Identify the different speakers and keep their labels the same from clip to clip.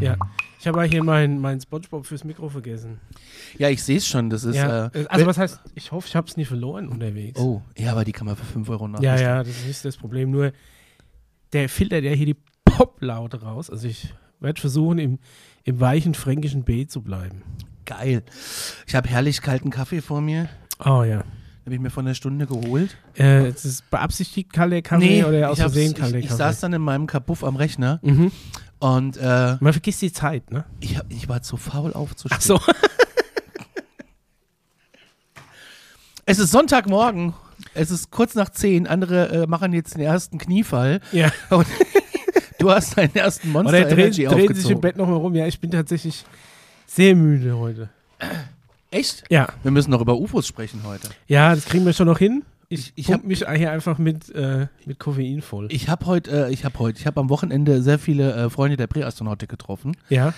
Speaker 1: Ja. Ich habe hier meinen mein Spongebob fürs Mikro vergessen.
Speaker 2: Ja, ich sehe es schon. Das ist.
Speaker 1: ja.
Speaker 2: Äh,
Speaker 1: also, was heißt, ich hoffe, ich habe es nie verloren unterwegs.
Speaker 2: oh, ja, aber die kann man für 5 Euro nachbestellen.
Speaker 1: ja, ja, das ist das Problem. Nur der Filter, der hier die Pop-Laute raus. Also, ich werde versuchen, im, im weichen fränkischen B zu bleiben.
Speaker 2: Geil. Ich habe herrlich kalten Kaffee vor mir.
Speaker 1: Oh ja.
Speaker 2: Habe ich mir von der Stunde geholt.
Speaker 1: Äh, es ist beabsichtigt Kalle Kaffee oder aus
Speaker 2: ich hab's-
Speaker 1: Versehen
Speaker 2: ich,
Speaker 1: Kalle
Speaker 2: ich
Speaker 1: Kaffee.
Speaker 2: saß dann in meinem Kabuff am Rechner
Speaker 1: Mhm.
Speaker 2: und äh,
Speaker 1: Man vergisst die Zeit, ne?
Speaker 2: ich, hab- ich war zu faul aufzustehen.
Speaker 1: Ach so.
Speaker 2: Es ist Sonntagmorgen. Es ist kurz nach 10. Andere äh, machen jetzt den ersten Kniefall.
Speaker 1: ja.
Speaker 2: Und du hast deinen ersten Monster
Speaker 1: Oder drehen,
Speaker 2: Energy
Speaker 1: drehen sich im
Speaker 2: aufgezogen.
Speaker 1: Bett nochmal rum. Ja, ich bin tatsächlich sehr müde heute.
Speaker 2: Echt?
Speaker 1: Ja.
Speaker 2: Wir müssen noch über UFOs sprechen heute.
Speaker 1: Ja, das kriegen wir schon noch hin. Ich,
Speaker 2: Ich- ich
Speaker 1: pump
Speaker 2: hab-
Speaker 1: mich hier einfach mit, äh, mit Koffein voll.
Speaker 2: Ich habe heute, äh, ich habe heute, ich habe am Wochenende sehr viele äh, Freunde der Präastronautik getroffen.
Speaker 1: ja.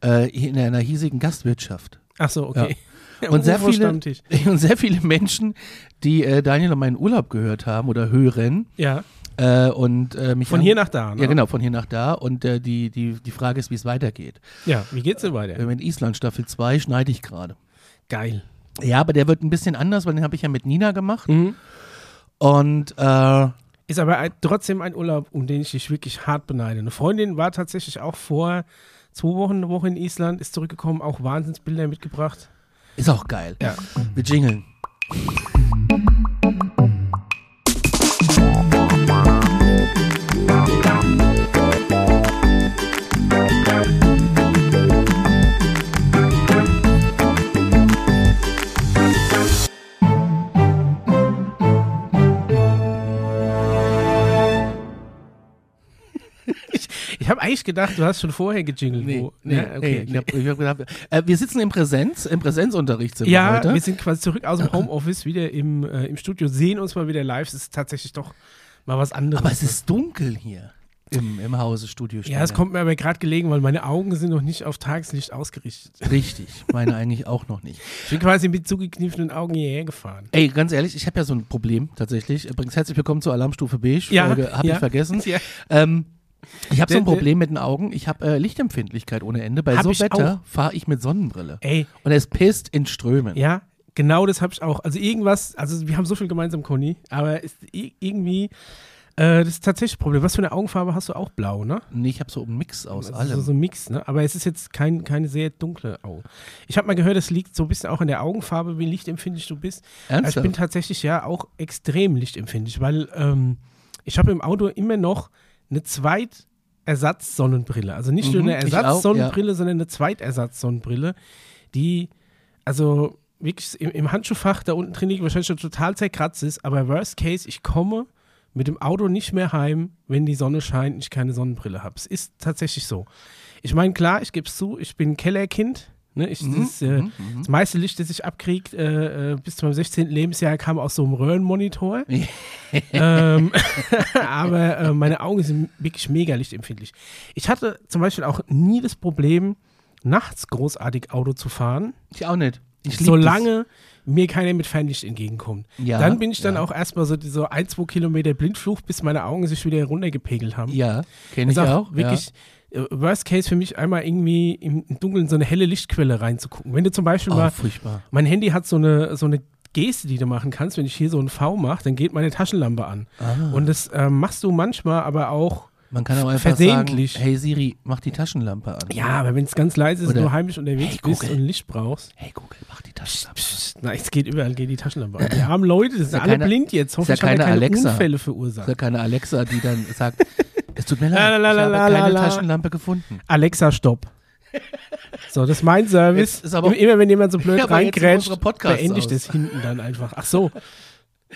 Speaker 2: Äh, hier in einer hiesigen Gastwirtschaft.
Speaker 1: Ach so, okay. Oh,
Speaker 2: Und sehr, viele,
Speaker 1: Stammtisch.
Speaker 2: und sehr viele Menschen, die äh, Daniel und meinen Urlaub gehört haben oder hören.
Speaker 1: Ja.
Speaker 2: Äh, und, äh, mich
Speaker 1: Von
Speaker 2: an-
Speaker 1: hier nach da. Ne?
Speaker 2: Ja, genau, von hier nach da. Und äh, die, die, die Frage ist, wie es weitergeht.
Speaker 1: Ja, wie geht's denn weiter?
Speaker 2: Äh, in Island Staffel 2 schneide ich gerade.
Speaker 1: Geil.
Speaker 2: Ja, aber der wird ein bisschen anders, weil den habe ich ja mit Nina gemacht.
Speaker 1: Mhm.
Speaker 2: Und äh,
Speaker 1: Ist aber ein, trotzdem ein Urlaub, um den ich dich wirklich hart beneide. Eine Freundin war tatsächlich auch vor zwei Wochen, eine Woche in Island, ist zurückgekommen, auch Wahnsinnsbilder mitgebracht.
Speaker 2: ist auch geil.
Speaker 1: Ja.
Speaker 2: Wir jingeln.
Speaker 1: Ich habe eigentlich gedacht, du hast schon vorher gejingelt. wo, ja, okay, okay.
Speaker 2: Ich hab, ich hab gedacht, äh, wir sitzen in Präsenz, im Präsenzunterricht sind wir
Speaker 1: Ja,
Speaker 2: heute.
Speaker 1: wir sind quasi zurück aus dem Homeoffice, wieder im, äh, im Studio, sehen uns mal wieder live. Es ist tatsächlich doch mal was anderes.
Speaker 2: aber es ist dunkel hier im, im Hause Studio.
Speaker 1: ja, es kommt mir aber gerade gelegen, weil meine Augen sind noch nicht auf Tageslicht ausgerichtet.
Speaker 2: Richtig, meine eigentlich auch noch nicht.
Speaker 1: Ich bin quasi mit zugekniffenen Augen hierher gefahren.
Speaker 2: Ey, ganz ehrlich, ich habe ja so ein Problem tatsächlich. Übrigens, herzlich willkommen zur Alarmstufe Beige.
Speaker 1: Ja,
Speaker 2: Folge habe
Speaker 1: ja.
Speaker 2: ich vergessen.
Speaker 1: Ja.
Speaker 2: Ähm, ich habe so ein
Speaker 1: Der- der-
Speaker 2: Problem mit den Augen. Ich habe äh, Lichtempfindlichkeit ohne Ende. Bei
Speaker 1: Hab
Speaker 2: so
Speaker 1: ich
Speaker 2: Wetter fahre ich mit Sonnenbrille.
Speaker 1: Ey,
Speaker 2: Und es pisst in Strömen.
Speaker 1: Ja, genau das habe ich auch. Also irgendwas, also wir haben so viel gemeinsam, Conny, aber ist i- irgendwie, äh, das ist tatsächlich ein Problem. Was für eine Augenfarbe hast du auch blau, ne?
Speaker 2: Nee, ich habe so einen Mix aus
Speaker 1: Also so,
Speaker 2: allem.
Speaker 1: so ein Mix, ne? Aber es ist jetzt kein, keine sehr dunkle Auge. Ich habe mal gehört, das liegt so ein bisschen auch an der Augenfarbe, wie lichtempfindlich du bist. Also ich bin
Speaker 2: Ernsthaft?
Speaker 1: tatsächlich ja auch extrem lichtempfindlich, weil ähm, ich habe im Auto immer noch eine Zweit- Ersatzsonnenbrille. Also nicht nur
Speaker 2: Mhm,
Speaker 1: eine
Speaker 2: ich auch,
Speaker 1: Ersatzsonnenbrille, sondern eine Zweitersatzsonnenbrille, die also wirklich im, im Handschuhfach da unten drin liegt, wahrscheinlich schon total zerkratzt ist, aber worst case, ich komme mit dem Auto nicht mehr heim, wenn die Sonne scheint und ich keine Sonnenbrille habe. Es ist tatsächlich so. Ich meine, klar, ich gebe es zu, ich bin Kellerkind. Ne? Ich,
Speaker 2: Mhm,
Speaker 1: das, äh, das meiste Licht, das ich abkriege äh, äh, bis zu meinem 16. Lebensjahr, kam aus so einem Röhrenmonitor. ähm, aber äh, meine Augen sind wirklich mega lichtempfindlich. Ich hatte zum Beispiel auch nie das Problem, nachts großartig Auto zu fahren,
Speaker 2: Ich auch nicht. Ich lieb
Speaker 1: solange mir keiner mit Fernlicht entgegenkommt.
Speaker 2: Ja,
Speaker 1: dann bin ich dann
Speaker 2: ja.
Speaker 1: auch erstmal so, so ein, zwei Kilometer Blindfluch, bis meine Augen sich wieder runtergepegelt haben.
Speaker 2: Das. Ja, kenne ich
Speaker 1: Das ist
Speaker 2: auch.
Speaker 1: Wirklich, äh, worst case für mich, einmal irgendwie im Dunkeln so eine helle Lichtquelle reinzugucken. Wenn du zum Beispiel
Speaker 2: ja. Oh,
Speaker 1: mal,
Speaker 2: furchtbar.
Speaker 1: mein Handy hat so eine, so eine Geste, die du machen kannst, wenn ich hier so ein V mache, dann geht meine Taschenlampe an.
Speaker 2: Ah.
Speaker 1: Und das ähm, machst du manchmal, aber auch,
Speaker 2: Man kann auch einfach
Speaker 1: versehentlich.
Speaker 2: sagen, hey Siri, mach die Taschenlampe an.
Speaker 1: ja, aber wenn es ganz leise ist,
Speaker 2: Oder-
Speaker 1: du heimlich unterwegs
Speaker 2: Hey,
Speaker 1: bist
Speaker 2: Google.
Speaker 1: und Licht brauchst.
Speaker 2: Hey Google, mach die Taschenlampe an.
Speaker 1: Psst, na, es geht überall, geht die Taschenlampe an. Die armen Leute, das sind
Speaker 2: ja
Speaker 1: alle
Speaker 2: keine-
Speaker 1: blind jetzt.
Speaker 2: ist ja
Speaker 1: Hoffentlich haben wir
Speaker 2: keine
Speaker 1: keine
Speaker 2: Alexa.
Speaker 1: Unfälle
Speaker 2: Das ist ja
Speaker 1: verursacht.
Speaker 2: keine Alexa, die dann sagt, es tut mir leid,
Speaker 1: La, la, la,
Speaker 2: ich
Speaker 1: la,
Speaker 2: habe
Speaker 1: la,
Speaker 2: keine
Speaker 1: la.
Speaker 2: Taschenlampe gefunden.
Speaker 1: Alexa, stopp. So, das ist mein Service.
Speaker 2: Jetzt ist aber-
Speaker 1: immer wenn jemand so blöd
Speaker 2: Ja, aber jetzt sind
Speaker 1: reingrätscht,
Speaker 2: unsere Podcasts
Speaker 1: beende ich
Speaker 2: aus.
Speaker 1: das hinten dann einfach. Ach so.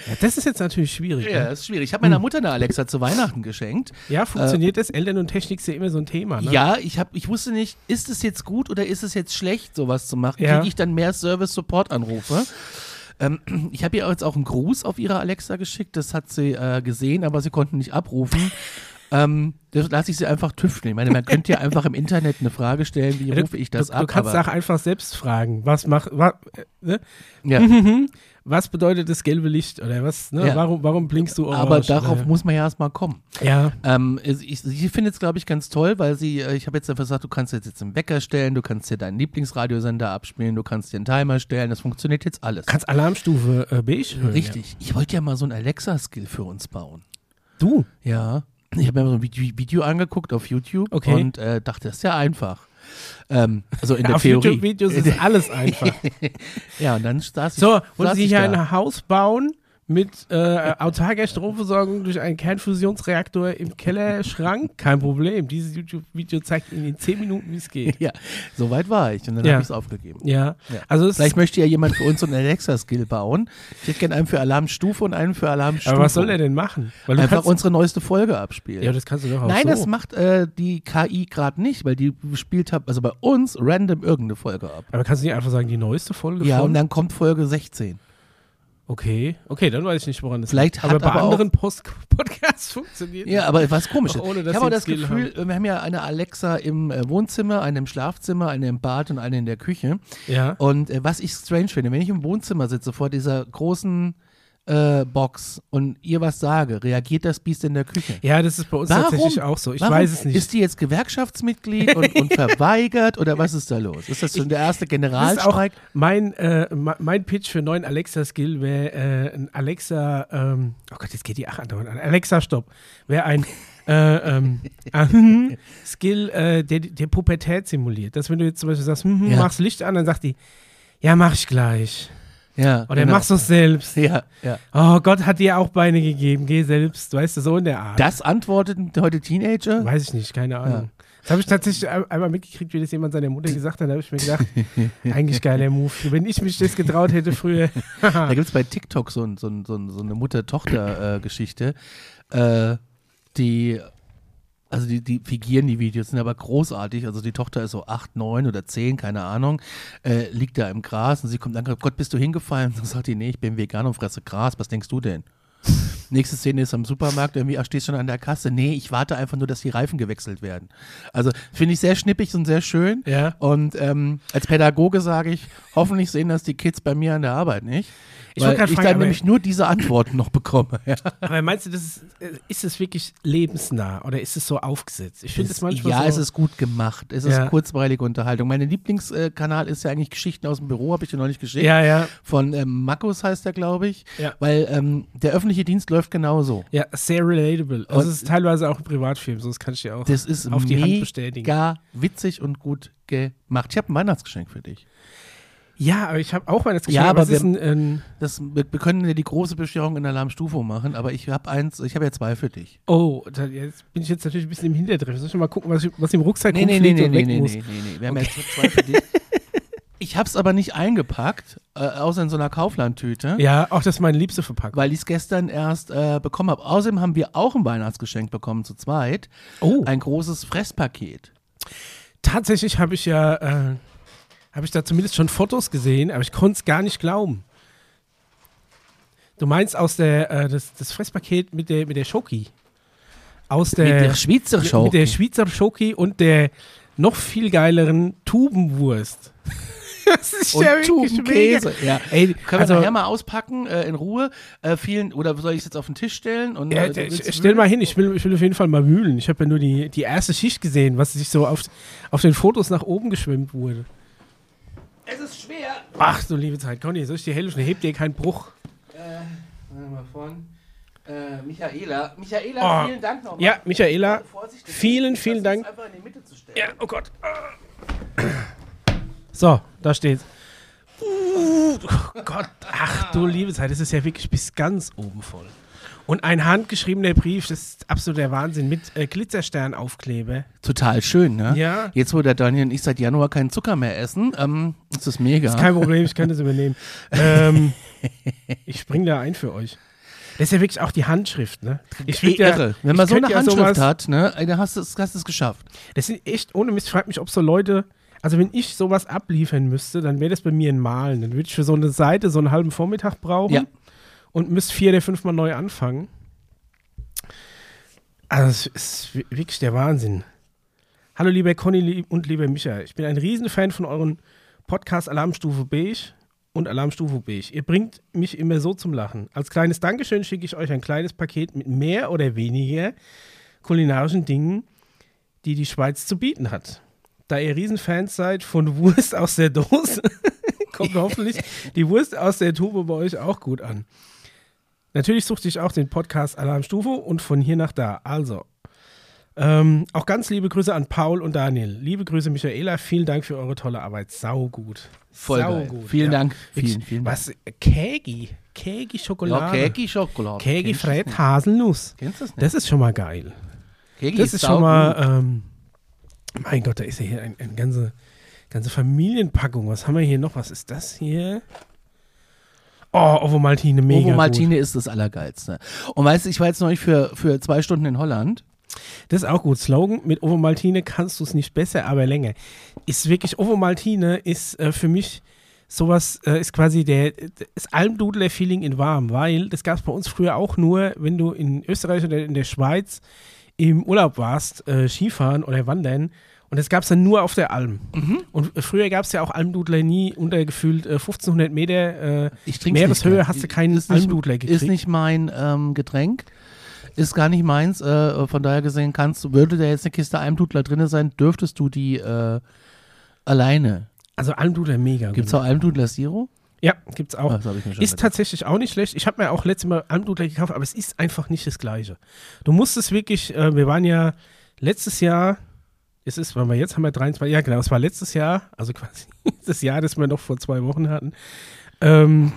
Speaker 1: Ja, das ist jetzt natürlich schwierig.
Speaker 2: Ja, Hm.
Speaker 1: ne?
Speaker 2: das ist schwierig. Ich habe meiner Mutter eine Alexa zu Weihnachten geschenkt.
Speaker 1: ja funktioniert das? Eltern und Technik ist ja immer so ein Thema. Ne?
Speaker 2: Ja, ich, hab, ich wusste nicht, ist es jetzt gut oder ist es jetzt schlecht, sowas zu machen?
Speaker 1: Ja.
Speaker 2: Kriege ich dann mehr Service-Support-Anrufe? Ähm, ich habe ihr jetzt auch einen Gruß auf ihre Alexa geschickt, das hat sie äh, gesehen, aber sie konnten nicht abrufen. Ähm, das lasse ich sie einfach tüfteln. Ich meine, man könnte ja einfach im Internet eine Frage stellen, wie
Speaker 1: Ja, du-
Speaker 2: rufe ich das
Speaker 1: du,
Speaker 2: ab?
Speaker 1: Du kannst
Speaker 2: aber-
Speaker 1: auch einfach selbst fragen, was macht, wa, äh, ne?
Speaker 2: Ja.
Speaker 1: Mhm. was bedeutet das gelbe Licht oder was, ne?
Speaker 2: Ja.
Speaker 1: warum, warum blinkst du orange?
Speaker 2: aber darauf
Speaker 1: oder?
Speaker 2: muss man ja erstmal kommen.
Speaker 1: ja.
Speaker 2: Ähm, ich, sie findet es, glaube ich, ganz toll, weil sie, äh, ich habe jetzt einfach gesagt, du kannst jetzt, jetzt einen Wecker stellen, du kannst dir deinen Lieblingsradiosender abspielen, du kannst dir einen Timer stellen, das funktioniert jetzt alles.
Speaker 1: Kannst Alarmstufe äh, beige hören.
Speaker 2: Richtig. Ich wollte ja mal so ein Alexa-Skill für uns bauen.
Speaker 1: Ja. Du,
Speaker 2: Ja. Ich habe mir mal so ein Video, Video angeguckt auf YouTube
Speaker 1: Okay.
Speaker 2: und äh, dachte, das ist ja einfach. Ähm, also in der
Speaker 1: auf
Speaker 2: Theorie.
Speaker 1: YouTube-Videos ist alles einfach.
Speaker 2: Ja, und dann saß ich.
Speaker 1: So,
Speaker 2: saß
Speaker 1: wollen Sie
Speaker 2: ich
Speaker 1: hier
Speaker 2: da.
Speaker 1: ein Haus bauen mit äh, autarker Stromversorgung durch einen Kernfusionsreaktor im Kellerschrank? Kein Problem. Dieses YouTube-Video zeigt Ihnen in 10 Minuten, wie es geht.
Speaker 2: Ja, so weit war ich und dann
Speaker 1: Ja.
Speaker 2: habe ich es aufgegeben.
Speaker 1: Ja,
Speaker 2: Ja.
Speaker 1: also es
Speaker 2: Vielleicht möchte ja jemand für uns so einen Alexa-Skill bauen. Ich hätte gerne einen für Alarmstufe und einen für Alarmstufe.
Speaker 1: aber was soll er denn machen? Weil du
Speaker 2: Einfach
Speaker 1: kannst-
Speaker 2: unsere neueste Folge abspielen.
Speaker 1: ja, das kannst du doch auch
Speaker 2: Nein,
Speaker 1: so.
Speaker 2: das macht äh, die KI gerade nicht, weil die spielt hab, also bei uns random irgendeine Folge ab.
Speaker 1: aber kannst du nicht einfach sagen, die neueste Folge
Speaker 2: Ja,
Speaker 1: von?
Speaker 2: und dann kommt Folge 16.
Speaker 1: okay, okay, dann weiß ich nicht, woran das
Speaker 2: Vielleicht
Speaker 1: liegt.
Speaker 2: hat
Speaker 1: Aber bei
Speaker 2: aber auch-
Speaker 1: anderen Post Podcasts funktioniert
Speaker 2: Ja, aber was komisch.
Speaker 1: Auch ohne, dass
Speaker 2: ich habe auch
Speaker 1: sie
Speaker 2: das
Speaker 1: einen Skill
Speaker 2: Gefühl, wir haben ja eine Alexa im äh, Wohnzimmer, eine im Schlafzimmer, eine im Bad und eine in der Küche.
Speaker 1: Ja.
Speaker 2: Und äh, was ich strange finde, wenn ich im Wohnzimmer sitze vor dieser großen äh, Box und ihr was sage, reagiert das Biest in der Küche.
Speaker 1: ja, das ist bei uns tatsächlich auch so. Ich
Speaker 2: warum
Speaker 1: weiß es nicht.
Speaker 2: Ist die jetzt Gewerkschaftsmitglied und, und verweigert oder was ist da los? Ist das schon der erste
Speaker 1: Das ist auch
Speaker 2: Generalstreik?
Speaker 1: mein, äh, ma- mein Pitch für neuen Alexa-Skill wäre äh, ein Alexa, ähm, oh Gott, jetzt geht die Ach andauernd an. Alexa, stopp. Wäre ein äh, ähm, ahem, Skill, äh, der, der Pubertät simuliert. Dass wenn du jetzt zum Beispiel sagst, hm, hm,
Speaker 2: Ja.
Speaker 1: machst Licht an, dann sagt die, ja, mach ich gleich.
Speaker 2: Ja, genau.
Speaker 1: Oder machst du es selbst.
Speaker 2: ja, ja.
Speaker 1: Oh, Gott hat dir auch Beine gegeben, geh selbst. Weißt du, so in der Art.
Speaker 2: Das antworten heute Teenager?
Speaker 1: Weiß ich nicht, keine Ahnung. Das habe ich tatsächlich ein- einmal mitgekriegt, wie das jemand seiner Mutter gesagt hat. Da habe ich mir gedacht, eigentlich geiler Move. Wenn ich mich das getraut hätte früher.
Speaker 2: Da gibt es bei TikTok so, ein, so, ein, so, ein, so eine Mutter-Tochter-Geschichte. Äh, die, also die, die figieren die Videos, sind aber großartig. Also die Tochter ist so 8, 9 oder 10, keine Ahnung, äh, liegt da im Gras und sie kommt an, Gott, bist du hingefallen? Dann sagt die, nee, ich bin vegan und fresse Gras, was denkst du denn? Nächste Szene ist am Supermarkt, irgendwie, ach, stehst schon an der Kasse. Nee, ich warte einfach nur, dass die Reifen gewechselt werden. Also finde ich sehr schnippig und sehr schön.
Speaker 1: Ja.
Speaker 2: Und ähm, als Pädagoge sage ich, hoffentlich sehen das die Kids bei mir an der Arbeit nicht.
Speaker 1: Ich
Speaker 2: Weil
Speaker 1: wollte grad
Speaker 2: ich
Speaker 1: fragen,
Speaker 2: dann
Speaker 1: aber-
Speaker 2: nämlich nur diese Antworten noch bekomme. Ja.
Speaker 1: Aber meinst du, das ist, ist es wirklich lebensnah oder ist es so aufgesetzt? Ich finde es manchmal
Speaker 2: ja,
Speaker 1: so.
Speaker 2: es ist gut gemacht. Es
Speaker 1: Ja.
Speaker 2: ist kurzweilige Unterhaltung. Mein Lieblingskanal ist ja eigentlich Geschichten aus dem Büro, habe ich dir neulich geschickt.
Speaker 1: Ja, ja.
Speaker 2: Von ähm, Markus heißt er, glaube ich.
Speaker 1: Ja.
Speaker 2: Weil ähm, der öffentliche Dienst läuft genauso.
Speaker 1: Ja, sehr relatable. Also
Speaker 2: Und-
Speaker 1: es ist teilweise auch ein Privatfilm, so das kann ich dir auch
Speaker 2: Das ist
Speaker 1: auf die
Speaker 2: mega
Speaker 1: Hand bestätigen.
Speaker 2: witzig und gut gemacht. Ich habe ein Weihnachtsgeschenk für dich.
Speaker 1: Ja, aber ich habe auch mal das
Speaker 2: Ja, aber
Speaker 1: es ist ähm, ein, ein
Speaker 2: Das, wir, wir können dir die große Bescherung in Alarmstufe machen, aber ich habe eins, ich habe ja zwei für dich.
Speaker 1: Oh, da, jetzt bin ich jetzt natürlich ein bisschen im Hintertreffen. Soll ich mal gucken, was, ich, was im Rucksack
Speaker 2: Nee, nee, nee,
Speaker 1: rumfliegt
Speaker 2: nee,
Speaker 1: und
Speaker 2: nee,
Speaker 1: weg
Speaker 2: nee,
Speaker 1: muss?
Speaker 2: nee, nee, Wir haben jetzt zwei für dich. Ich hab's aber nicht eingepackt, äh, außer in so einer Kauflandtüte,
Speaker 1: Ja, auch das ist meine liebste Verpackung.
Speaker 2: weil ich es gestern erst äh, bekommen habe. Außerdem haben wir auch ein Weihnachtsgeschenk bekommen zu zweit.
Speaker 1: Oh.
Speaker 2: Ein großes Fresspaket.
Speaker 1: Tatsächlich habe ich ja, äh, habe ich da zumindest schon Fotos gesehen, aber ich konnte es gar nicht glauben. Du meinst aus der, äh, das, das Fresspaket mit der, mit der Schoki. Aus der,
Speaker 2: mit der Schweizer Show.
Speaker 1: mit der Schweizer Schoki und der noch viel geileren Tubenwurst. das ist
Speaker 2: und
Speaker 1: wirklich
Speaker 2: Tubenkäse.
Speaker 1: mega.
Speaker 2: Ja.
Speaker 1: Ey,
Speaker 2: Können
Speaker 1: also,
Speaker 2: wir nachher mal auspacken, äh, in Ruhe. Äh, vielen, oder soll ich es jetzt auf den Tisch stellen? Und,
Speaker 1: Ja,
Speaker 2: äh,
Speaker 1: d-
Speaker 2: willst du-
Speaker 1: stell mal hin, ich will, ich will auf jeden Fall mal wühlen. Ich habe ja nur die, die erste Schicht gesehen, was sich so auf, auf den Fotos nach oben geschwemmt wurde.
Speaker 2: Es ist schwer.
Speaker 1: Ach du liebe Zeit, Conny, soll ich dir helfen? Heb dir keinen Bruch.
Speaker 2: Warte mal von. Äh, Michaela. Michaela,
Speaker 1: Oh.
Speaker 2: vielen Dank nochmal.
Speaker 1: Ja, Michaela,
Speaker 2: Vorsichtig,
Speaker 1: vielen,
Speaker 2: das
Speaker 1: vielen
Speaker 2: ist
Speaker 1: Dank.
Speaker 2: Einfach in die Mitte zu stellen.
Speaker 1: Ja, oh Gott. So, da steht's. Uh, oh Gott, ach du liebe Zeit, das ist ja wirklich bis ganz oben voll. Und ein handgeschriebener Brief, das ist absolut der Wahnsinn, mit äh, Glitzersternaufkleber.
Speaker 2: Total schön, ne?
Speaker 1: Ja.
Speaker 2: Jetzt, wo der Daniel und ich seit Januar keinen Zucker mehr essen, ähm, ist das mega.
Speaker 1: Kein Problem, ich kann das übernehmen. ähm, ich spring da ein für euch. Das ist ja wirklich auch die Handschrift, ne? Ich
Speaker 2: Eh
Speaker 1: würd ja-
Speaker 2: irre. Wenn
Speaker 1: ich
Speaker 2: man so
Speaker 1: könnt
Speaker 2: eine
Speaker 1: ja
Speaker 2: Handschrift
Speaker 1: sowas-
Speaker 2: hat, ne, ey, dann hast du es hast du es geschafft.
Speaker 1: Das sind echt, ohne Mist, fragt mich, ob so Leute, also wenn ich sowas abliefern müsste, dann wäre das bei mir ein Malen. Dann würde ich für so eine Seite so einen halben Vormittag brauchen
Speaker 2: Ja.
Speaker 1: und müsste vier oder fünfmal neu anfangen. Also es ist wi- wirklich der Wahnsinn. Hallo lieber Conny lieb- und lieber Micha. Ich bin ein Riesenfan von euren Podcast Alarmstufe Beige und Alarmstufe Beige. Ihr bringt mich immer so zum Lachen. Als kleines Dankeschön schicke ich euch ein kleines Paket mit mehr oder weniger kulinarischen Dingen, die die Schweiz zu bieten hat. Da ihr Riesenfans seid von Wurst aus der Dose, kommt hoffentlich die Wurst aus der Tube bei euch auch gut an. Natürlich suchte ich auch den Podcast Alarmstufe und von hier nach da. Also, ähm, auch ganz liebe Grüße an Paul und Daniel. Liebe Grüße, Michaela. Vielen Dank für eure tolle Arbeit. Sau gut.
Speaker 2: Voll
Speaker 1: Sau
Speaker 2: geil. Vielen Dank.
Speaker 1: Wirklich,
Speaker 2: Vielen, vielen Dank.
Speaker 1: Was? Kägi. Kägi
Speaker 2: Ja,
Speaker 1: Schokolade.
Speaker 2: Kegi Schokolade.
Speaker 1: Kägi
Speaker 2: Kennst du
Speaker 1: Fred
Speaker 2: das
Speaker 1: Haselnuss.
Speaker 2: nicht? Kennst du das nicht?
Speaker 1: Das ist schon mal geil.
Speaker 2: Kegi
Speaker 1: Das ist
Speaker 2: saugut.
Speaker 1: schon mal, ähm, mein Gott, da ist ja hier eine ein ganze, ganze Familienpackung. Was haben wir hier noch? Was ist das hier? Oh, Ovomaltine, mega
Speaker 2: Ovo
Speaker 1: gut.
Speaker 2: Martine ist das Allergeilste. Und weißt du, ich war jetzt neulich für, für zwei Stunden in Holland.
Speaker 1: Das ist auch gut. Slogan, mit Ovomaltine kannst du es nicht besser, aber länger. Ist wirklich, Ovomaltine ist äh, für mich sowas, äh, ist quasi der, das Almdudler-Feeling in warm, weil das gab es bei uns früher auch nur, wenn du in Österreich oder in der Schweiz im Urlaub warst, äh, Skifahren oder Wandern. Und das gab es dann nur auf der Alm.
Speaker 2: Mhm.
Speaker 1: Und äh, früher gab es ja auch Almdudler nie unter gefühlt äh, 1500 Meter äh,
Speaker 2: Ich trinke
Speaker 1: Meereshöhe hast du keinen
Speaker 2: ist nicht,
Speaker 1: Almdudler gekriegt.
Speaker 2: Ist nicht mein ähm, Getränk. Ist gar nicht meins. Äh, von daher gesehen kannst du, würde da jetzt eine Kiste Almdudler drin sein, dürftest du die äh, alleine.
Speaker 1: also Almdudler mega.
Speaker 2: Gibt es
Speaker 1: gut.
Speaker 2: auch Almdudler Siro?
Speaker 1: Ja, gibt's auch.
Speaker 2: das habe ich mir schon
Speaker 1: Oh. Ist
Speaker 2: gedacht.
Speaker 1: tatsächlich auch nicht schlecht. Ich habe mir auch letztes Mal Almdudler gekauft, aber es ist einfach nicht das Gleiche. Du musst es wirklich, äh, wir waren ja letztes Jahr, es ist, weil wir jetzt haben wir 23, ja genau, es war letztes Jahr, also quasi das Jahr, das wir noch vor zwei Wochen hatten, ähm,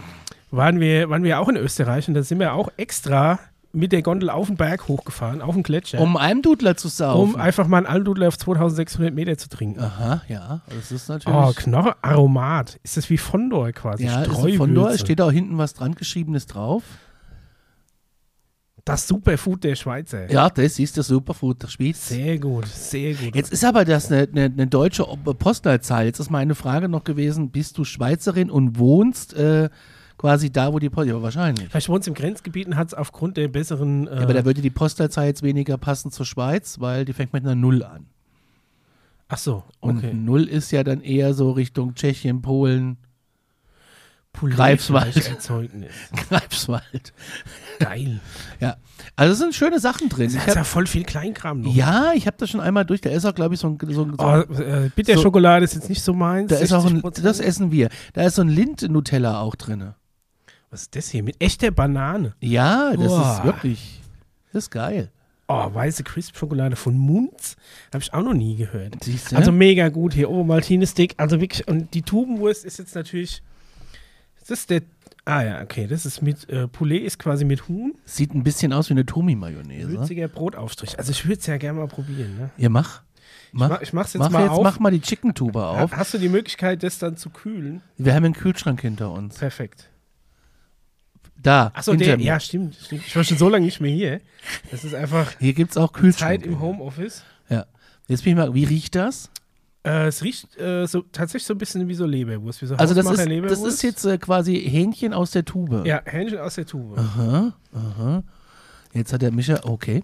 Speaker 1: waren, wir, waren wir auch in Österreich und da sind wir auch extra mit der Gondel auf den Berg hochgefahren, auf den Gletscher, um,
Speaker 2: Um Almdudler zu saufen.
Speaker 1: einfach mal einen Almdudler auf 2600 Meter zu trinken.
Speaker 2: Aha, ja. Das ist Ah, natürlich.
Speaker 1: Oh, Knoche, Aromat. Ist das wie Fondor quasi?
Speaker 2: ja, ist
Speaker 1: Streuwürze.
Speaker 2: von dort steht auch hinten was dran geschriebenes drauf.
Speaker 1: das Superfood der Schweizer.
Speaker 2: Ja, das ist der Superfood der Schweiz.
Speaker 1: Sehr gut, sehr gut.
Speaker 2: Jetzt ist aber das eine, eine, eine deutsche Ob- Postleitzahl. Jetzt ist meine Frage noch gewesen: Bist du Schweizerin und wohnst äh, quasi da, wo die Post. Ja, wahrscheinlich.
Speaker 1: Vielleicht wohnt es im Grenzgebiet und hat es aufgrund der besseren. Äh,
Speaker 2: Ja, aber da würde die Postleitzahl jetzt weniger passen zur Schweiz, weil die fängt mit einer Null an.
Speaker 1: ach so,
Speaker 2: Und
Speaker 1: okay.
Speaker 2: Null ist ja dann eher so Richtung Tschechien, Polen,
Speaker 1: Poulet
Speaker 2: Greifswald.
Speaker 1: vielleicht Erzeugnis.
Speaker 2: Greifswald.
Speaker 1: Geil.
Speaker 2: Ja. Also es sind schöne Sachen drin.
Speaker 1: Da
Speaker 2: Ich
Speaker 1: ist
Speaker 2: hab,
Speaker 1: ja voll viel Kleinkram noch.
Speaker 2: ja, ich habe das schon einmal durch. Da ist auch, glaube ich, so ein, so ein, so
Speaker 1: Oh,
Speaker 2: ein
Speaker 1: äh, Bitter
Speaker 2: So-
Speaker 1: Schokolade ist jetzt nicht so meins.
Speaker 2: da ist auch ein,
Speaker 1: 60%.
Speaker 2: das essen wir. Da ist so ein Lind-Nutella auch drin.
Speaker 1: Was ist das hier? Mit echter Banane.
Speaker 2: Ja, das
Speaker 1: Boah.
Speaker 2: ist wirklich. Das ist geil.
Speaker 1: Oh, weiße Crisp-Schokolade von Munz. Habe ich auch noch nie gehört.
Speaker 2: Siehst du?
Speaker 1: Also mega gut hier. Ober Maltine Stick. Also wirklich. Und die Tubenwurst ist jetzt natürlich. Das ist der. Ah ja, okay. Das ist mit. Äh, Poulet ist quasi mit Huhn.
Speaker 2: Sieht ein bisschen aus wie eine Tomi-Mayonnaise.
Speaker 1: Würziger Brotaufstrich. Also ich würde es ja gerne mal probieren. Ne?
Speaker 2: Ja, mach. Mach,
Speaker 1: ma- ich mach's jetzt
Speaker 2: mach
Speaker 1: mal auf.
Speaker 2: Mach mal die Chicken-Tube auf.
Speaker 1: Ha- Hast du die Möglichkeit, das dann zu kühlen?
Speaker 2: Wir haben einen Kühlschrank hinter uns.
Speaker 1: Perfekt.
Speaker 2: Da,
Speaker 1: Achso,
Speaker 2: hinter
Speaker 1: der,
Speaker 2: mir.
Speaker 1: ja, stimmt, stimmt. Ich war schon so lange nicht mehr hier. Das ist einfach
Speaker 2: Hier gibt es auch Kühlschrank.
Speaker 1: Zeit im Homeoffice.
Speaker 2: Ja. Jetzt bin ich mal, wie riecht das?
Speaker 1: Äh, es riecht äh, so, tatsächlich so ein bisschen wie so Leberwurst. Wie so
Speaker 2: Also das ist, das
Speaker 1: Hausmacher-Leberwurst.
Speaker 2: ist jetzt äh, quasi Hähnchen aus der Tube.
Speaker 1: Ja, Hähnchen aus der Tube.
Speaker 2: Aha, aha. Jetzt hat der Micha, okay.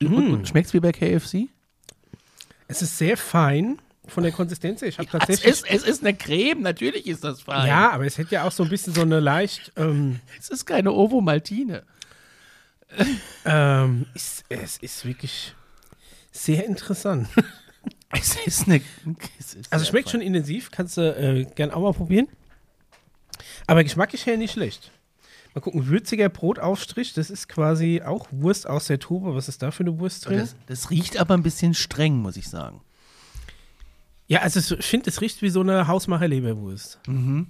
Speaker 1: Mm.
Speaker 2: Und, und schmeckt's wie bei KFC?
Speaker 1: Es ist sehr fein von der Konsistenz her. Ich habe
Speaker 2: Es
Speaker 1: tatsächlich.
Speaker 2: ist, es ist eine Creme, natürlich ist das fein.
Speaker 1: ja, aber es hätte ja auch so ein bisschen so eine leicht. Ähm,
Speaker 2: Es ist keine Ovo-Maltine.
Speaker 1: ähm, ist, es ist wirklich sehr interessant.
Speaker 2: Es ist eine. Es ist
Speaker 1: Also
Speaker 2: sehr
Speaker 1: schmeckt
Speaker 2: fein.
Speaker 1: schon intensiv, kannst du äh, gern auch mal probieren. Aber geschmacklich her nicht schlecht. Mal gucken, würziger Brotaufstrich, das ist quasi auch Wurst aus der Tube. Was ist da für eine Wurst drin?
Speaker 2: Das, das riecht aber ein bisschen streng, muss ich sagen.
Speaker 1: ja, also es- ich finde, es riecht wie so eine Hausmacher-Leberwurst.
Speaker 2: Mhm,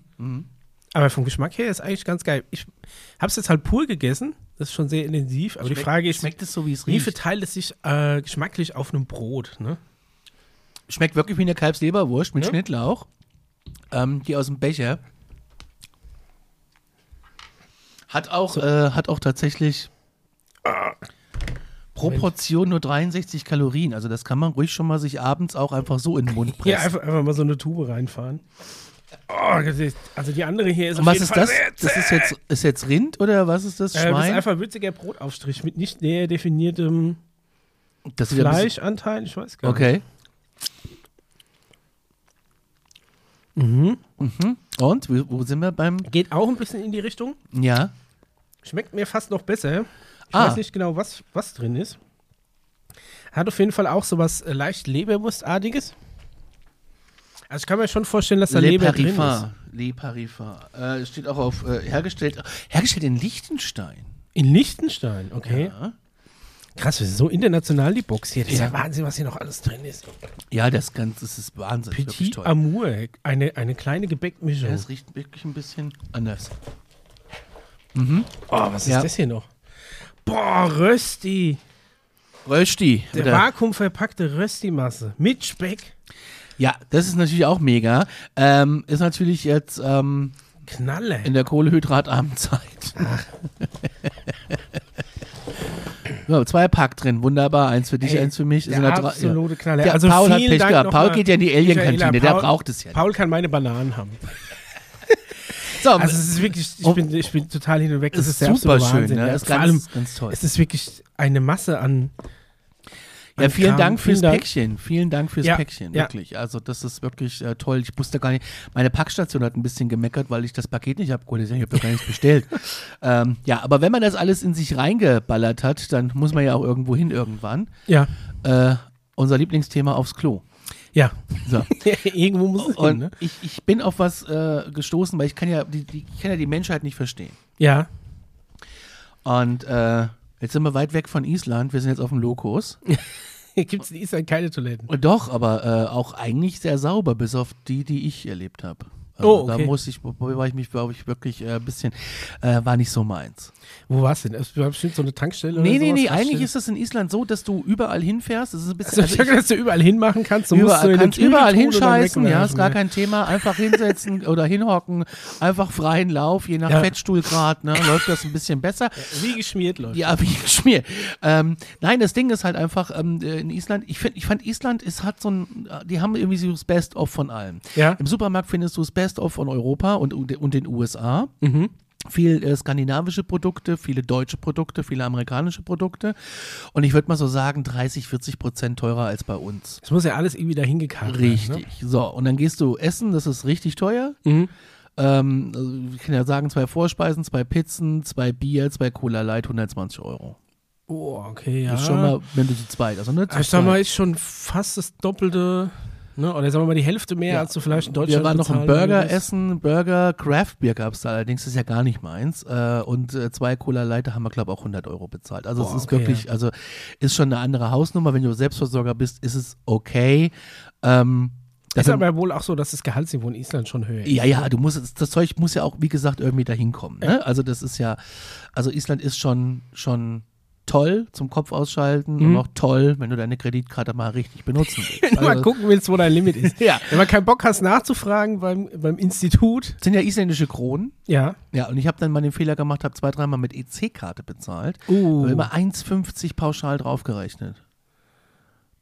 Speaker 1: Aber vom Geschmack her ist eigentlich ganz geil. Ich habe es jetzt halt pur gegessen, das ist schon sehr intensiv. Aber die
Speaker 2: Schmeckt-
Speaker 1: Frage ist,
Speaker 2: schmeckt es so, wie es
Speaker 1: wie
Speaker 2: riecht?
Speaker 1: verteilt es sich äh, geschmacklich auf einem Brot? Ne?
Speaker 2: Schmeckt wirklich wie eine Kalbsleberwurst mit
Speaker 1: Ja.
Speaker 2: Schnittlauch. Ähm, die aus dem Becher. Hat auch, äh, hat auch tatsächlich pro Portion nur 63 Kalorien. Also das kann man ruhig schon mal sich abends auch einfach so in den Mund
Speaker 1: Hier
Speaker 2: pressen.
Speaker 1: einfach, einfach mal so eine Tube reinfahren. Oh, das ist, also die andere hier ist
Speaker 2: Und
Speaker 1: auf
Speaker 2: was
Speaker 1: jeden
Speaker 2: ist
Speaker 1: Fall
Speaker 2: das?
Speaker 1: sehr
Speaker 2: Das ist jetzt, ist jetzt Rind oder was ist das?
Speaker 1: Äh, das ist
Speaker 2: Schwein?
Speaker 1: einfach würziger Brotaufstrich mit nicht näher definiertem
Speaker 2: das sieht ja ein bisschen-
Speaker 1: Fleischanteil. Ich weiß gar nicht.
Speaker 2: Okay. Mhm. Und wo, wo sind wir beim?
Speaker 1: Geht auch ein bisschen in die Richtung.
Speaker 2: Ja.
Speaker 1: Schmeckt mir fast noch besser. Ich
Speaker 2: Ah.
Speaker 1: weiß nicht genau, was, was drin ist. Hat auf jeden Fall auch sowas äh, leicht Leberwurstartiges. Also ich kann mir schon vorstellen, dass da
Speaker 2: Le
Speaker 1: Leber drin ist.
Speaker 2: Parifar. Le Parifar. Äh, steht auch auf äh, hergestellt. Hergestellt in Liechtenstein.
Speaker 1: In Liechtenstein, okay.
Speaker 2: Ja.
Speaker 1: Krass, wir sind so international die Box hier. Das ist
Speaker 2: Ja.
Speaker 1: ja Wahnsinn, was hier noch alles drin ist.
Speaker 2: ja, das Ganze das ist Wahnsinn. wirklich
Speaker 1: Petit
Speaker 2: toll.
Speaker 1: Amour, eine, eine kleine
Speaker 2: Ja,
Speaker 1: Gebäckmischung.
Speaker 2: es riecht wirklich ein bisschen anders.
Speaker 1: Oh, was ist
Speaker 2: Ja.
Speaker 1: das hier noch? Boah, Rösti.
Speaker 2: Rösti.
Speaker 1: Der
Speaker 2: oder-
Speaker 1: vakuumverpackte Rösti-Masse mit Speck.
Speaker 2: Ja, das ist natürlich auch mega. Ähm, ist natürlich jetzt ähm,
Speaker 1: Knalle.
Speaker 2: in der kohlehydratarmen Zeit. so, zwei Pack drin, wunderbar. Eins für dich,
Speaker 1: Ey,
Speaker 2: eins für mich.
Speaker 1: der
Speaker 2: Sind da drei-
Speaker 1: absolute
Speaker 2: ja.
Speaker 1: Knaller.
Speaker 2: Der,
Speaker 1: Also
Speaker 2: Paul hat
Speaker 1: vielen
Speaker 2: Pech
Speaker 1: Dank
Speaker 2: gehabt. Paul
Speaker 1: nochmal,
Speaker 2: geht ja in die Alien-Kantine,
Speaker 1: Michaela,
Speaker 2: der
Speaker 1: Paul-
Speaker 2: braucht es ja.
Speaker 1: Paul kann meine Bananen haben.
Speaker 2: So,
Speaker 1: Also es ist wirklich, ich,
Speaker 2: Oh.
Speaker 1: bin, ich bin total hin und weg. Das
Speaker 2: es
Speaker 1: ist, der absolute
Speaker 2: super schön.
Speaker 1: Wahnsinn,
Speaker 2: ne?
Speaker 1: ja.
Speaker 2: Ist
Speaker 1: Vor
Speaker 2: ganz,
Speaker 1: allem,
Speaker 2: ganz toll.
Speaker 1: es ist wirklich eine Masse an.
Speaker 2: Ja,
Speaker 1: an
Speaker 2: vielen
Speaker 1: Kram.
Speaker 2: Dank fürs
Speaker 1: Vielen Dank.
Speaker 2: Päckchen. Vielen Dank fürs
Speaker 1: Ja,
Speaker 2: Päckchen,
Speaker 1: ja.
Speaker 2: wirklich. Also das ist wirklich äh, toll. Ich wusste gar nicht, meine Packstation hat ein bisschen gemeckert, weil ich das Paket nicht abgeholt habe. Ich habe doch gar nichts bestellt. ähm, ja, aber wenn man das alles in sich reingeballert hat, dann muss man ja auch irgendwo hin irgendwann.
Speaker 1: Ja,
Speaker 2: Äh, unser Lieblingsthema aufs Klo.
Speaker 1: ja.
Speaker 2: So.
Speaker 1: Irgendwo muss es hin,
Speaker 2: Und
Speaker 1: ne?
Speaker 2: ich, ich bin auf was äh, gestoßen, weil ich kann ja die, die, ich kann ja die Menschheit nicht verstehen.
Speaker 1: Ja.
Speaker 2: Und äh, jetzt sind wir weit weg von Island. Wir sind jetzt auf dem Lokos.
Speaker 1: Hier gibt es in Island halt keine Toiletten.
Speaker 2: Doch, aber äh, auch eigentlich sehr sauber, bis auf die, die ich erlebt habe.
Speaker 1: Oh, okay.
Speaker 2: Da muss ich, wobei war ich mich, glaube ich, wirklich äh, ein bisschen, äh, war nicht so meins.
Speaker 1: Wo war's denn? Es war bestimmt so eine Tankstelle
Speaker 2: Nee,
Speaker 1: oder
Speaker 2: nee,
Speaker 1: sowas,
Speaker 2: nee, eigentlich
Speaker 1: Raststätte.
Speaker 2: ist das in Island so, dass du überall hinfährst. Das ist ein bisschen,
Speaker 1: Also ich
Speaker 2: also ich,
Speaker 1: denke, dass du überall hinmachen kannst. Du musst so
Speaker 2: überall,
Speaker 1: in den
Speaker 2: kannst
Speaker 1: Tüten
Speaker 2: überall
Speaker 1: tun und dann
Speaker 2: hinscheißen, ja, ist gar
Speaker 1: wegwerfen,
Speaker 2: kein Thema. Einfach hinsetzen oder hinhocken, einfach freien Lauf, je nach
Speaker 1: Ja.
Speaker 2: Fettstuhlgrad, ne, läuft das ein bisschen besser.
Speaker 1: ja. Wie geschmiert, Leute.
Speaker 2: Ja, wie geschmiert. Ähm, nein, das Ding ist halt einfach ähm, äh, in Island. Ich, find, ich fand Island ist hat so ein, äh, die haben irgendwie so das Best of von allem.
Speaker 1: Ja.
Speaker 2: Im Supermarkt findest du das Best of von Europa und und, und den USA.
Speaker 1: Mhm.
Speaker 2: Viel äh, skandinavische Produkte, viele deutsche Produkte, viele amerikanische Produkte. Und ich würde mal so sagen, 30, 40 Prozent teurer als bei uns.
Speaker 1: Es muss ja alles irgendwie dahin gekarrt werden, Ne?
Speaker 2: Richtig. Mhm. So, und dann gehst du essen, das ist richtig teuer. Ähm, also ich kann ja sagen, zwei Vorspeisen, zwei Pizzen, zwei Bier, zwei Cola Light, 120 Euro.
Speaker 1: Oh, okay, ja.
Speaker 2: Ist schon mal, wenn du zu zweit, also ne, zu
Speaker 1: Ah, ich sag
Speaker 2: zweit.
Speaker 1: mal, ist schon fast das Doppelte, ne? oder sagen wir mal die Hälfte mehr,
Speaker 2: Ja.
Speaker 1: als du vielleicht in Deutschland
Speaker 2: wir waren noch
Speaker 1: bezahlen
Speaker 2: ein Burger
Speaker 1: würdest.
Speaker 2: essen, Burger, Craft Beer gab es da allerdings, das ist ja gar nicht meins. Äh, und äh, zwei Cola Light, da haben wir, glaube ich, auch 100 Euro bezahlt. Also es
Speaker 1: Boah,
Speaker 2: ist
Speaker 1: okay,
Speaker 2: wirklich, also ist schon eine andere Hausnummer. Wenn du Selbstversorger bist, ist es okay. Ähm,
Speaker 1: Ist
Speaker 2: dafür-
Speaker 1: aber wohl auch so, dass das Gehaltsniveau in Island schon höher ist.
Speaker 2: Ja, ja, du musst, das Zeug muss ja auch, wie gesagt, irgendwie dahin kommen. Ne? Also das ist ja, also Island ist schon, schon toll zum Kopf ausschalten und auch toll, wenn du deine Kreditkarte mal richtig benutzen willst.
Speaker 1: Mhm. Mal
Speaker 2: Also,
Speaker 1: gucken willst, wo dein Limit ist.
Speaker 2: Ja.
Speaker 1: Wenn man keinen Bock hast, nachzufragen beim, beim Institut.
Speaker 2: das sind ja isländische Kronen.
Speaker 1: Ja.
Speaker 2: Ja, und ich habe dann mal den Fehler gemacht, habe zwei, dreimal mit EC-Karte bezahlt.
Speaker 1: Uh.
Speaker 2: Habe immer 1,50 pauschal draufgerechnet.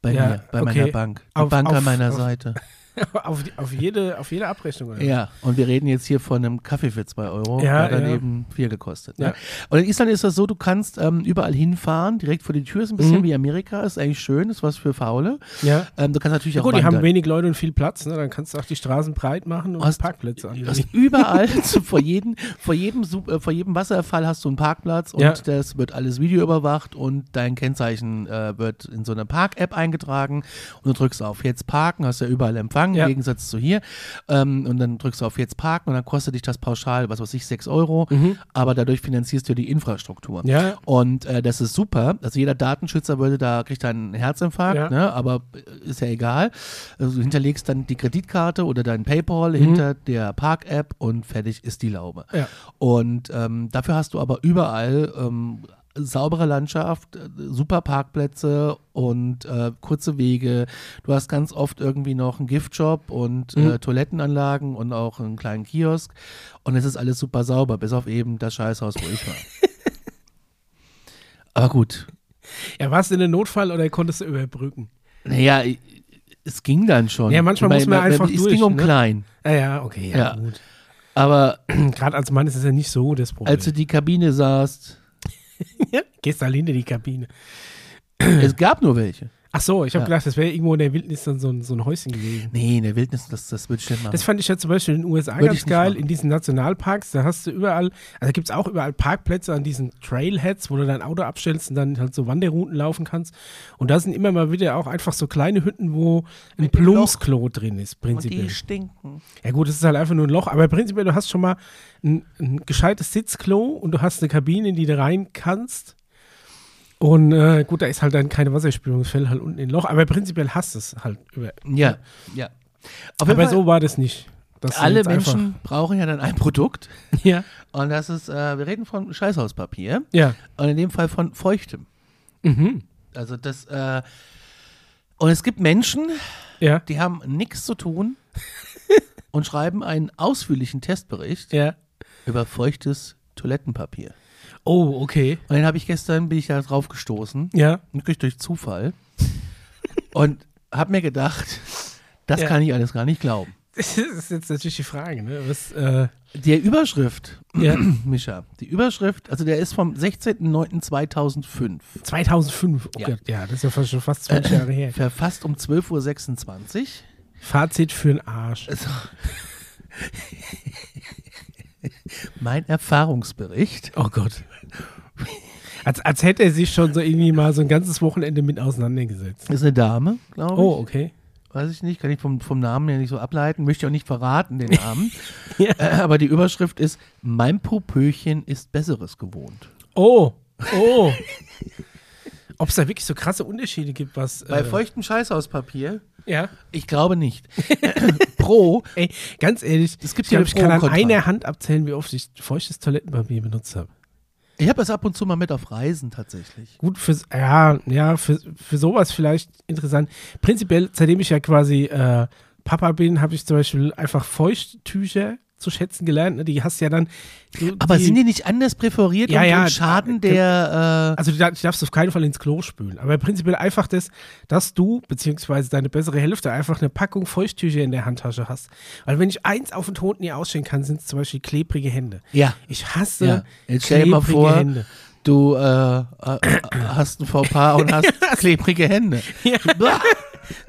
Speaker 2: Bei
Speaker 1: Ja,
Speaker 2: mir, bei
Speaker 1: okay.
Speaker 2: meiner Bank. Die
Speaker 1: Auf-
Speaker 2: Bank
Speaker 1: auf-
Speaker 2: an meiner
Speaker 1: auf-
Speaker 2: Seite.
Speaker 1: auf, die- auf, jede, auf jede Abrechnung. Oder?
Speaker 2: Ja, und wir reden jetzt hier von einem Kaffee für 2 Euro,
Speaker 1: Ja,
Speaker 2: der dann
Speaker 1: ja.
Speaker 2: eben 4 gekostet. Ne?
Speaker 1: Ja.
Speaker 2: Und in Island ist das so, du kannst ähm, überall hinfahren, direkt vor die Tür, ist ein
Speaker 1: Mhm.
Speaker 2: bisschen wie Amerika, ist eigentlich schön, ist was für Faule.
Speaker 1: Ja.
Speaker 2: Ähm, du kannst natürlich auch
Speaker 1: Gut, die
Speaker 2: wandern.
Speaker 1: haben wenig Leute und viel Platz, ne? dann kannst du auch die Straßen breit machen und
Speaker 2: Hast-
Speaker 1: Parkplätze
Speaker 2: Du hast
Speaker 1: anlegen.
Speaker 2: überall, zu, vor, jedem, vor, jedem, Sup- äh, vor jedem Wasserfall hast du einen Parkplatz und
Speaker 1: Ja.
Speaker 2: das wird alles videoüberwacht und dein Kennzeichen äh, wird in so eine Park-App eingetragen und du drückst auf jetzt parken, hast ja überall Empfang,
Speaker 1: Ja.
Speaker 2: im Gegensatz zu hier. Ähm, und dann drückst du auf jetzt parken und dann kostet dich das pauschal, was weiß ich, 6 Euro, aber dadurch finanzierst du die Infrastruktur.
Speaker 1: Mhm. Ja.
Speaker 2: Und äh, das ist super. Also jeder Datenschützer würde da, kriegt dann einen Herzinfarkt,
Speaker 1: Ja.
Speaker 2: ne? aber ist ja egal. Also du hinterlegst dann die Kreditkarte oder dein PayPal hinter der Park-App und fertig ist die Laube.
Speaker 1: Ja.
Speaker 2: Und ähm, dafür hast du aber überall ähm, saubere Landschaft, äh, super Parkplätze und äh, kurze Wege. Du hast ganz oft irgendwie noch einen Giftshop und äh, Toilettenanlagen und auch einen kleinen Kiosk. Und es ist alles super sauber, bis auf eben das Scheißhaus, wo ich war. Aber gut.
Speaker 1: Ja, warst du in einem Notfall oder konntest du überbrücken?
Speaker 2: Naja, ich- es ging dann schon.
Speaker 1: Ja, manchmal muss man einfach
Speaker 2: Es
Speaker 1: durch,
Speaker 2: ging um
Speaker 1: ne?
Speaker 2: klein.
Speaker 1: Ah, ja, okay, ja,
Speaker 2: Ja.
Speaker 1: gut.
Speaker 2: Aber
Speaker 1: Gerade als Mann ist es ja nicht so das Problem.
Speaker 2: als du die Kabine sahst,
Speaker 1: Gehst allein in die Kabine.
Speaker 2: es gab nur welche.
Speaker 1: Ach so, ich habe
Speaker 2: Ja.
Speaker 1: gedacht, das wäre irgendwo in der Wildnis dann so ein, so ein Häuschen gewesen.
Speaker 2: Nee, in der Wildnis, das, das würde ich nicht machen.
Speaker 1: Das fand ich ja zum Beispiel in den USA
Speaker 2: Würde ich
Speaker 1: ganz
Speaker 2: nicht
Speaker 1: geil,
Speaker 2: machen.
Speaker 1: in diesen Nationalparks, da hast du überall, also da gibt es auch überall Parkplätze an diesen Trailheads, wo du dein Auto abstellst und dann halt so Wanderrouten laufen kannst. Und da sind immer mal wieder auch einfach so kleine Hütten, wo ein
Speaker 2: dem
Speaker 1: Plumpsklo drin ist,
Speaker 2: Und die
Speaker 1: prinzipiell.
Speaker 2: stinken.
Speaker 1: Ja gut, es ist halt einfach nur ein Loch, aber prinzipiell, du hast schon mal ein, ein gescheites Sitzklo und du hast eine Kabine, in die du rein kannst. Und äh, gut, da ist halt dann keine Wasserspülung, es fällt halt unten in ein Loch, aber prinzipiell hast du es halt. Über.
Speaker 2: Ja, ja. Auf jeden
Speaker 1: Aber
Speaker 2: Fall,
Speaker 1: so war das nicht. dass du
Speaker 2: alle
Speaker 1: jetzt einfach-
Speaker 2: Menschen brauchen ja dann ein Produkt.
Speaker 1: Ja.
Speaker 2: Und das ist, äh, wir reden von Scheißhauspapier.
Speaker 1: Ja.
Speaker 2: Und in dem Fall von feuchtem.
Speaker 1: Mhm.
Speaker 2: Also das, äh, und es gibt Menschen,
Speaker 1: Ja.
Speaker 2: die haben nichts zu tun und schreiben einen ausführlichen Testbericht
Speaker 1: Ja.
Speaker 2: über feuchtes Toilettenpapier.
Speaker 1: Oh, okay.
Speaker 2: Und den habe ich gestern, bin ich da drauf gestoßen,
Speaker 1: Ja.
Speaker 2: wirklich durch Zufall. Und habe mir gedacht, das
Speaker 1: Ja.
Speaker 2: kann ich alles gar nicht glauben.
Speaker 1: Das ist jetzt natürlich die Frage, ne? Was, äh,
Speaker 2: Die Überschrift,
Speaker 1: ja.
Speaker 2: Mischa, die Überschrift, also der ist vom 16.09.2005,
Speaker 1: 2005, oh
Speaker 2: Ja. Äh,
Speaker 1: Gott, ja, das ist ja fast schon fast 20 Jahre her.
Speaker 2: verfasst um 12.26 Uhr.
Speaker 1: Fazit für den Arsch.
Speaker 2: Mein Erfahrungsbericht.
Speaker 1: Oh Gott. Als, als hätte er sich schon so irgendwie mal so ein ganzes Wochenende mit auseinandergesetzt.
Speaker 2: Ist eine Dame, glaube ich.
Speaker 1: Oh, okay.
Speaker 2: weiß ich nicht, kann ich vom, vom Namen her nicht so ableiten, möchte ich auch nicht verraten, den Namen.
Speaker 1: Ja.
Speaker 2: äh, aber die Überschrift ist, mein Popöchen ist Besseres gewohnt.
Speaker 1: Oh, oh. Ob es da wirklich so krasse Unterschiede gibt, was. äh,
Speaker 2: Bei feuchtem Scheißhauspapier?
Speaker 1: ja.
Speaker 2: Ich glaube nicht. Pro,
Speaker 1: Ey, ganz ehrlich,
Speaker 2: Es gibt
Speaker 1: ich, glaub,
Speaker 2: ja
Speaker 1: ich kann an
Speaker 2: Pro-Kontra.
Speaker 1: einer Hand abzählen, wie oft ich feuchtes Toilettenpapier benutzt habe.
Speaker 2: ich habe es ab und zu mal mit auf Reisen tatsächlich.
Speaker 1: Gut fürs, ja, ja, für, für sowas vielleicht interessant. Prinzipiell, seitdem ich ja quasi äh, Papa bin, habe ich zum Beispiel einfach Feuchttücher zu schätzen gelernt. Ne? Die hast du ja dann. du-
Speaker 2: Aber
Speaker 1: die,
Speaker 2: sind die nicht anders präferiert
Speaker 1: Ja,
Speaker 2: und,
Speaker 1: ja,
Speaker 2: und schaden der... Äh,
Speaker 1: Also du darf- du darfst auf keinen Fall ins Klo spülen. Aber prinzipiell einfach das, dass du, beziehungsweise deine bessere Hälfte, einfach eine Packung Feuchttücher in der Handtasche hast. Weil wenn ich eins auf den Tod nie ausstehen kann, sind es zum Beispiel klebrige Hände.
Speaker 2: ja.
Speaker 1: Ich hasse
Speaker 2: Ja. Jetzt stell dir
Speaker 1: klebrige
Speaker 2: mal vor,
Speaker 1: Hände.
Speaker 2: Du äh, äh, hast ein Fauxpas und hast klebrige Hände. Blah,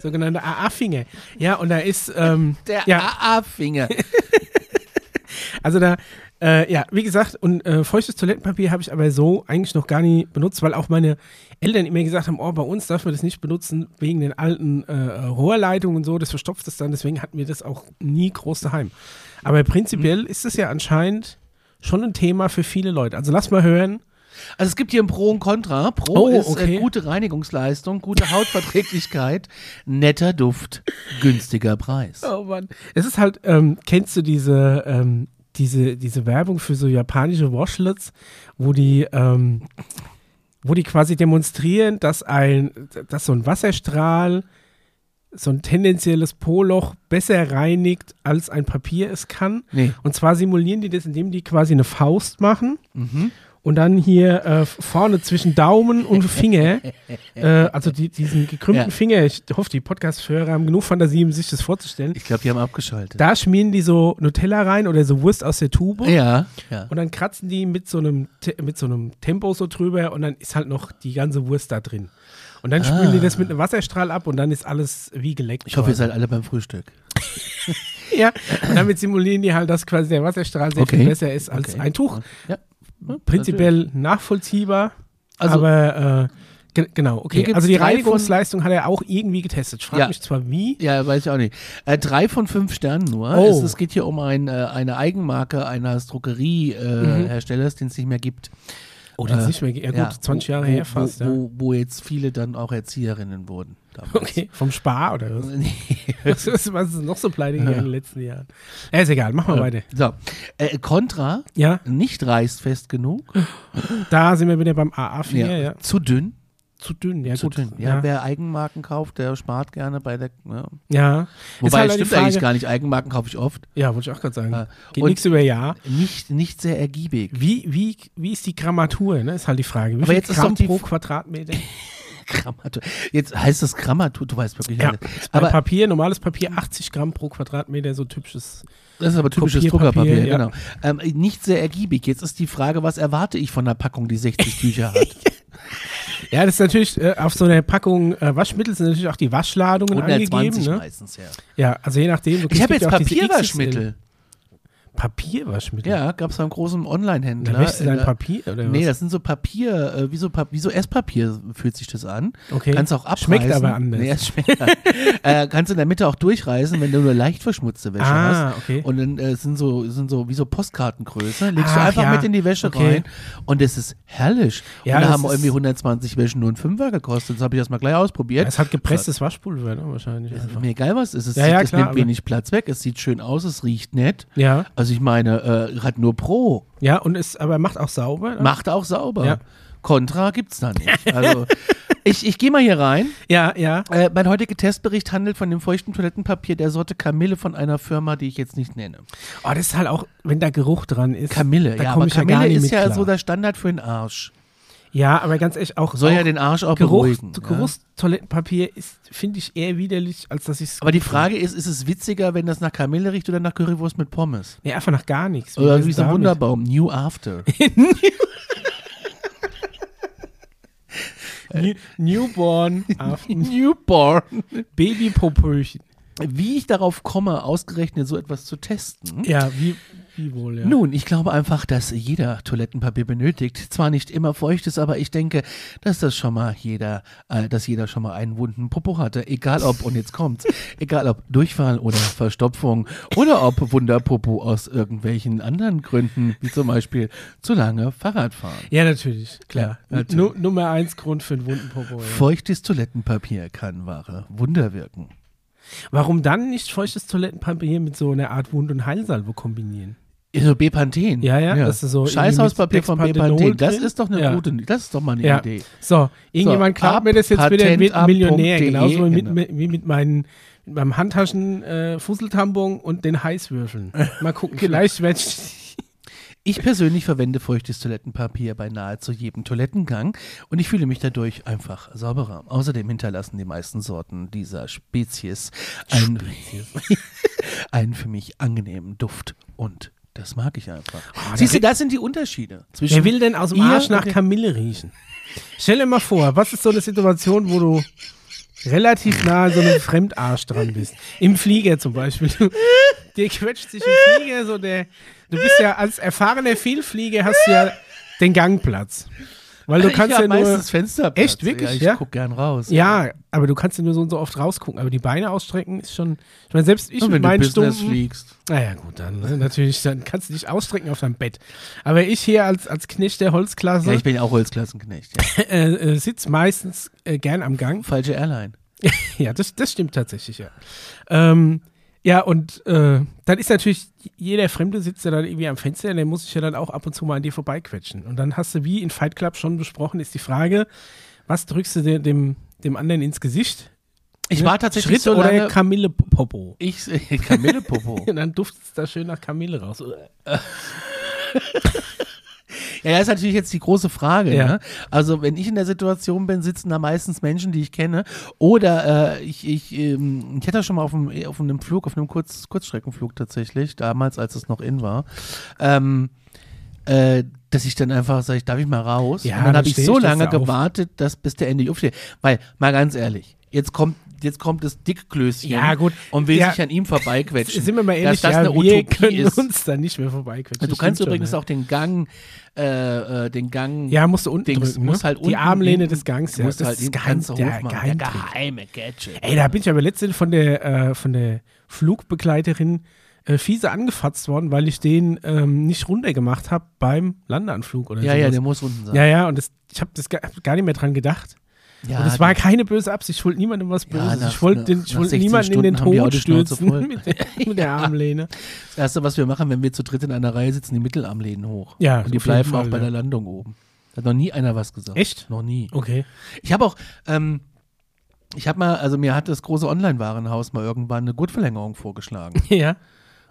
Speaker 1: Sogenannte AA-Finger. Ja, und da ist, ähm,
Speaker 2: der
Speaker 1: ja,
Speaker 2: AA-Finger.
Speaker 1: also da, äh, ja, wie gesagt, und äh, feuchtes Toilettenpapier habe ich aber so eigentlich noch gar nie benutzt, weil auch meine Eltern immer gesagt haben, oh, bei uns darf man das nicht benutzen wegen den alten äh, Rohrleitungen und so, das verstopft es dann, deswegen hatten wir das auch nie groß daheim. Aber prinzipiell ist das ja anscheinend schon ein Thema für viele Leute. Also lass mal hören.
Speaker 2: Also es gibt hier ein Pro und Contra. Pro
Speaker 1: Oh,
Speaker 2: ist
Speaker 1: okay.
Speaker 2: äh, gute Reinigungsleistung, gute Hautverträglichkeit, netter Duft, günstiger Preis.
Speaker 1: Oh Mann. Es ist halt, ähm, kennst du diese, ähm, diese, diese Werbung für so japanische Washlets, wo die, ähm, wo die quasi demonstrieren, dass ein, dass so ein Wasserstrahl so ein tendenzielles Po-Loch besser reinigt, als ein Papier es kann.
Speaker 2: Nee.
Speaker 1: Und zwar simulieren die das, indem die quasi eine Faust machen und dann hier äh, vorne zwischen Daumen und Finger, äh, also die, diesen gekrümmten
Speaker 2: Ja.
Speaker 1: Finger, ich hoffe, die Podcast-Hörer haben genug Fantasie, um sich das vorzustellen.
Speaker 2: Ich glaube, die haben abgeschaltet.
Speaker 1: Da schmieren die so Nutella rein oder so Wurst aus der Tube.
Speaker 2: ja, ja.
Speaker 1: Und dann kratzen die mit so, einem, Te- mit so einem Tempo so drüber und dann ist halt noch die ganze Wurst da drin. Und dann spülen die das mit einem Wasserstrahl ab und dann ist alles wie geleckt.
Speaker 2: Ah. Ich hoffe, ihr
Speaker 1: quasi.
Speaker 2: seid alle beim Frühstück.
Speaker 1: Ja, und damit simulieren die halt, dass quasi der Wasserstrahl sehr viel
Speaker 2: Okay.
Speaker 1: besser ist als
Speaker 2: Okay.
Speaker 1: ein Tuch.
Speaker 2: Ja.
Speaker 1: Prinzipiell nachvollziehbar,
Speaker 2: Also-
Speaker 1: aber äh, ge genau, okay.
Speaker 2: gibt's
Speaker 1: Also die
Speaker 2: drei von-
Speaker 1: Reinigungsleistung hat er auch irgendwie getestet. Ich frage
Speaker 2: Ja.
Speaker 1: mich zwar wie.
Speaker 2: Ja, weiß ich auch nicht. Äh, drei von fünf Sternen nur.
Speaker 1: Oh.
Speaker 2: Es, es geht hier um ein, äh, eine Eigenmarke eines Drogerieherstellers, äh, Herstellers, den es nicht mehr gibt.
Speaker 1: Oh, das
Speaker 2: Äh,
Speaker 1: ist nicht mehr, Mhm. ja gut,
Speaker 2: Ja,
Speaker 1: 20
Speaker 2: wo-
Speaker 1: Jahre
Speaker 2: wo,
Speaker 1: her fast,
Speaker 2: Wo,
Speaker 1: ja.
Speaker 2: wo, wo jetzt viele dann auch Erzieherinnen wurden. damals.
Speaker 1: Okay, vom Spar oder was?
Speaker 2: Nee.
Speaker 1: Was, was, was ist noch so pleite gegangen in den letzten Jahren? Ja, ist egal, machen wir weiter.
Speaker 2: So, äh, Contra,
Speaker 1: Ja,
Speaker 2: nicht reißfest genug,
Speaker 1: da sind wir wieder beim AA4, ja.
Speaker 2: zu dünn,
Speaker 1: Zu dünn, ja
Speaker 2: zu
Speaker 1: gut.
Speaker 2: dünn. Ja,
Speaker 1: ja.
Speaker 2: Wer Eigenmarken kauft, der spart gerne bei der. Ja.
Speaker 1: ja. Ist
Speaker 2: Wobei
Speaker 1: halt
Speaker 2: es
Speaker 1: dann die
Speaker 2: stimmt eigentlich
Speaker 1: Frage-
Speaker 2: gar nicht. Eigenmarken kaufe ich oft.
Speaker 1: Ja, wollte ich auch gerade sagen.
Speaker 2: Ja.
Speaker 1: Geht
Speaker 2: Und-
Speaker 1: nichts über Jahr.
Speaker 2: Nicht, nicht sehr ergiebig.
Speaker 1: Wie, wie, wie ist die Grammatur, ne? ist halt die Frage. Wie
Speaker 2: Aber
Speaker 1: viel
Speaker 2: jetzt ist
Speaker 1: Gramm
Speaker 2: doch die-
Speaker 1: pro Quadratmeter?
Speaker 2: Grammatur. Jetzt heißt das Grammatur, du weißt wirklich
Speaker 1: Ja,
Speaker 2: nicht.
Speaker 1: Bei
Speaker 2: Aber
Speaker 1: Papier, normales Papier, 80 Gramm pro Quadratmeter, so typisches.
Speaker 2: das ist aber typisches
Speaker 1: Kopierpapier,
Speaker 2: Druckerpapier,
Speaker 1: ja.
Speaker 2: genau. Ähm, nicht sehr ergiebig. Jetzt ist die Frage, was erwarte ich von einer Packung, die 60 Bücher hat?
Speaker 1: Ja, das ist natürlich äh, auf so einer Packung äh, Waschmittel sind natürlich auch die Waschladungen angegeben. Ne?
Speaker 2: meistens, ja.
Speaker 1: Ja, also je nachdem.
Speaker 2: Ich habe jetzt
Speaker 1: Papierwaschmittel.
Speaker 2: Papierwaschmittel.
Speaker 1: Papierwaschmittel?
Speaker 2: Ja, gab es beim großen Online-Händler.
Speaker 1: Dann wäschst du
Speaker 2: in
Speaker 1: dein
Speaker 2: der-
Speaker 1: Papier oder
Speaker 2: Nee,
Speaker 1: was?
Speaker 2: das sind so Papier, äh, wie so, Pap- wie so Esspapier fühlt sich das an.
Speaker 1: Okay.
Speaker 2: Kannst auch abreißen.
Speaker 1: Schmeckt aber anders.
Speaker 2: Nee, es schmeckt, äh, kannst in der Mitte auch durchreißen, wenn du nur leicht verschmutzte Wäsche
Speaker 1: Ah,
Speaker 2: hast.
Speaker 1: okay.
Speaker 2: Und dann äh, sind so sind so wie so Postkartengröße. Legst du
Speaker 1: Ach,
Speaker 2: einfach
Speaker 1: ja.
Speaker 2: mit in die Wäsche
Speaker 1: Okay.
Speaker 2: rein und es ist herrlich.
Speaker 1: Ja,
Speaker 2: und da
Speaker 1: das
Speaker 2: haben
Speaker 1: ist-
Speaker 2: irgendwie 120 Wäschen nur einen Fünfer gekostet. Das habe ich das mal gleich ausprobiert.
Speaker 1: Es hat gepresstes Waschpulver, ne? Wahrscheinlich.
Speaker 2: Ist
Speaker 1: Einfach.
Speaker 2: mir egal was es ist. Es,
Speaker 1: Ja,
Speaker 2: sieht,
Speaker 1: ja,
Speaker 2: es
Speaker 1: klar,
Speaker 2: nimmt
Speaker 1: aber-
Speaker 2: wenig Platz weg, es sieht schön aus, es riecht nett.
Speaker 1: Ja,
Speaker 2: Also ich meine, äh, hat nur Pro.
Speaker 1: ja, und es aber macht auch sauber. ne?
Speaker 2: Macht auch sauber.
Speaker 1: Ja.
Speaker 2: Contra gibt's da nicht. Also, ich, ich gehe mal hier rein.
Speaker 1: Ja, ja.
Speaker 2: Äh, mein heutiger Testbericht handelt von dem feuchten Toilettenpapier der Sorte Kamille von einer Firma, die ich jetzt nicht nenne.
Speaker 1: Oh, das ist halt auch, wenn da Geruch dran ist.
Speaker 2: Kamille,
Speaker 1: da
Speaker 2: ja,
Speaker 1: komm
Speaker 2: aber
Speaker 1: ich ja gar
Speaker 2: Kamille
Speaker 1: nicht
Speaker 2: ist
Speaker 1: mit
Speaker 2: ja
Speaker 1: klar.
Speaker 2: so der Standard für den Arsch.
Speaker 1: Ja, aber ganz ehrlich, auch
Speaker 2: Soll
Speaker 1: auch
Speaker 2: ja den Arsch auch
Speaker 1: Geruch,
Speaker 2: beruhigen. Ja.
Speaker 1: Geruchstoilettenpapier ist, finde ich, eher widerlich, als dass ich es.
Speaker 2: Aber die Frage ist, ist es witziger, wenn das nach Kamille riecht oder nach Currywurst mit Pommes?
Speaker 1: Nee, einfach nach gar nichts.
Speaker 2: Oder
Speaker 1: wär's
Speaker 2: wie so ein
Speaker 1: damit?
Speaker 2: Wunderbaum, New After.
Speaker 1: New, Newborn, auf
Speaker 2: Newborn.
Speaker 1: Babypopöchen.
Speaker 2: Wie ich darauf komme, ausgerechnet so etwas zu testen.
Speaker 1: Ja, wie, wie wohl, ja.
Speaker 2: Nun, ich glaube einfach, dass jeder Toilettenpapier benötigt. Zwar nicht immer feuchtes, aber ich denke, dass das schon mal jeder, äh, dass jeder schon mal einen wunden Popo hatte. Egal ob, und jetzt kommt's, egal ob Durchfall oder Verstopfung oder ob Wunderpopo aus irgendwelchen anderen Gründen, wie zum Beispiel zu lange Fahrrad fahren.
Speaker 1: Ja, natürlich, klar.
Speaker 2: Ja, natürlich.
Speaker 1: Nu- Nummer eins Grund für einen wunden Popo. Ja.
Speaker 2: Feuchtes Toilettenpapier kann wahre Wunder wirken.
Speaker 1: Warum dann nicht feuchtes Toilettenpapier mit so einer Art Wund- und Heilsalbe kombinieren?
Speaker 2: So Bepanthen.
Speaker 1: Ja, ja, das ist so irgendwie
Speaker 2: Scheißhauspapier
Speaker 1: mit
Speaker 2: von
Speaker 1: Dexpanthenol
Speaker 2: Bepanthen. Das
Speaker 1: drin.
Speaker 2: ist doch eine
Speaker 1: Ja.
Speaker 2: gute, das ist doch mal eine
Speaker 1: Ja.
Speaker 2: Idee.
Speaker 1: So, irgendjemand
Speaker 2: So,
Speaker 1: klaut mir das jetzt wieder
Speaker 2: ab
Speaker 1: und wird ein Millionär,
Speaker 2: patent.de,
Speaker 1: genauso wie
Speaker 2: genau.
Speaker 1: mit, wie mit, meinen, mit meinem Handtaschen-Fusseltampon und den Heißwürfeln. Mal gucken, vielleicht werde ich.
Speaker 2: Ich persönlich verwende feuchtes Toilettenpapier bei nahezu jedem Toilettengang und ich fühle mich dadurch einfach sauberer. Außerdem hinterlassen die meisten Sorten dieser Spezies einen, einen für mich angenehmen Duft und das mag ich einfach.
Speaker 1: Ah, da
Speaker 2: Siehst du,
Speaker 1: will-
Speaker 2: das sind die Unterschiede zwischen.
Speaker 1: Wer will denn aus dem
Speaker 2: ihr
Speaker 1: Arsch nach
Speaker 2: und den-
Speaker 1: Kamille riechen? Stell dir mal vor, was ist so eine Situation, wo du relativ nah an so einem Fremdarsch dran bist? Im Flieger zum Beispiel. Dir quetscht sich im Flieger so der. Du bist ja als erfahrener Vielflieger hast du ja den Gangplatz. Weil du
Speaker 2: ich
Speaker 1: kannst
Speaker 2: hab
Speaker 1: ja nur.
Speaker 2: meistens Fensterplatz.
Speaker 1: Echt, wirklich,
Speaker 2: Ja, ich
Speaker 1: ja?
Speaker 2: guck gern raus.
Speaker 1: Ja, aber du kannst ja nur so und so oft rausgucken. Aber die Beine ausstrecken ist schon. Ich meine, selbst ich
Speaker 2: Und
Speaker 1: mit
Speaker 2: wenn du
Speaker 1: meinen
Speaker 2: Business
Speaker 1: Stunden.
Speaker 2: fliegst.
Speaker 1: Naja, gut, dann ne, natürlich, dann kannst du dich ausstrecken auf deinem Bett. Aber ich hier als, als Knecht der Holzklasse
Speaker 2: Ja, ich bin ja auch Holzklassenknecht. Ja.
Speaker 1: äh, äh, sitzt meistens äh, gern am Gang.
Speaker 2: Falsche Airline.
Speaker 1: ja, das, das stimmt tatsächlich, ja. Ähm, ja, und äh, dann ist natürlich, jeder Fremde sitzt ja dann irgendwie am Fenster, und der muss sich ja dann auch ab und zu mal an dir vorbeiquetschen. Und dann hast du, wie in Fight Club schon besprochen, ist die Frage, was drückst du dir, dem, dem anderen ins Gesicht?
Speaker 2: Ich war tatsächlich
Speaker 1: Schritt
Speaker 2: so
Speaker 1: oder
Speaker 2: lange.
Speaker 1: Kamille Popo?
Speaker 2: Ich, Kamillepopo.
Speaker 1: Und dann duftet es da schön nach Kamille raus. Uah.
Speaker 2: Ja, das ist natürlich jetzt die große Frage.
Speaker 1: Ja.
Speaker 2: Ne? Also wenn ich in der Situation bin, sitzen da meistens Menschen, die ich kenne. Oder äh, ich, ich, ähm, ich hatte das schon mal auf einem, auf einem Flug, auf einem Kurz, Kurzstreckenflug tatsächlich, damals, als es noch in war, ähm, äh, dass ich dann einfach sage, darf ich mal raus?
Speaker 1: Ja,
Speaker 2: Und dann
Speaker 1: dann
Speaker 2: habe ich
Speaker 1: steh
Speaker 2: so
Speaker 1: ich, dass
Speaker 2: lange
Speaker 1: du auf-
Speaker 2: gewartet, dass bis der endlich aufsteht. Weil, mal ganz ehrlich, jetzt kommt jetzt kommt das Dickklößchen
Speaker 1: Ja, gut.
Speaker 2: und will
Speaker 1: Ja.
Speaker 2: sich an ihm vorbeiquetschen.
Speaker 1: Sind wir mal ehrlich,
Speaker 2: dass das
Speaker 1: ja,
Speaker 2: eine
Speaker 1: wir
Speaker 2: Utopie
Speaker 1: können
Speaker 2: ist.
Speaker 1: uns da nicht mehr vorbeiquetschen.
Speaker 2: Du
Speaker 1: Das stimmt
Speaker 2: kannst
Speaker 1: schon,
Speaker 2: übrigens
Speaker 1: ja.
Speaker 2: auch den Gang, äh, äh, den Gang
Speaker 1: Ja, musst du unten
Speaker 2: Dings,
Speaker 1: drücken.
Speaker 2: muss
Speaker 1: ne?
Speaker 2: halt unten
Speaker 1: die Armlehne
Speaker 2: hinten-
Speaker 1: des Gangs.
Speaker 2: Du
Speaker 1: Ja.
Speaker 2: musst
Speaker 1: das
Speaker 2: halt
Speaker 1: ist
Speaker 2: den
Speaker 1: geheim,
Speaker 2: ganzen
Speaker 1: der
Speaker 2: Hof machen.
Speaker 1: Geheimtrick.
Speaker 2: der geheime Gadget.
Speaker 1: Ey, da bin ich aber letztens von der, äh, von der Flugbegleiterin äh, fiese angefatzt worden, weil ich den ähm, nicht runtergemacht habe beim Landeanflug oder
Speaker 2: ja,
Speaker 1: sowas.
Speaker 2: ja, der muss unten sein.
Speaker 1: also ja, ja, und das, ich habe das gar, hab gar nicht mehr dran gedacht. und es war keine böse Absicht. Ich wollte niemandem was
Speaker 2: Ja,
Speaker 1: Böses.
Speaker 2: nach-
Speaker 1: ich wollte den-
Speaker 2: nach-
Speaker 1: ich
Speaker 2: nach
Speaker 1: wollte
Speaker 2: 16
Speaker 1: niemanden in den
Speaker 2: Stunden haben die auch
Speaker 1: Tod
Speaker 2: die Schnauze voll.
Speaker 1: stürzen mit der, mit der Armlehne.
Speaker 2: das Erste, was wir machen, wenn wir zu dritt in einer Reihe sitzen, die Mittelarmlehnen hoch.
Speaker 1: Ja,
Speaker 2: Und die
Speaker 1: auf jeden
Speaker 2: bleiben auch
Speaker 1: Fall,
Speaker 2: bei
Speaker 1: ja.
Speaker 2: der Landung oben. Da hat noch nie einer was gesagt.
Speaker 1: Echt?
Speaker 2: Noch nie.
Speaker 1: Okay.
Speaker 2: Ich habe auch, ähm, ich habe mal, also mir hat das große Online-Warenhaus mal irgendwann eine Gurtverlängerung vorgeschlagen.
Speaker 1: Ja.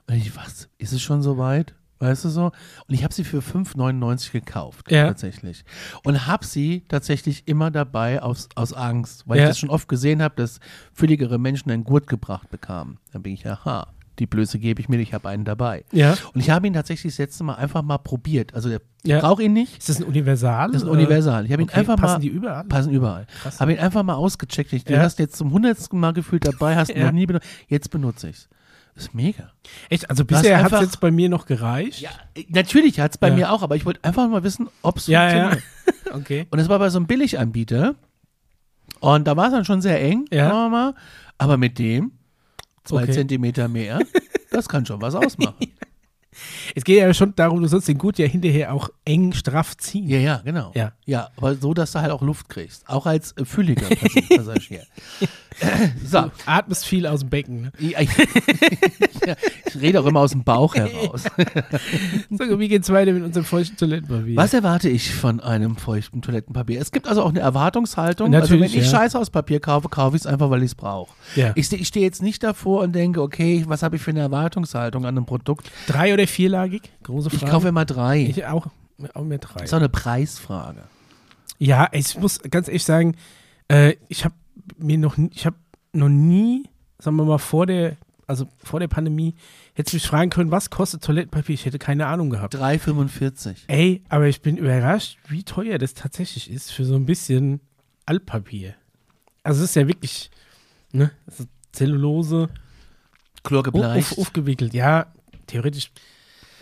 Speaker 2: Und ich, was, ist es schon soweit? Weißt du so? Und ich habe sie für 5,99 gekauft,
Speaker 1: Ja.
Speaker 2: tatsächlich. Und habe sie tatsächlich immer dabei aus, aus Angst, weil
Speaker 1: Ja.
Speaker 2: ich das schon oft gesehen habe, dass fülligere Menschen einen Gurt gebracht bekamen. Dann bin ich, aha, die Blöße gebe ich mir, ich habe einen dabei.
Speaker 1: Ja.
Speaker 2: Und ich habe ihn tatsächlich das letzte Mal einfach mal probiert. Also der,
Speaker 1: Ja.
Speaker 2: ich brauche ihn nicht,
Speaker 1: Ist das ein Universal?
Speaker 2: das ist ein Universal. Ich habe ihn
Speaker 1: Okay,
Speaker 2: einfach
Speaker 1: passen
Speaker 2: mal.
Speaker 1: die überall?
Speaker 2: Passen überall.
Speaker 1: Krass.
Speaker 2: Habe ihn einfach mal ausgecheckt. Ich, Du
Speaker 1: Ja.
Speaker 2: hast jetzt zum hundertsten Mal gefühlt dabei, hast ihn
Speaker 1: Ja.
Speaker 2: noch nie benutzt. Jetzt benutze ich es. Ist mega.
Speaker 1: Echt? Also
Speaker 2: hast
Speaker 1: bisher hat es
Speaker 2: einfach-
Speaker 1: jetzt bei mir noch gereicht.
Speaker 2: Natürlich hat es bei
Speaker 1: äh, Ja.
Speaker 2: mir auch, aber ich wollte einfach mal wissen, ob es
Speaker 1: ja. ja.
Speaker 2: funktioniert.
Speaker 1: okay.
Speaker 2: Und das war bei so einem Billiganbieter. Und da war es dann schon sehr eng,
Speaker 1: Ja.
Speaker 2: sagen wir mal. Aber mit dem, zwei
Speaker 1: Okay.
Speaker 2: Zentimeter mehr, das kann schon was ausmachen.
Speaker 1: Es geht ja schon darum, du sollst den Gut ja hinterher auch eng straff ziehen.
Speaker 2: ja, ja, genau.
Speaker 1: Ja.
Speaker 2: ja, aber so, dass du halt auch Luft kriegst. Auch als äh, fülliger Passagier- Passagier. so,
Speaker 1: Du atmest viel aus dem Becken. Ne?
Speaker 2: Ja, Ich, ich rede auch immer aus dem Bauch heraus.
Speaker 1: So, wie geht's weiter mit unserem feuchten Toilettenpapier?
Speaker 2: Was erwarte ich von einem feuchten Toilettenpapier? Es gibt also auch eine Erwartungshaltung.
Speaker 1: Natürlich,
Speaker 2: also wenn ich
Speaker 1: ja.
Speaker 2: Scheiße aus Papier kaufe, kaufe ich es einfach, weil ich es brauche.
Speaker 1: Ja.
Speaker 2: Ich, ste- ich stehe jetzt nicht davor und denke, okay, was habe ich für eine Erwartungshaltung an einem Produkt?
Speaker 1: Drei- oder vierlagig? Große
Speaker 2: Ich
Speaker 1: Frage.
Speaker 2: kaufe immer drei.
Speaker 1: Ich auch, auch mehr drei.
Speaker 2: das ist auch eine Preisfrage.
Speaker 1: Ja, ich muss ganz ehrlich sagen, äh, ich habe mir noch, n- ich habe noch nie, sagen wir mal vor der, also vor der Pandemie, hätte ich mich fragen können, was kostet Toilettenpapier? Ich hätte keine Ahnung gehabt.
Speaker 2: 3,45.
Speaker 1: Ey, aber ich bin überrascht, wie teuer das tatsächlich ist für so ein bisschen Altpapier. Also es ist ja wirklich, ne, also Zellulose u-
Speaker 2: Chlorgebleicht.
Speaker 1: auf, aufgewickelt. Ja, theoretisch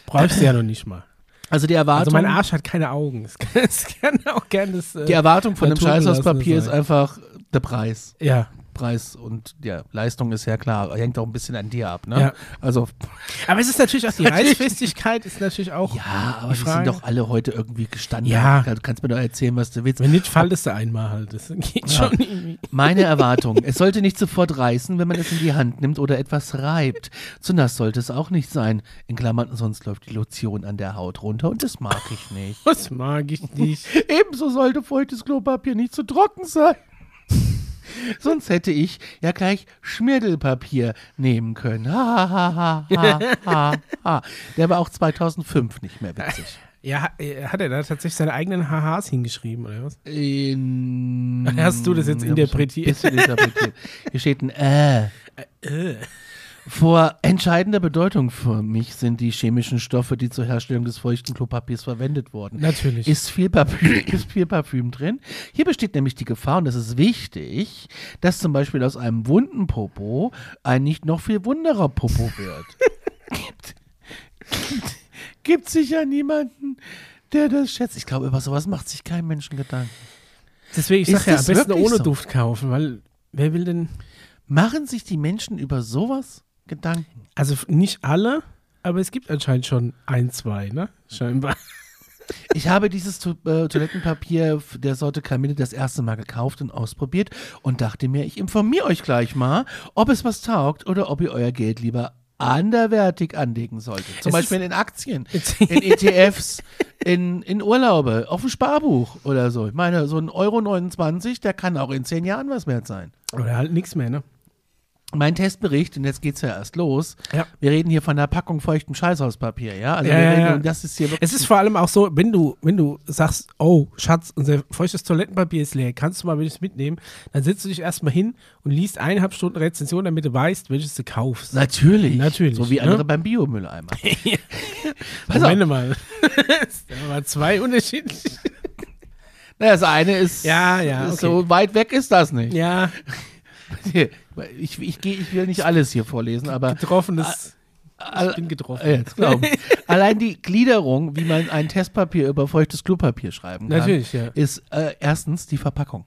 Speaker 1: brauchst du ja noch nicht mal.
Speaker 2: Also die
Speaker 1: Also
Speaker 2: Erwartung,
Speaker 1: mein Arsch hat keine Augen. Es kann, es kann auch gerne das. Äh,
Speaker 2: die Erwartung von einem
Speaker 1: Naturgelassen
Speaker 2: Scheiß aus Papier ist
Speaker 1: sein.
Speaker 2: einfach der Preis.
Speaker 1: ja.
Speaker 2: Preis und ja, Leistung ist ja klar, hängt auch ein bisschen an dir ab. Ne?
Speaker 1: Ja.
Speaker 2: Also
Speaker 1: Aber es ist natürlich auch die Reichfestigkeit ist natürlich auch.
Speaker 2: Ja, aber
Speaker 1: die
Speaker 2: wir
Speaker 1: Frage.
Speaker 2: sind doch alle heute irgendwie gestanden.
Speaker 1: Ja.
Speaker 2: Du kannst mir doch erzählen, was du willst.
Speaker 1: Wenn nicht, faltest du einmal halt. Das geht
Speaker 2: Ja.
Speaker 1: schon irgendwie.
Speaker 2: Meine Erwartung, es sollte nicht sofort reißen, wenn man es in die Hand nimmt oder etwas reibt. Zu nass sollte es auch nicht sein. In Klammern, sonst läuft die Lotion an der Haut runter und das mag ich nicht.
Speaker 1: Das mag ich nicht.
Speaker 2: Ebenso sollte feuchtes Klopapier nicht zu trocken sein. Sonst hätte ich ja gleich Schmirgelpapier nehmen können. Ha, ha, ha, ha, ha, ha. Der war auch 2005 nicht mehr witzig.
Speaker 1: Ja, ha- äh, hat er da tatsächlich seine eigenen HHs hingeschrieben, oder was?
Speaker 2: In,
Speaker 1: Hast du das jetzt
Speaker 2: Ich hab's
Speaker 1: interpretiert?
Speaker 2: ein bisschen interpretiert. Hier steht ein äh. Vor entscheidender Bedeutung für mich sind die chemischen Stoffe, die zur Herstellung des feuchten Klopapiers verwendet wurden.
Speaker 1: Natürlich.
Speaker 2: Ist viel, Parfüm, ist viel Parfüm drin. Hier besteht nämlich die Gefahr, und das ist wichtig, dass zum Beispiel aus einem wunden Popo ein nicht noch viel wunderer Popo wird. gibt, gibt, gibt sicher niemanden, der das schätzt. Ich glaube, über sowas macht sich kein Menschen Gedanken.
Speaker 1: Deswegen, ich
Speaker 2: Ist
Speaker 1: sag ja, am
Speaker 2: das
Speaker 1: besten
Speaker 2: wirklich
Speaker 1: ohne
Speaker 2: so?
Speaker 1: Duft kaufen, weil wer will denn.
Speaker 2: Machen sich die Menschen über sowas Gedanken?
Speaker 1: Also f- nicht alle, aber es gibt anscheinend schon ein, zwei, ne? Scheinbar.
Speaker 2: Ich habe dieses to äh, Toilettenpapier f- der Sorte Kamille das erste Mal gekauft und ausprobiert und dachte mir, ich informiere euch gleich mal, ob es was taugt oder ob ihr euer Geld lieber anderwertig anlegen solltet. Zum
Speaker 1: Es
Speaker 2: Beispiel in Aktien,
Speaker 1: Jetzt-
Speaker 2: in ETFs, in, in Urlaube, auf dem Sparbuch oder so. Ich meine, so ein Euro 29, der kann auch in zehn Jahren was wert sein.
Speaker 1: Oder halt nichts mehr, ne?
Speaker 2: Mein Testbericht, und jetzt geht's ja erst los.
Speaker 1: Ja.
Speaker 2: Wir reden hier von einer Packung feuchtem Scheißhauspapier, ja? Also
Speaker 1: Ja,
Speaker 2: wir
Speaker 1: ja,
Speaker 2: reden,
Speaker 1: ja.
Speaker 2: und das ist hier wirklich
Speaker 1: Es ist vor allem auch so, wenn du, wenn du sagst, oh, Schatz, unser feuchtes Toilettenpapier ist leer, kannst du mal welches mitnehmen? Dann setzt du dich erstmal hin und liest eineinhalb Stunden Rezension, damit du weißt, welches du kaufst.
Speaker 2: Natürlich.
Speaker 1: Natürlich,
Speaker 2: So wie
Speaker 1: ne?
Speaker 2: andere beim Biomülleimer. Pass auf.
Speaker 1: Moment mal. da waren zwei unterschiedliche.
Speaker 2: Naja, das eine ist.
Speaker 1: Ja, ja,
Speaker 2: ist
Speaker 1: okay.
Speaker 2: So weit weg ist das nicht.
Speaker 1: Ja,
Speaker 2: Ich, ich, geh- ich will nicht alles hier vorlesen, aber.
Speaker 1: getroffenes.
Speaker 2: Al-
Speaker 1: Ich bin getroffen.
Speaker 2: Ja, jetzt glaub ich. Allein die Gliederung, wie man ein Testpapier über feuchtes Klopapier schreiben kann,
Speaker 1: Natürlich, ja.
Speaker 2: ist äh, erstens die Verpackung.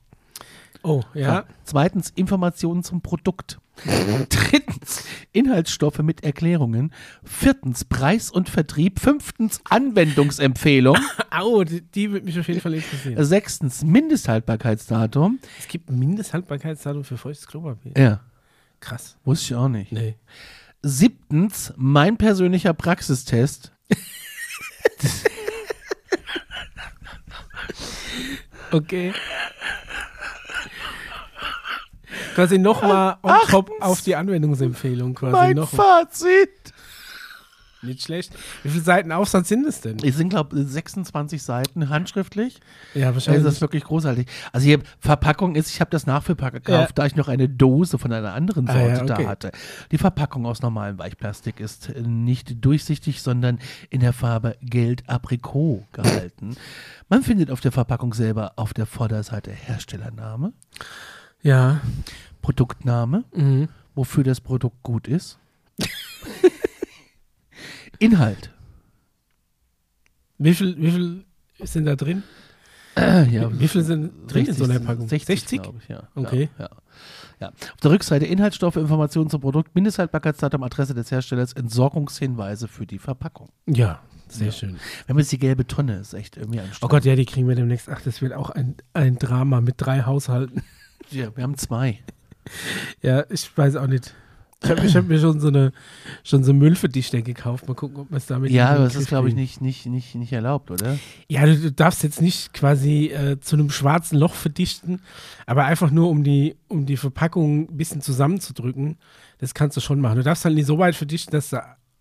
Speaker 1: Oh, ja.
Speaker 2: Zweitens Informationen zum Produkt. Drittens Inhaltsstoffe mit Erklärungen. Viertens Preis und Vertrieb. Fünftens Anwendungsempfehlung.
Speaker 1: Au, die, die wird mich auf jeden Fall interessieren.
Speaker 2: Sechstens Mindesthaltbarkeitsdatum.
Speaker 1: Es gibt ein Mindesthaltbarkeitsdatum für feuchtes Klopapier.
Speaker 2: Ja,
Speaker 1: Krass.
Speaker 2: wusste ich auch nicht.
Speaker 1: Nee.
Speaker 2: Siebtens, mein persönlicher Praxistest.
Speaker 1: Okay. Quasi
Speaker 2: Also
Speaker 1: nochmal on top auf die Anwendungsempfehlung quasi
Speaker 2: mein
Speaker 1: noch.
Speaker 2: Fazit.
Speaker 1: Nicht schlecht. Wie viele Seiten Aufsatz sind es denn?
Speaker 2: Es sind, glaube ich, 26 Seiten handschriftlich.
Speaker 1: Ja,
Speaker 2: Das ist das wirklich großartig. Also hier Verpackung ist, ich habe das nachfüllbar gekauft,
Speaker 1: Ja.
Speaker 2: da ich noch eine Dose von einer anderen
Speaker 1: Ah, ja,
Speaker 2: Sorte
Speaker 1: okay.
Speaker 2: da hatte. Die Verpackung aus normalem Weichplastik ist äh, nicht durchsichtig, sondern in der Farbe Gelb-Aprikot gehalten. Man findet auf der Verpackung selber auf der Vorderseite Herstellername,
Speaker 1: Ja.
Speaker 2: Produktname,
Speaker 1: Mhm.
Speaker 2: wofür das Produkt gut ist. Inhalt.
Speaker 1: Wie viel, wie viel sind da drin?
Speaker 2: Äh, Ja,
Speaker 1: Wie viel sind drin in so einer Packung?
Speaker 2: 60, glaube ich, ja.
Speaker 1: Okay.
Speaker 2: Ja, ja. ja. Auf der Rückseite Inhaltsstoffe, Informationen zum Produkt, Mindesthaltbarkeitsdatum, Adresse des Herstellers, Entsorgungshinweise für die Verpackung.
Speaker 1: Ja, sehr schön.
Speaker 2: Wir haben jetzt die gelbe Tonne, ist echt irgendwie anstrengend.
Speaker 1: Oh Gott, ja, die kriegen wir demnächst. Ach, das wird auch ein, ein Drama mit drei Haushalten.
Speaker 2: ja, wir haben zwei.
Speaker 1: Ja, ich weiß auch nicht. Ich habe ich hab mir schon so eine schon so einen Müllverdichter gekauft. Mal gucken, ob wir es damit. in
Speaker 2: Ja,
Speaker 1: den
Speaker 2: aber das
Speaker 1: Griff
Speaker 2: ist, glaube ich,
Speaker 1: kriegen.
Speaker 2: nicht, nicht, nicht, nicht erlaubt, oder?
Speaker 1: Ja, du, du darfst jetzt nicht quasi äh, zu einem schwarzen Loch verdichten, aber einfach nur um die, um die Verpackung ein bisschen zusammenzudrücken. Das kannst du schon machen. Du darfst halt nicht so weit verdichten, dass du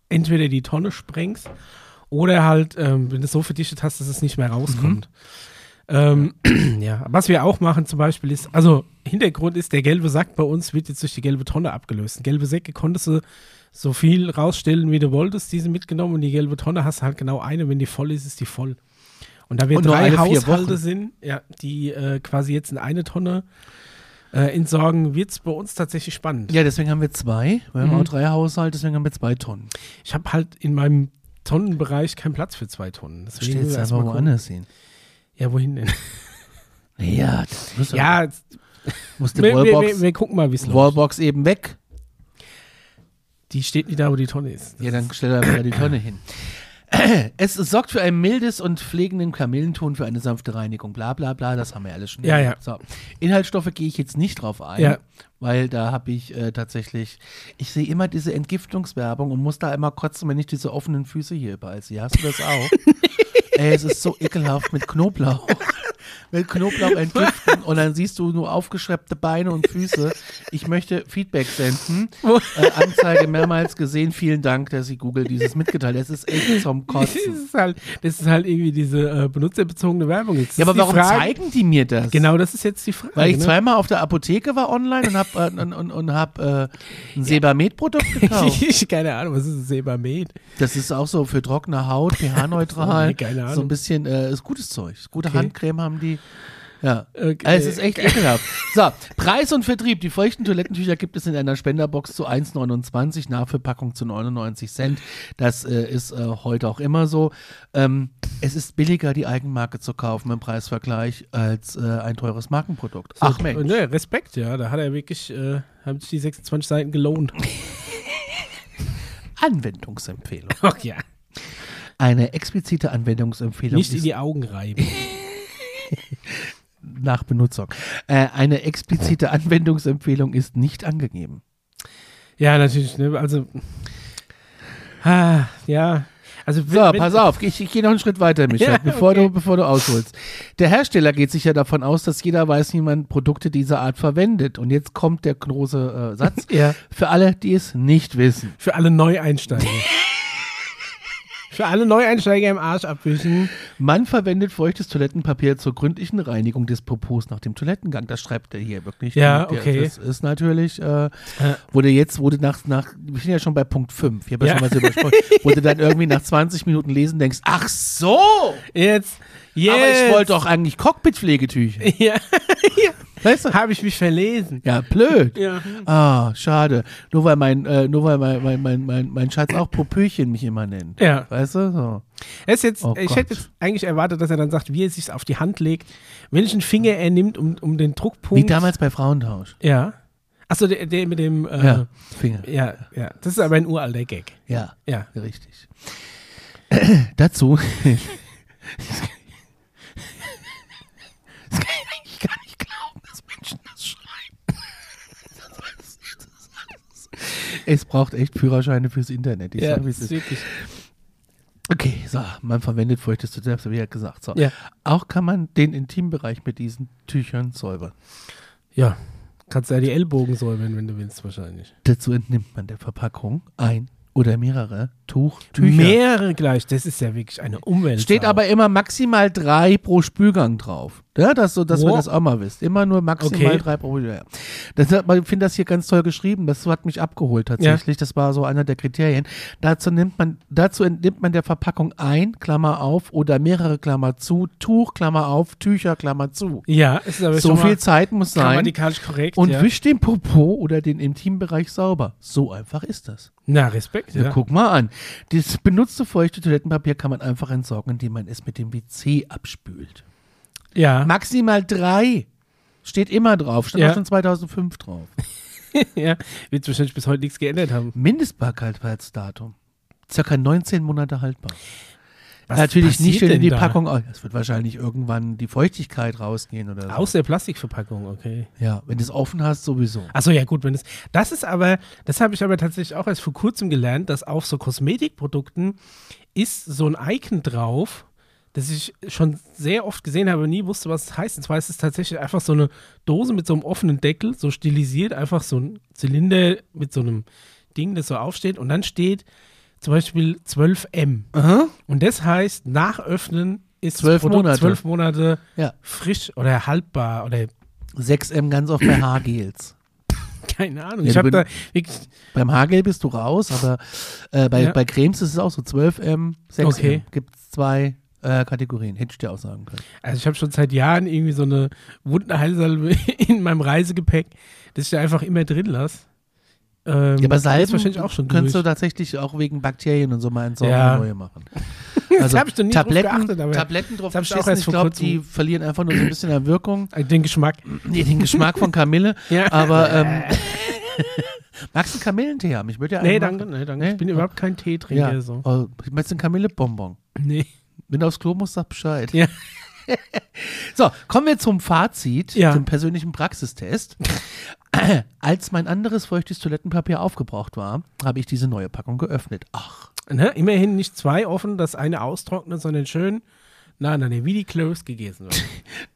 Speaker 1: entweder die Tonne sprengst oder halt, ähm, wenn du es so verdichtet hast, dass es nicht mehr rauskommt. Ähm, ja, was wir auch machen zum Beispiel ist, also Hintergrund ist, der gelbe Sack bei uns wird jetzt durch die gelbe Tonne abgelöst. Gelbe Säcke konntest du so viel rausstellen, wie du wolltest, diese mitgenommen und die gelbe Tonne hast du halt genau eine, wenn die voll ist, ist die voll. Und da wir
Speaker 2: Und nur
Speaker 1: drei
Speaker 2: alle vier
Speaker 1: Haushalte
Speaker 2: Wochen.
Speaker 1: sind, ja, die äh, quasi jetzt in eine Tonne äh, entsorgen, wird es bei uns tatsächlich spannend.
Speaker 2: Ja, deswegen haben wir zwei. Wir haben
Speaker 1: Mhm.
Speaker 2: auch drei Haushalte, deswegen haben wir zwei Tonnen.
Speaker 1: Ich habe halt in meinem Tonnenbereich keinen Platz für zwei Tonnen. Deswegen
Speaker 2: Stellst
Speaker 1: müssen
Speaker 2: du
Speaker 1: wir erst mal
Speaker 2: einfach
Speaker 1: gucken.
Speaker 2: woanders hin.
Speaker 1: Ja, wohin denn?
Speaker 2: Ja, das muss
Speaker 1: Ja,
Speaker 2: muss die
Speaker 1: wir, wir, wir,
Speaker 2: Wallbox,
Speaker 1: wir gucken mal, wie es läuft.
Speaker 2: Wallbox eben weg.
Speaker 1: Die steht nicht da, wo die Tonne ist.
Speaker 2: Ja, dann stell einfach mal die Tonne hin. Es sorgt für ein mildes und pflegenden Kamillenton für eine sanfte Reinigung. Bla bla bla, das haben wir alles schon.
Speaker 1: Ja, ja.
Speaker 2: So. Inhaltsstoffe gehe ich jetzt nicht drauf ein,
Speaker 1: Ja.
Speaker 2: weil da habe ich äh, tatsächlich, ich sehe immer diese Entgiftungswerbung und muss da immer kotzen, wenn ich diese offenen Füße hier überall sehe. Hast du das auch? Ey, es ist so ekelhaft mit Knoblauch. Mit Knoblauch entgiften und dann siehst du nur aufgeschreppte Beine und Füße. Ich möchte Feedback senden. Äh, Anzeige mehrmals gesehen. Vielen Dank, dass Sie Google dieses mitgeteilt hat. Es ist echt zum
Speaker 1: Das
Speaker 2: Kotzen.
Speaker 1: ist halt, das ist halt irgendwie diese äh, benutzerbezogene Werbung. Jetzt
Speaker 2: Ja,
Speaker 1: ist
Speaker 2: aber
Speaker 1: die
Speaker 2: warum
Speaker 1: Frage,
Speaker 2: zeigen die mir das?
Speaker 1: Genau, das ist jetzt die Frage.
Speaker 2: Weil ich
Speaker 1: ne?
Speaker 2: zweimal auf der Apotheke war online und habe äh, und, und, und hab, äh, ein Sebamed-Produkt gekauft.
Speaker 1: Ich, keine Ahnung, was ist das Sebamed?
Speaker 2: Das ist auch so für trockene Haut, pH-neutral.
Speaker 1: Nee, keine Ahnung.
Speaker 2: so ein bisschen äh, ist gutes Zeug. Ist gute
Speaker 1: Okay.
Speaker 2: Handcreme haben die. Ja.
Speaker 1: Äh, Okay.
Speaker 2: Also es ist echt ekelhaft. So, Preis und Vertrieb. Die feuchten Toilettentücher gibt es in einer Spenderbox zu 1,29, Nachverpackung zu 99 Cent. Das äh, ist äh, heute auch immer so. Ähm, es ist billiger, die Eigenmarke zu kaufen im Preisvergleich, als äh, ein teures Markenprodukt. Ach Mensch.
Speaker 1: Ne, Respekt, ja. Da hat er wirklich, äh, haben sich die 26 Seiten gelohnt.
Speaker 2: Anwendungsempfehlung.
Speaker 1: Ach ja.
Speaker 2: Eine explizite Anwendungsempfehlung
Speaker 1: Nicht in
Speaker 2: ist
Speaker 1: die Augen reiben.
Speaker 2: nach Benutzung. Äh, eine explizite Anwendungsempfehlung ist nicht angegeben.
Speaker 1: ja, natürlich, ne? Also. Ah, ja. Also,
Speaker 2: So, pass auf, ich, ich gehe noch einen Schritt weiter, Michael,
Speaker 1: Ja,
Speaker 2: bevor,
Speaker 1: okay.
Speaker 2: du, bevor du ausholst. Der Hersteller geht sicher davon aus, dass jeder weiß, wie man Produkte dieser Art verwendet. Und jetzt kommt der große äh, Satz
Speaker 1: Ja.
Speaker 2: für alle, die es nicht wissen.
Speaker 1: Für alle Neueinsteiger. Für alle Neueinsteiger im Arsch abwischen.
Speaker 2: Man verwendet feuchtes Toilettenpapier zur gründlichen Reinigung des Popos nach dem Toilettengang. Das schreibt er hier wirklich.
Speaker 1: Ja,
Speaker 2: Der-
Speaker 1: okay.
Speaker 2: Das ist natürlich, äh, wurde jetzt, wurde nach, nach, wir sind ja schon bei Punkt 5, ich habe ja,
Speaker 1: Ja.
Speaker 2: schon mal so übersprochen, wurde dann irgendwie nach 20 Minuten lesen denkst, ach so,
Speaker 1: Jetzt. jetzt.
Speaker 2: aber ich wollte doch eigentlich Cockpit-Pflegetücher.
Speaker 1: Ja,
Speaker 2: Weißt du?
Speaker 1: habe ich mich verlesen.
Speaker 2: Ja, blöd.
Speaker 1: Ja.
Speaker 2: Ah, schade. Nur weil mein, äh, nur weil mein, mein, mein, mein, mein Schatz auch Popöchen mich immer nennt.
Speaker 1: Ja.
Speaker 2: Weißt du? So.
Speaker 1: Er ist jetzt,
Speaker 2: Oh
Speaker 1: ich
Speaker 2: Gott.
Speaker 1: hätte jetzt eigentlich erwartet, dass er dann sagt, wie er sich auf die Hand legt, welchen Finger er nimmt, um, um den Druckpunkt.
Speaker 2: Wie damals bei Frauentausch.
Speaker 1: Ja. Achso, der, der mit dem. Äh,
Speaker 2: Ja,
Speaker 1: ja.
Speaker 2: Finger.
Speaker 1: ja, Das ist aber ein uralter Gag.
Speaker 2: Ja,
Speaker 1: Ja.
Speaker 2: richtig. Dazu. Das kann ich eigentlich gar nicht glauben, dass Menschen das schreiben. Es braucht echt Führerscheine fürs Internet. Ich
Speaker 1: ja,
Speaker 2: sag, wie es ist.
Speaker 1: wirklich.
Speaker 2: Okay, so, man verwendet feuchtes Tuch, das habe ich ja gesagt. So.
Speaker 1: Ja.
Speaker 2: Auch kann man den Intimbereich mit diesen Tüchern säubern.
Speaker 1: Ja. Kannst du ja die Ellbogen säubern, wenn du willst, wahrscheinlich.
Speaker 2: Dazu entnimmt man der Verpackung ein oder mehrere Tuch, Tücher.
Speaker 1: Mehrere gleich, das ist ja wirklich eine Umwelt.
Speaker 2: Steht aber immer maximal drei pro Spülgang drauf. Ja, das so, dass
Speaker 1: Wo?
Speaker 2: wir das auch mal wisst. Immer nur maximal
Speaker 1: Okay.
Speaker 2: drei pro Spülgang. Ja. Das hat, man- ich finde das hier ganz toll geschrieben. Das hat mich abgeholt tatsächlich. Das war so einer der Kriterien. Dazu nimmt man, dazu entnimmt man der Verpackung ein, Klammer auf, oder mehrere Klammer zu, Tuch, Klammer auf, Tücher, Klammer zu.
Speaker 1: Ja, es ist aber
Speaker 2: So
Speaker 1: schon
Speaker 2: viel
Speaker 1: mal
Speaker 2: Zeit muss sein.
Speaker 1: grammatikalisch korrekt.
Speaker 2: Und
Speaker 1: ja.
Speaker 2: wischt den Popo oder den Intimbereich sauber. So einfach ist das.
Speaker 1: Na, Respekt.
Speaker 2: Ja.
Speaker 1: Ja.
Speaker 2: guck mal an. Das benutzte feuchte Toilettenpapier kann man einfach entsorgen, indem man es mit dem WC abspült.
Speaker 1: Ja.
Speaker 2: Maximal drei. Steht immer drauf. Stand
Speaker 1: Ja.
Speaker 2: auch schon 2005 drauf.
Speaker 1: ja. Wird wahrscheinlich bis heute nichts geändert haben.
Speaker 2: Mindestbarkeitsdatum. Circa 19 Monate haltbar.
Speaker 1: Was
Speaker 2: Natürlich nicht,
Speaker 1: passiert
Speaker 2: wenn du
Speaker 1: denn
Speaker 2: die
Speaker 1: da?
Speaker 2: Packung. au- Es wird wahrscheinlich irgendwann die Feuchtigkeit rausgehen oder so.
Speaker 1: Aus der Plastikverpackung, okay.
Speaker 2: Ja, wenn du es offen hast, sowieso.
Speaker 1: Achso, ja gut, wenn es. Das ist aber, das habe ich aber tatsächlich auch erst vor kurzem gelernt, dass auf so Kosmetikprodukten ist so ein Icon drauf, das ich schon sehr oft gesehen habe, aber nie wusste, was es heißt. Und zwar ist es tatsächlich einfach so eine Dose mit so einem offenen Deckel, so stilisiert, einfach so ein Zylinder mit so einem Ding, das so aufsteht. Und dann steht zum Beispiel 12M.
Speaker 2: Aha.
Speaker 1: Und das heißt, nach Öffnen ist
Speaker 2: Zwölf
Speaker 1: Produkt
Speaker 2: Monate.
Speaker 1: zwölf Monate
Speaker 2: Ja.
Speaker 1: frisch oder haltbar oder
Speaker 2: 6M ganz oft bei Haargels.
Speaker 1: keine Ahnung.
Speaker 2: Ja,
Speaker 1: ich
Speaker 2: du
Speaker 1: habe
Speaker 2: bin-
Speaker 1: da wirklich
Speaker 2: Beim Haargel bist du raus, aber äh, bei,
Speaker 1: Ja.
Speaker 2: bei Cremes ist es auch so 12M, 6M.
Speaker 1: Okay.
Speaker 2: Gibt es zwei äh, Kategorien, hätte ich dir auch sagen können.
Speaker 1: Also ich habe schon seit Jahren irgendwie so eine Wundenheilsalbe in meinem Reisegepäck, das ich da einfach immer drin lasse. Ähm,
Speaker 2: Ja, aber
Speaker 1: das
Speaker 2: Salben
Speaker 1: ist wahrscheinlich auch schon
Speaker 2: könntest
Speaker 1: durch.
Speaker 2: du tatsächlich auch wegen Bakterien und so mal entsorgen
Speaker 1: Ja.
Speaker 2: und neue machen. Also
Speaker 1: hab ich noch nie drauf
Speaker 2: Tabletten,
Speaker 1: geachtet, aber
Speaker 2: Tabletten drauf
Speaker 1: das hab ich auch
Speaker 2: geschissen,
Speaker 1: erst
Speaker 2: ich
Speaker 1: vor
Speaker 2: glaube,
Speaker 1: kurzem.
Speaker 2: die verlieren einfach nur so ein bisschen an Wirkung.
Speaker 1: Also Den Geschmack.
Speaker 2: Nee, den Geschmack von Kamille,
Speaker 1: Ja.
Speaker 2: aber ähm, magst du einen Kamillentee haben? Ich würde ja
Speaker 1: nee,
Speaker 2: einen
Speaker 1: danke,
Speaker 2: machen.
Speaker 1: nee, danke.
Speaker 2: ähm, Nee?
Speaker 1: Ich bin überhaupt kein Teetrinker.
Speaker 2: Ja.
Speaker 1: So.
Speaker 2: Oh, ich möchte einen Kamillebonbon.
Speaker 1: Nee.
Speaker 2: Wenn du aufs Klo musst, sag Bescheid.
Speaker 1: Ja.
Speaker 2: so, kommen wir zum Fazit,
Speaker 1: Ja.
Speaker 2: zum persönlichen Praxistest. Als mein anderes feuchtes Toilettenpapier aufgebraucht war, habe ich diese neue Packung geöffnet. Ach,
Speaker 1: Ne? Immerhin nicht zwei offen, dass eine austrocknet, sondern schön na, na, nee, wie die Cloves gegessen wird.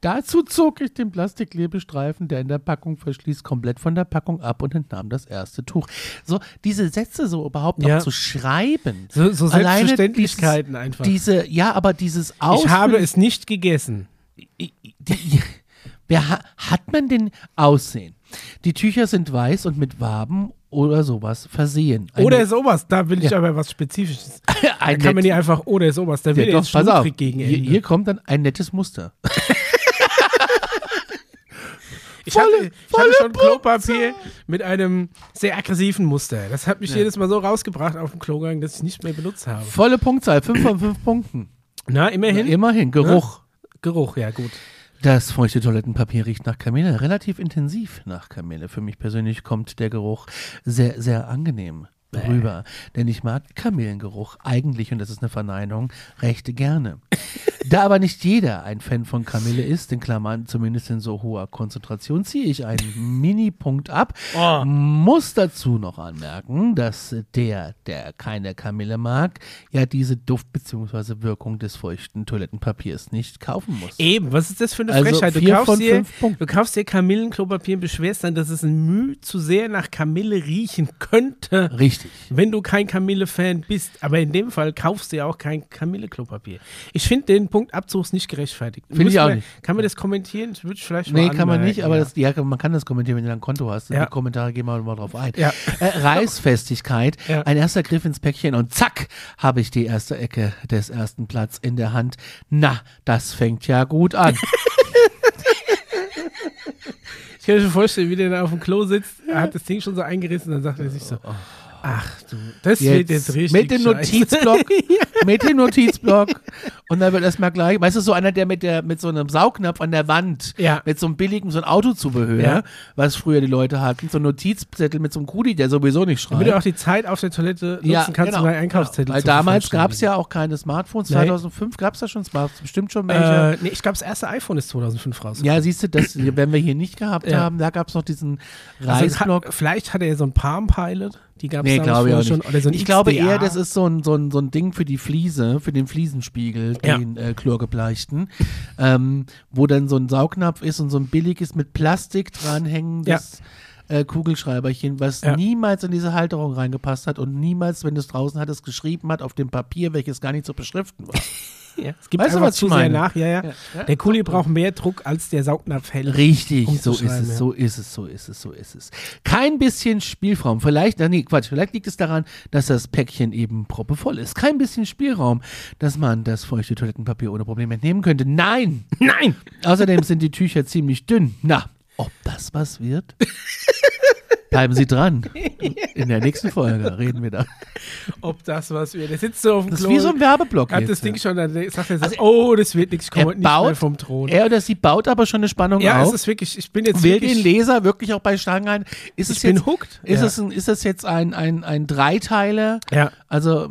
Speaker 2: dazu zog ich den Plastikklebestreifen, der in der Packung verschließt, komplett von der Packung ab und entnahm das erste Tuch. So, diese Sätze so überhaupt
Speaker 1: Ja.
Speaker 2: noch zu schreiben.
Speaker 1: So, so
Speaker 2: Alleine
Speaker 1: Selbstverständlichkeiten einfach.
Speaker 2: Dieses, diese, ja, aber dieses
Speaker 1: ich habe
Speaker 2: Ausfüllen-
Speaker 1: es nicht gegessen.
Speaker 2: Die- die- Wer ha- hat man denn aussehen? Die Tücher sind weiß und mit Waben oder sowas versehen. Eine-
Speaker 1: Oder sowas, da will ich aber was Spezifisches. Da
Speaker 2: ein
Speaker 1: kann man
Speaker 2: net-
Speaker 1: nicht einfach, oder sowas, da
Speaker 2: ja,
Speaker 1: wird ja,
Speaker 2: doch,
Speaker 1: jetzt
Speaker 2: pass auf.
Speaker 1: Schnuckrig gegen
Speaker 2: hier,
Speaker 1: Ende.
Speaker 2: hier kommt dann ein nettes Muster.
Speaker 1: Ich hatte, ich
Speaker 2: Volle-
Speaker 1: hatte
Speaker 2: volle
Speaker 1: schon Klopapier mit einem sehr aggressiven Muster. Das hat mich jedes Mal so rausgebracht auf dem Klogang, dass ich nicht mehr benutzt habe.
Speaker 2: Volle Punktzahl, 5 von 5 Punkten.
Speaker 1: Na, immerhin.
Speaker 2: Immerhin, Geruch.
Speaker 1: Geruch, ja gut.
Speaker 2: Das feuchte Toilettenpapier riecht nach Kamille, relativ intensiv nach Kamille. Für mich persönlich kommt der Geruch sehr, sehr angenehm rüber, denn ich mag Kamillengeruch eigentlich, und das ist eine Verneinung, recht gerne. da aber nicht jeder ein Fan von Kamille ist, in Klammern zumindest in so hoher Konzentration, ziehe ich einen Mini-Punkt ab,
Speaker 1: Oh.
Speaker 2: muss dazu noch anmerken, dass der, der keine Kamille mag, ja diese Duft- bzw. Wirkung des feuchten Toilettenpapiers nicht kaufen muss.
Speaker 1: Eben, was ist das für eine
Speaker 2: Also
Speaker 1: Frechheit? Du
Speaker 2: vier
Speaker 1: kaufst,
Speaker 2: von
Speaker 1: dir,
Speaker 2: fünf
Speaker 1: du
Speaker 2: Punkten.
Speaker 1: kaufst dir Kamillenklopapier und beschwerst dann, dass es ein Müh zu sehr nach Kamille riechen könnte,
Speaker 2: Richtig.
Speaker 1: wenn du kein Kamille-Fan bist. Aber in dem Fall kaufst du ja auch kein Kamille-Klopapier. Ich finde den Punkt Abzugs nicht gerechtfertigt.
Speaker 2: Find ich
Speaker 1: Müssen
Speaker 2: auch
Speaker 1: wir-
Speaker 2: nicht.
Speaker 1: Kann man das kommentieren? Das würde ich vielleicht
Speaker 2: Nee,
Speaker 1: mal
Speaker 2: kann man nicht,
Speaker 1: anmerken,
Speaker 2: aber
Speaker 1: ja.
Speaker 2: das, ja, man kann das kommentieren, wenn du dann ein Konto hast.
Speaker 1: Ja.
Speaker 2: Die Kommentare gehen wir mal drauf ein.
Speaker 1: Ja.
Speaker 2: Äh, Reißfestigkeit,
Speaker 1: Ja.
Speaker 2: ein erster Griff ins Päckchen und zack, habe ich die erste Ecke des ersten Platz in der Hand. Na, das fängt ja gut an.
Speaker 1: Ich kann mir schon vorstellen, wie der da auf dem Klo sitzt, er hat das Ding schon so eingerissen, dann sagt er sich so, ach du, das wird jetzt richtig
Speaker 2: Oh. mit dem
Speaker 1: scheiße.
Speaker 2: Notizblock, mit dem Notizblock und dann wird erstmal gleich, weißt du, so einer, der mit der mit so einem Saugnapf an der Wand,
Speaker 1: Ja.
Speaker 2: mit so einem billigen, so ein Autozubehör,
Speaker 1: Ja.
Speaker 2: was früher die Leute hatten, so ein Notizzettel mit so einem Kuli, der sowieso nicht schreibt.
Speaker 1: Damit du auch die Zeit auf der Toilette nutzen kannst, um deinen Einkaufszettel
Speaker 2: genau. Weil
Speaker 1: zu
Speaker 2: damals gab es ja auch keine Smartphones.
Speaker 1: Nein.
Speaker 2: 2005 gab es da schon Smartphones, bestimmt schon welche.
Speaker 1: Äh, nee, ich glaube, das erste iPhone ist 2005 raus.
Speaker 2: ja, siehst du, das werden wir hier nicht gehabt
Speaker 1: Ja.
Speaker 2: haben. Da gab es noch diesen
Speaker 1: Also, ha-
Speaker 2: Reisblock.
Speaker 1: vielleicht hatte er so ein Palm Pilot, die gab es
Speaker 2: Nee, glaube ich auch
Speaker 1: schon.
Speaker 2: nicht.
Speaker 1: Oder so ein
Speaker 2: ich glaube
Speaker 1: XDR.
Speaker 2: eher, das ist so ein, so, ein, so ein Ding für die Fliese, für den Fliesenspiegel,
Speaker 1: Ja.
Speaker 2: den äh, chlorgebleichten, ähm, wo dann so ein Saugnapf ist und so ein billiges mit Plastik dranhängendes äh, Kugelschreiberchen, was
Speaker 1: Ja.
Speaker 2: niemals in diese Halterung reingepasst hat und niemals, wenn du es draußen hattest, geschrieben hat auf dem Papier, welches gar nicht zu beschriften war.
Speaker 1: Ja, es gibt
Speaker 2: Weißt du,
Speaker 1: einfach
Speaker 2: was ich
Speaker 1: zu sehr
Speaker 2: meine?
Speaker 1: nach. Ja, ja. Der Kuli braucht mehr Druck, als der Saugnapf hält.
Speaker 2: Richtig,
Speaker 1: Um zu
Speaker 2: so ist
Speaker 1: schreiben,
Speaker 2: es,
Speaker 1: ja.
Speaker 2: so ist es, so ist es, so ist es. Kein bisschen Spielraum. Vielleicht, ah, nee, Quatsch, vielleicht liegt es daran, dass das Päckchen eben proppevoll ist. Kein bisschen Spielraum, dass man das feuchte Toilettenpapier ohne Probleme entnehmen könnte. Nein!
Speaker 1: Nein!
Speaker 2: Außerdem sind die Tücher ziemlich dünn. Na, ob das was wird? Bleiben Sie dran. In der nächsten Folge reden wir da.
Speaker 1: Ob das was wird. Der sitzt so auf dem
Speaker 2: Das ist
Speaker 1: Klo,
Speaker 2: wie so ein Werbeblock.
Speaker 1: hat
Speaker 2: jetzt,
Speaker 1: das Ding
Speaker 2: ja. Also
Speaker 1: schon, dann sagt er, sagt, oh, das wird nichts,
Speaker 2: Er
Speaker 1: kommt nicht mehr
Speaker 2: baut-
Speaker 1: vom Thron.
Speaker 2: Er oder sie baut aber schon eine Spannung
Speaker 1: ja,
Speaker 2: auf.
Speaker 1: es ist wirklich, ich bin jetzt
Speaker 2: will den
Speaker 1: wirklich,
Speaker 2: Leser wirklich auch bei Stangen halten. Ist es
Speaker 1: ich bin
Speaker 2: jetzt,
Speaker 1: hooked.
Speaker 2: ist,
Speaker 1: ja.
Speaker 2: es ein, ist es jetzt ein, ein, ein Dreiteiler?
Speaker 1: ja.
Speaker 2: Also,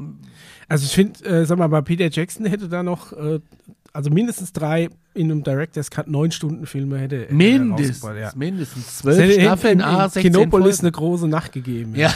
Speaker 1: Also ich finde, äh, sag mal, bei Peter Jackson hätte da noch, äh, also mindestens drei in einem Director's Cut neun Stunden Filme hätte. hätte er
Speaker 2: mindestens,
Speaker 1: rausgebracht, ja.
Speaker 2: mindestens
Speaker 1: Es hätte
Speaker 2: zwölf Staffeln,
Speaker 1: in, in,
Speaker 2: A, 16
Speaker 1: Kinopolis
Speaker 2: Folgen.
Speaker 1: eine große Nacht gegeben.
Speaker 2: Ja.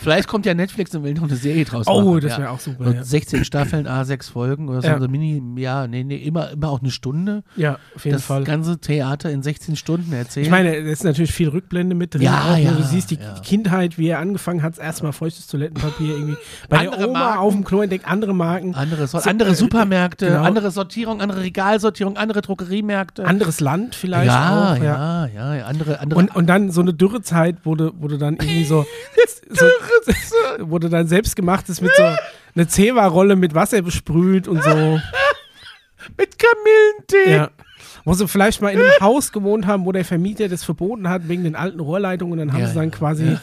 Speaker 2: Vielleicht kommt ja Netflix und will noch eine Serie draus machen.
Speaker 1: Oh, das
Speaker 2: ja.
Speaker 1: wäre auch super.
Speaker 2: Und
Speaker 1: Ja,
Speaker 2: 16 Staffeln, A6 Folgen oder so,
Speaker 1: Ja.
Speaker 2: so Mini, ja, nee, nee, immer, immer auch eine Stunde.
Speaker 1: ja auf jeden
Speaker 2: das
Speaker 1: Fall.
Speaker 2: ganze Theater in 16 Stunden erzählen.
Speaker 1: Ich meine, da ist natürlich viel Rückblende mit drin.
Speaker 2: Ja,
Speaker 1: auch, ne?
Speaker 2: ja,
Speaker 1: du siehst die
Speaker 2: ja.
Speaker 1: Kindheit, wie er angefangen hat, erstmal feuchtes Toilettenpapier irgendwie. Bei der
Speaker 2: Andere
Speaker 1: Oma
Speaker 2: Marken. Ah.
Speaker 1: auf dem Klo entdeckt andere Marken,
Speaker 2: andere, so,
Speaker 1: So-
Speaker 2: andere Supermärkte,
Speaker 1: genau.
Speaker 2: andere Sortierung, andere Regalsortierung, andere Drogeriemärkte.
Speaker 1: anderes Land vielleicht
Speaker 2: ja,
Speaker 1: auch.
Speaker 2: ja, ja, ja, andere, andere
Speaker 1: Und, und dann so eine Dürrezeit, wo du, wo du dann irgendwie so, so wo du dann selbstgemachtes mit so eine Zewa-Rolle mit Wasser besprüht und so.
Speaker 2: mit Kamillentee.
Speaker 1: Ja. Wo sie vielleicht mal in einem Haus gewohnt haben, wo der Vermieter das verboten hat wegen den alten Rohrleitungen. Dann haben
Speaker 2: Ja,
Speaker 1: sie dann
Speaker 2: ja,
Speaker 1: quasi
Speaker 2: ja,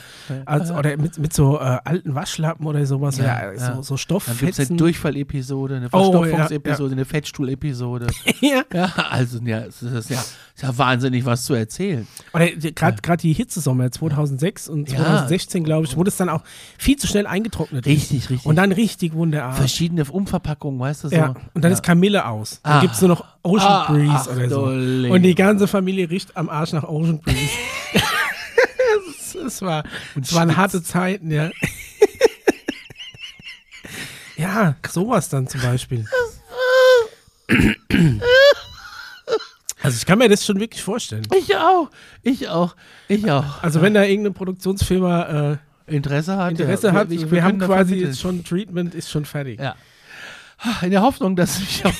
Speaker 1: als oder mit, mit so äh, alten Waschlappen oder sowas,
Speaker 2: Ja,
Speaker 1: ja, so, so
Speaker 2: ja. Dann gibt es eine
Speaker 1: Stofffetzen.
Speaker 2: Durchfallepisode, eine
Speaker 1: Oh, ja,
Speaker 2: Verstopfungsepisode, eine Fettstuhlepisode.
Speaker 1: ja.
Speaker 2: ja, also ja, es ist, ja, es ist ja wahnsinnig was zu erzählen.
Speaker 1: Oder gerade die Hitzesommer 2006 und
Speaker 2: Ja.
Speaker 1: 2016, glaube ich, wurde es dann auch viel zu schnell eingetrocknet.
Speaker 2: Richtig, richtig.
Speaker 1: Und dann richtig wunderbar.
Speaker 2: verschiedene Umverpackungen, weißt du so.
Speaker 1: Ja, und dann ist Kamille aus. Dann
Speaker 2: Ah.
Speaker 1: gibt's nur noch Ocean
Speaker 2: Ah,
Speaker 1: Breeze
Speaker 2: ach
Speaker 1: oder so.
Speaker 2: du Liebe.
Speaker 1: Und die ganze Familie riecht am Arsch nach Ocean Breeze. es, es, war, es waren harte Zeiten, ja. ja, sowas dann zum Beispiel. Also ich kann mir das schon wirklich vorstellen.
Speaker 2: ich auch, ich auch, ich auch.
Speaker 1: Also wenn da irgendeine Produktionsfirma äh,
Speaker 2: Interesse hat.
Speaker 1: Interesse
Speaker 2: ja,
Speaker 1: hat, wir, haben
Speaker 2: können da
Speaker 1: quasi
Speaker 2: vermitteln.
Speaker 1: jetzt schon Treatment, ist schon fertig.
Speaker 2: Ja. Ah, In der Hoffnung, dass mich auch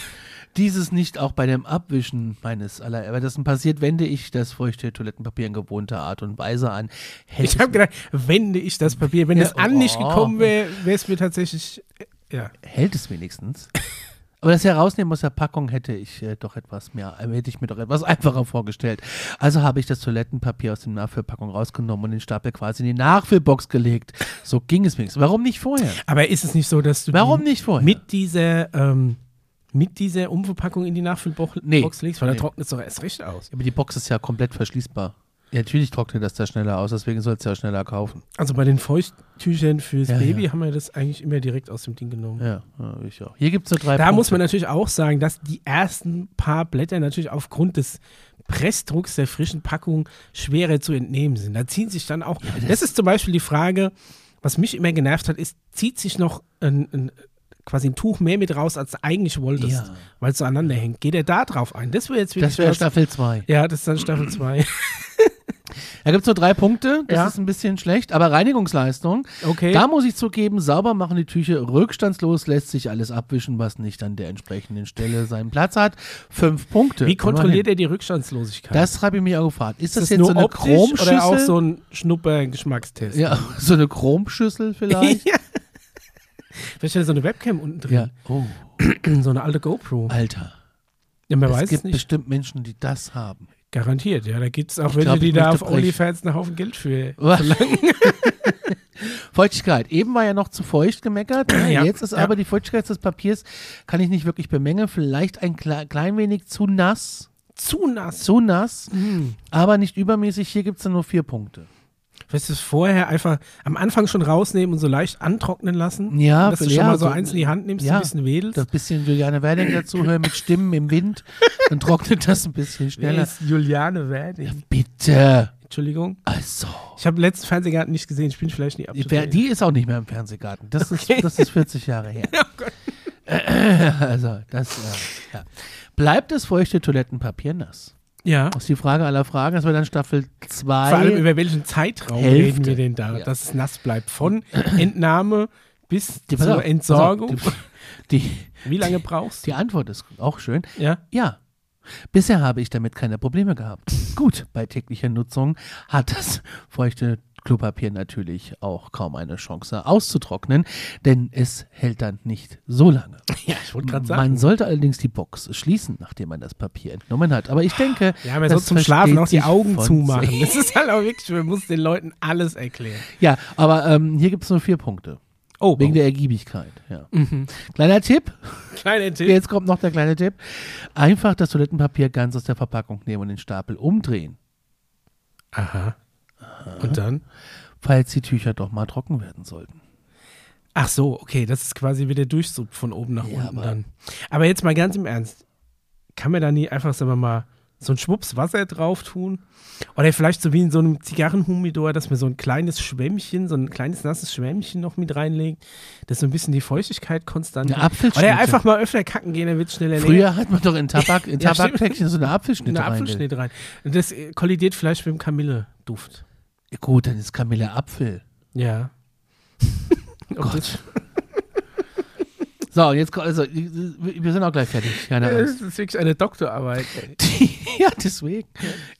Speaker 2: dieses nicht auch bei dem Abwischen meines allerersten passiert, wende ich das feuchte Toilettenpapier in gewohnter Art und Weise an. Hält
Speaker 1: Ich habe
Speaker 2: es,
Speaker 1: gedacht, wende ich das Papier. Wenn
Speaker 2: Ja,
Speaker 1: das an nicht
Speaker 2: oh.
Speaker 1: gekommen wäre, wäre es mir tatsächlich. äh, Ja.
Speaker 2: hält es wenigstens. Aber das Herausnehmen aus der Packung hätte ich äh, doch etwas mehr, äh, hätte ich mir doch etwas einfacher vorgestellt. Also habe ich das Toilettenpapier aus der Nachfüllpackung rausgenommen und den Stapel quasi in die Nachfüllbox gelegt. So ging es wenigstens. Warum nicht vorher?
Speaker 1: Aber ist es nicht so, dass du
Speaker 2: Warum
Speaker 1: die
Speaker 2: nicht vorher?
Speaker 1: mit dieser ähm, mit dieser Umverpackung in die Nachfüllbox
Speaker 2: Nee.
Speaker 1: Box legst? Weil dann
Speaker 2: Nee.
Speaker 1: trocknet es doch erst recht aus.
Speaker 2: Aber die Box ist ja komplett verschließbar. Ja, natürlich trocknet das da schneller aus, deswegen sollst du ja schneller kaufen.
Speaker 1: Also bei den Feuchttüchern fürs
Speaker 2: Ja,
Speaker 1: Baby
Speaker 2: ja.
Speaker 1: haben wir das eigentlich immer direkt aus dem Ding genommen.
Speaker 2: Ja, ja, ich auch. Hier gibt es nur drei
Speaker 1: Da
Speaker 2: Punkte.
Speaker 1: muss man natürlich auch sagen, dass die ersten paar Blätter natürlich aufgrund des Pressdrucks der frischen Packung schwerer zu entnehmen sind. Da ziehen sich dann auch. das, ist zum Beispiel die Frage, was mich immer genervt hat, ist, zieht sich noch ein, ein, quasi ein Tuch mehr mit raus, als du eigentlich wolltest,
Speaker 2: Ja.
Speaker 1: weil es zueinander hängt. Geht er da drauf ein? Das wäre jetzt wirklich.
Speaker 2: Das wäre
Speaker 1: was-
Speaker 2: Staffel 2.
Speaker 1: ja, das ist dann Staffel 2.
Speaker 2: Da gibt es nur drei Punkte, das
Speaker 1: Ja.
Speaker 2: ist ein bisschen schlecht, aber Reinigungsleistung.
Speaker 1: Okay.
Speaker 2: Da muss ich zugeben, sauber machen die Tücher, rückstandslos lässt sich alles abwischen, was nicht an der entsprechenden Stelle seinen Platz hat. Fünf Punkte.
Speaker 1: Wie kontrolliert
Speaker 2: ihr
Speaker 1: er die Rückstandslosigkeit?
Speaker 2: das? habe ich mich auch gefragt. Ist das,
Speaker 1: ist das
Speaker 2: jetzt
Speaker 1: nur
Speaker 2: so eine
Speaker 1: optisch oder auch
Speaker 2: Chromschüssel?
Speaker 1: so ein Schnupper-Geschmackstest?
Speaker 2: ja, so eine Chromschüssel vielleicht?
Speaker 1: Vielleicht hat er so eine Webcam unten
Speaker 2: ja.
Speaker 1: drin,
Speaker 2: Oh,
Speaker 1: so eine alte GoPro.
Speaker 2: Alter.
Speaker 1: Ja, man
Speaker 2: Es
Speaker 1: weiß es
Speaker 2: gibt
Speaker 1: nicht.
Speaker 2: bestimmt Menschen, die das haben.
Speaker 1: Garantiert, ja. Da gibt es auch welche,
Speaker 2: glaub,
Speaker 1: die
Speaker 2: ich
Speaker 1: da auf
Speaker 2: möchte brechen.
Speaker 1: OnlyFans einen Haufen Geld für.
Speaker 2: Feuchtigkeit. Eben war ja noch zu feucht gemeckert. ne?
Speaker 1: Ja,
Speaker 2: Jetzt ist
Speaker 1: ja.
Speaker 2: aber die Feuchtigkeit des Papiers, kann ich nicht wirklich bemängeln. Vielleicht ein kle klein wenig zu nass.
Speaker 1: Zu nass.
Speaker 2: Zu nass,
Speaker 1: Mhm.
Speaker 2: aber nicht übermäßig. Hier gibt es nur vier Punkte.
Speaker 1: Willst du es vorher einfach am Anfang schon rausnehmen und so leicht antrocknen lassen?
Speaker 2: Ja,
Speaker 1: Dass du
Speaker 2: ja,
Speaker 1: schon mal so
Speaker 2: so-
Speaker 1: eins in die Hand nimmst,
Speaker 2: ja.
Speaker 1: ein bisschen wedelst.
Speaker 2: Das bisschen Juliane Werling dazu hören mit Stimmen im Wind, dann trocknet das ein bisschen schneller.
Speaker 1: ist Juliane Werding.
Speaker 2: Bitte.
Speaker 1: Entschuldigung.
Speaker 2: Also.
Speaker 1: Ich habe letzten Fernsehgarten nicht gesehen. Ich bin vielleicht nicht up to
Speaker 2: Wer,
Speaker 1: date.
Speaker 2: die ist auch nicht mehr im Fernsehgarten. Das, ist, das ist 40 Jahre her.
Speaker 1: oh
Speaker 2: Äh, also, das, äh, ja. Bleibt das feuchte Toilettenpapier nass?
Speaker 1: Ja.
Speaker 2: Das ist die Frage aller Fragen, dass wir dann Staffel
Speaker 1: Vor allem
Speaker 2: 2
Speaker 1: über welchen Zeitraum reden
Speaker 2: Hälfte.
Speaker 1: wir denn da,
Speaker 2: Ja.
Speaker 1: dass es nass bleibt? Von Entnahme bis
Speaker 2: Die- pass auf,
Speaker 1: zur
Speaker 2: pass auf,
Speaker 1: Entsorgung.
Speaker 2: die, die,
Speaker 1: Wie lange brauchst du?
Speaker 2: die Antwort ist auch schön.
Speaker 1: Ja.
Speaker 2: Ja. Bisher habe ich damit keine Probleme gehabt. Gut, bei täglicher Nutzung hat das feuchte Klopapier natürlich auch kaum eine Chance auszutrocknen, denn es hält dann nicht so lange.
Speaker 1: Ja, ich wollte gerade sagen.
Speaker 2: Man sollte allerdings die Box schließen, nachdem man das Papier entnommen hat. Aber ich denke,
Speaker 1: ja, man soll
Speaker 2: das
Speaker 1: zum Schlafen
Speaker 2: versteht
Speaker 1: auch die Augen
Speaker 2: sich von
Speaker 1: zumachen.
Speaker 2: sich.
Speaker 1: Das ist halt auch wirklich, man muss den Leuten alles erklären.
Speaker 2: Ja, aber ähm, hier gibt es nur vier Punkte.
Speaker 1: Oh, Mhm.
Speaker 2: Wegen
Speaker 1: oh.
Speaker 2: der Ergiebigkeit. Ja. Kleiner Tipp,
Speaker 1: kleiner Tipp.
Speaker 2: Jetzt kommt noch der kleine Tipp. Einfach das Toilettenpapier ganz aus der Verpackung nehmen und den Stapel umdrehen,
Speaker 1: Aha. Und dann?
Speaker 2: falls die Tücher doch mal trocken werden sollten.
Speaker 1: Ach so, okay, das ist quasi wieder Durchsub von oben nach
Speaker 2: Ja,
Speaker 1: unten
Speaker 2: aber-
Speaker 1: dann. Aber jetzt mal ganz im Ernst, kann man da nie einfach, sagen wir mal, so ein Schwupps Wasser drauf tun? Oder vielleicht so wie in so einem Zigarrenhumidor, dass man so ein kleines Schwämmchen, so ein kleines nasses Schwämmchen noch mit reinlegt, dass so ein bisschen die Feuchtigkeit konstant
Speaker 2: Eine
Speaker 1: bleibt.
Speaker 2: Apfelschnitte.
Speaker 1: Oder einfach mal öfter kacken gehen, dann wird schneller leer.
Speaker 2: Früher hat man doch in Tabak, in
Speaker 1: Ja,
Speaker 2: Tabakpäckchen so eine Apfelschnitte
Speaker 1: Eine
Speaker 2: rein.
Speaker 1: Apfelschnitt rein. Und das äh, kollidiert vielleicht mit dem Kamille-Duft.
Speaker 2: Gut, dann ist Kamille Apfel.
Speaker 1: Ja.
Speaker 2: Oh Gott. so, und jetzt, ko- also, wir sind auch gleich fertig. Keine Angst.
Speaker 1: Das ist wirklich eine Doktorarbeit. ey.
Speaker 2: Die- Ja, deswegen.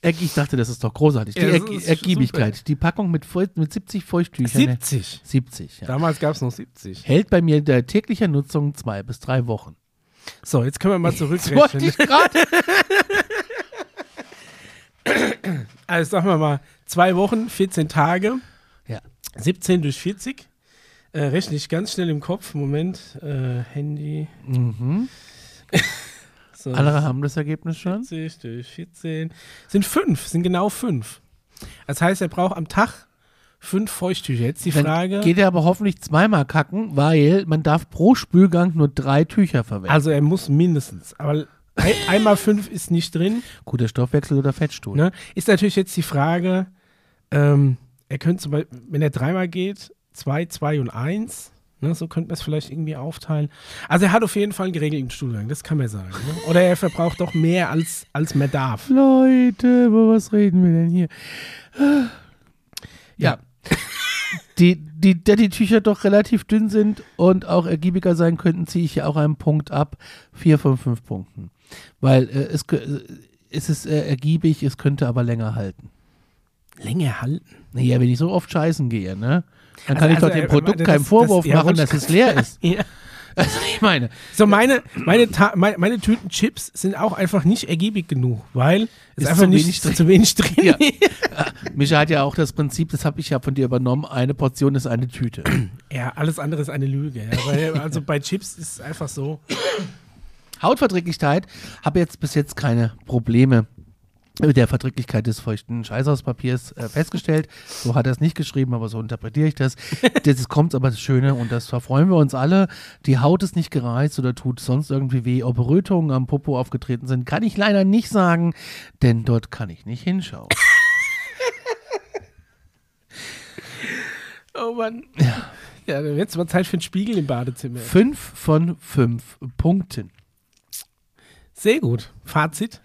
Speaker 2: Erg- Ich dachte, das ist doch großartig. Die
Speaker 1: Ja, das
Speaker 2: Erg-
Speaker 1: ist
Speaker 2: Ergiebigkeit. Die Packung mit, Feu- mit 70 Feuchttüchern.
Speaker 1: 70.
Speaker 2: 70, ja.
Speaker 1: Damals gab es noch 70.
Speaker 2: Hält bei mir der täglicher Nutzung zwei bis drei Wochen.
Speaker 1: So, jetzt können wir mal
Speaker 2: Wollte
Speaker 1: zurückrechnen.
Speaker 2: ich gerade.
Speaker 1: Also sagen wir mal, zwei Wochen, 14 Tage,
Speaker 2: Ja.
Speaker 1: 17 durch 40. Äh, rechne ich ganz schnell im Kopf. Moment, äh, Handy.
Speaker 2: Mhm.
Speaker 1: So,
Speaker 2: Andere haben das Ergebnis schon.
Speaker 1: 40 durch 14. Sind fünf, sind genau fünf. Das heißt, er braucht am Tag fünf Feuchttücher. Jetzt die
Speaker 2: Dann
Speaker 1: Frage.
Speaker 2: geht er aber hoffentlich zweimal kacken, weil man darf pro Spülgang nur drei Tücher verwenden.
Speaker 1: Also er muss mindestens. Aber ein, einmal fünf ist nicht drin.
Speaker 2: Guter Stoffwechsel oder Fettstuhl.
Speaker 1: Also- Ne? Ist natürlich jetzt die Frage, ähm, er könnte zum Beispiel, wenn er dreimal geht, zwei, zwei und eins. Ne, so könnte man es vielleicht irgendwie aufteilen. Also er hat auf jeden Fall einen geregelten Stuhlgang, das kann man sagen. Ne? Oder er verbraucht doch mehr, als, als man darf.
Speaker 2: Leute, über was reden wir denn hier? Ja. Die, die, da die Tücher doch relativ dünn sind und auch ergiebiger sein könnten, ziehe ich ja auch einen Punkt ab. Vier von fünf Punkten. Weil äh, es, kö- äh, es ist äh, ergiebig, es könnte aber länger halten.
Speaker 1: Länger halten.
Speaker 2: Naja, wenn ich so oft scheißen gehe, ne? Dann kann
Speaker 1: Also-
Speaker 2: ich doch
Speaker 1: also,
Speaker 2: dem
Speaker 1: äh,
Speaker 2: Produkt
Speaker 1: das-
Speaker 2: keinen
Speaker 1: das-
Speaker 2: Vorwurf
Speaker 1: ja,
Speaker 2: machen,
Speaker 1: wollte ich
Speaker 2: dass es leer ist.
Speaker 1: Ja.
Speaker 2: Also ich meine,
Speaker 1: So, meine, meine, Ta meine, meine Tüten Chips sind auch einfach nicht ergiebig genug, weil es
Speaker 2: Ist
Speaker 1: einfach
Speaker 2: zu
Speaker 1: nicht
Speaker 2: wenig drin.
Speaker 1: zu wenig drin
Speaker 2: Ja.
Speaker 1: ist.
Speaker 2: Micha hat ja auch das Prinzip, das habe ich ja von dir übernommen, eine Portion ist eine Tüte.
Speaker 1: Ja, alles andere ist eine Lüge. Ja. Weil, also bei Chips ist es einfach so.
Speaker 2: Hautverträglichkeit habe jetzt bis jetzt keine Probleme mit der Verträglichkeit des feuchten Scheißhauspapiers äh, festgestellt. So hat er es nicht geschrieben, aber so interpretiere ich das. Das ist- kommt aber das Schöne und das verfreuen wir uns alle. Die Haut ist nicht gereizt oder tut sonst irgendwie weh. Ob Rötungen am Popo aufgetreten sind, kann ich leider nicht sagen, denn dort kann ich nicht hinschauen.
Speaker 1: Oh Mann. Ja, dann wird es mal Zeit für einen Spiegel im Badezimmer.
Speaker 2: Fünf von fünf Punkten.
Speaker 1: Sehr gut. Fazit.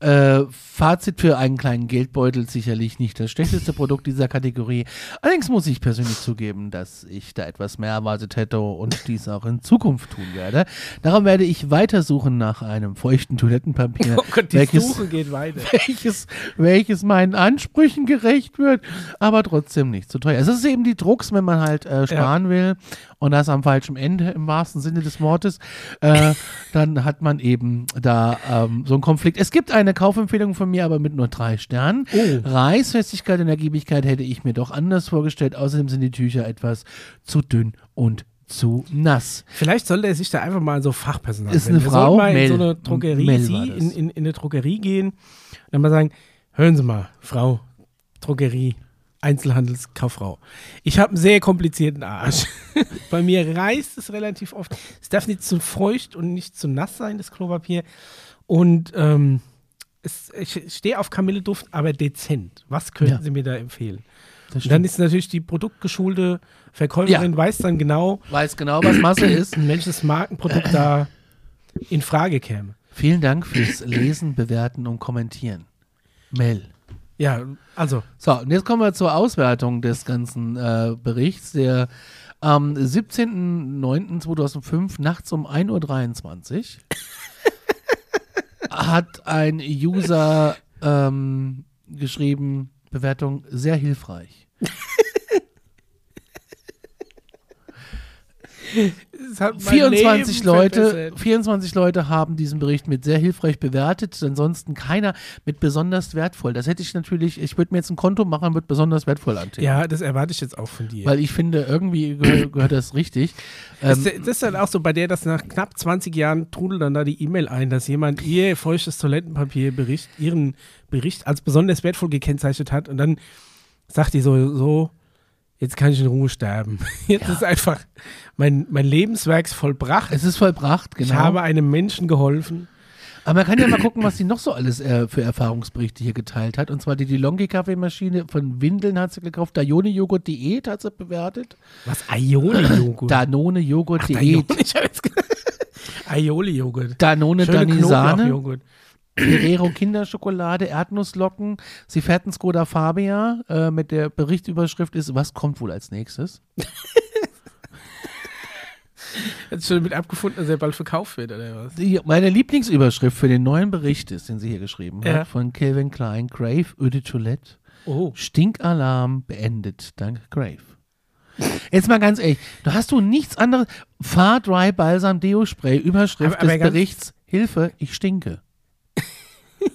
Speaker 2: Äh, Fazit für einen kleinen Geldbeutel sicherlich nicht das schlechteste Produkt dieser Kategorie. Allerdings muss ich persönlich zugeben, dass ich da etwas mehr erwartet hätte und dies auch in Zukunft tun werde. Darum werde ich weitersuchen nach einem feuchten Toilettenpapier,
Speaker 1: Oh Gott, die
Speaker 2: welches,
Speaker 1: Suche geht weiter.
Speaker 2: welches, welches meinen Ansprüchen gerecht wird, aber trotzdem nicht zu teuer. Es ist eben die Drucks, wenn man halt äh, sparen will und das am falschen Ende im wahrsten Sinne des Wortes, äh, dann hat man eben da ähm, so einen Konflikt. Es gibt eine Kaufempfehlung von mir, aber mit nur drei Sternen.
Speaker 1: Oh.
Speaker 2: Reißfestigkeit und Ergiebigkeit hätte ich mir doch anders vorgestellt. Außerdem sind die Tücher etwas zu dünn und zu nass.
Speaker 1: Vielleicht sollte er sich da einfach mal an so Fachpersonal
Speaker 2: Ist
Speaker 1: wenden.
Speaker 2: eine
Speaker 1: Er
Speaker 2: Frau?
Speaker 1: soll mal in so
Speaker 2: Mel.
Speaker 1: eine Drogerie,
Speaker 2: Mel war
Speaker 1: sie
Speaker 2: das.
Speaker 1: in, in, in eine Drogerie gehen und dann mal sagen, hören Sie mal, Frau, Drogerie, Einzelhandelskauffrau. Ich habe einen sehr komplizierten Arsch. Bei mir reißt es relativ oft. Es darf nicht zu feucht und nicht zu nass sein, das Klopapier. Und ähm, es, ich stehe auf Kamilleduft, aber dezent. Was könnten
Speaker 2: Ja.
Speaker 1: Sie mir da empfehlen?
Speaker 2: Das
Speaker 1: Und dann ist natürlich die produktgeschulte Verkäuferin,
Speaker 2: Ja.
Speaker 1: weiß dann genau,
Speaker 2: Weiß genau, was Masse ist.
Speaker 1: welches Markenprodukt da in Frage käme.
Speaker 2: Vielen Dank fürs Lesen, Bewerten und Kommentieren. Mel.
Speaker 1: Ja, also,
Speaker 2: So, und jetzt kommen wir zur Auswertung des ganzen äh, Berichts. Der am 17.09.2005 nachts um 1.23 Uhr hat ein User ähm, geschrieben, Bewertung sehr hilfreich.
Speaker 1: es hat mein
Speaker 2: 24
Speaker 1: Leben
Speaker 2: Leute,
Speaker 1: verbessert.
Speaker 2: 24 Leute haben diesen Bericht mit sehr hilfreich bewertet, ansonsten keiner mit besonders wertvoll. Das hätte ich natürlich, ich würde mir jetzt ein Konto machen mit besonders wertvoll antippen.
Speaker 1: Ja, das erwarte ich jetzt auch von dir.
Speaker 2: Weil ich finde, irgendwie gehö gehört das richtig.
Speaker 1: Das,
Speaker 2: Ähm,
Speaker 1: das ist dann auch so bei der, dass nach knapp 20 Jahren trudelt dann da die E-Mail ein, dass jemand ihr feuchtes Toilettenpapier Bericht, ihren Bericht als besonders wertvoll gekennzeichnet hat und dann sagt die so, so jetzt kann ich in Ruhe sterben. Jetzt
Speaker 2: Ja.
Speaker 1: ist einfach mein, mein Lebenswerk ist vollbracht.
Speaker 2: es ist vollbracht, genau.
Speaker 1: Ich habe einem Menschen geholfen.
Speaker 2: Aber man kann ja mal gucken, was sie noch so alles äh, für Erfahrungsberichte hier geteilt hat. Und zwar die DeLonghi-Kaffeemaschine von Windeln hat sie gekauft, Danone-Joghurt Diät hat sie bewertet.
Speaker 1: Was? Aioli-Joghurt?
Speaker 2: Danone-Joghurt
Speaker 1: Aioli,
Speaker 2: Diät.
Speaker 1: ich hab jetzt gesagt. Aioli-Joghurt.
Speaker 2: Danone
Speaker 1: Schöne
Speaker 2: Danisane,
Speaker 1: Knoblauchjoghurt.
Speaker 2: Ferrero Kinderschokolade, Erdnusslocken. Sie fährt einen Skoda Fabia äh, mit der Berichtüberschrift ist, was kommt wohl als nächstes?
Speaker 1: Jetzt schon mit abgefunden, dass er bald verkauft wird, oder was?
Speaker 2: Die, meine Lieblingsüberschrift für den neuen Bericht ist, den sie hier geschrieben
Speaker 1: Ja.
Speaker 2: hat, von Calvin Klein, Grave, Eau de Toilette.
Speaker 1: Oh.
Speaker 2: Stinkalarm beendet dank Grave. Jetzt mal ganz ehrlich, du hast du nichts anderes. Far Dry Balsam Deo Spray, Überschrift
Speaker 1: Aber- aber
Speaker 2: des
Speaker 1: ganz-
Speaker 2: Berichts, Hilfe, ich stinke.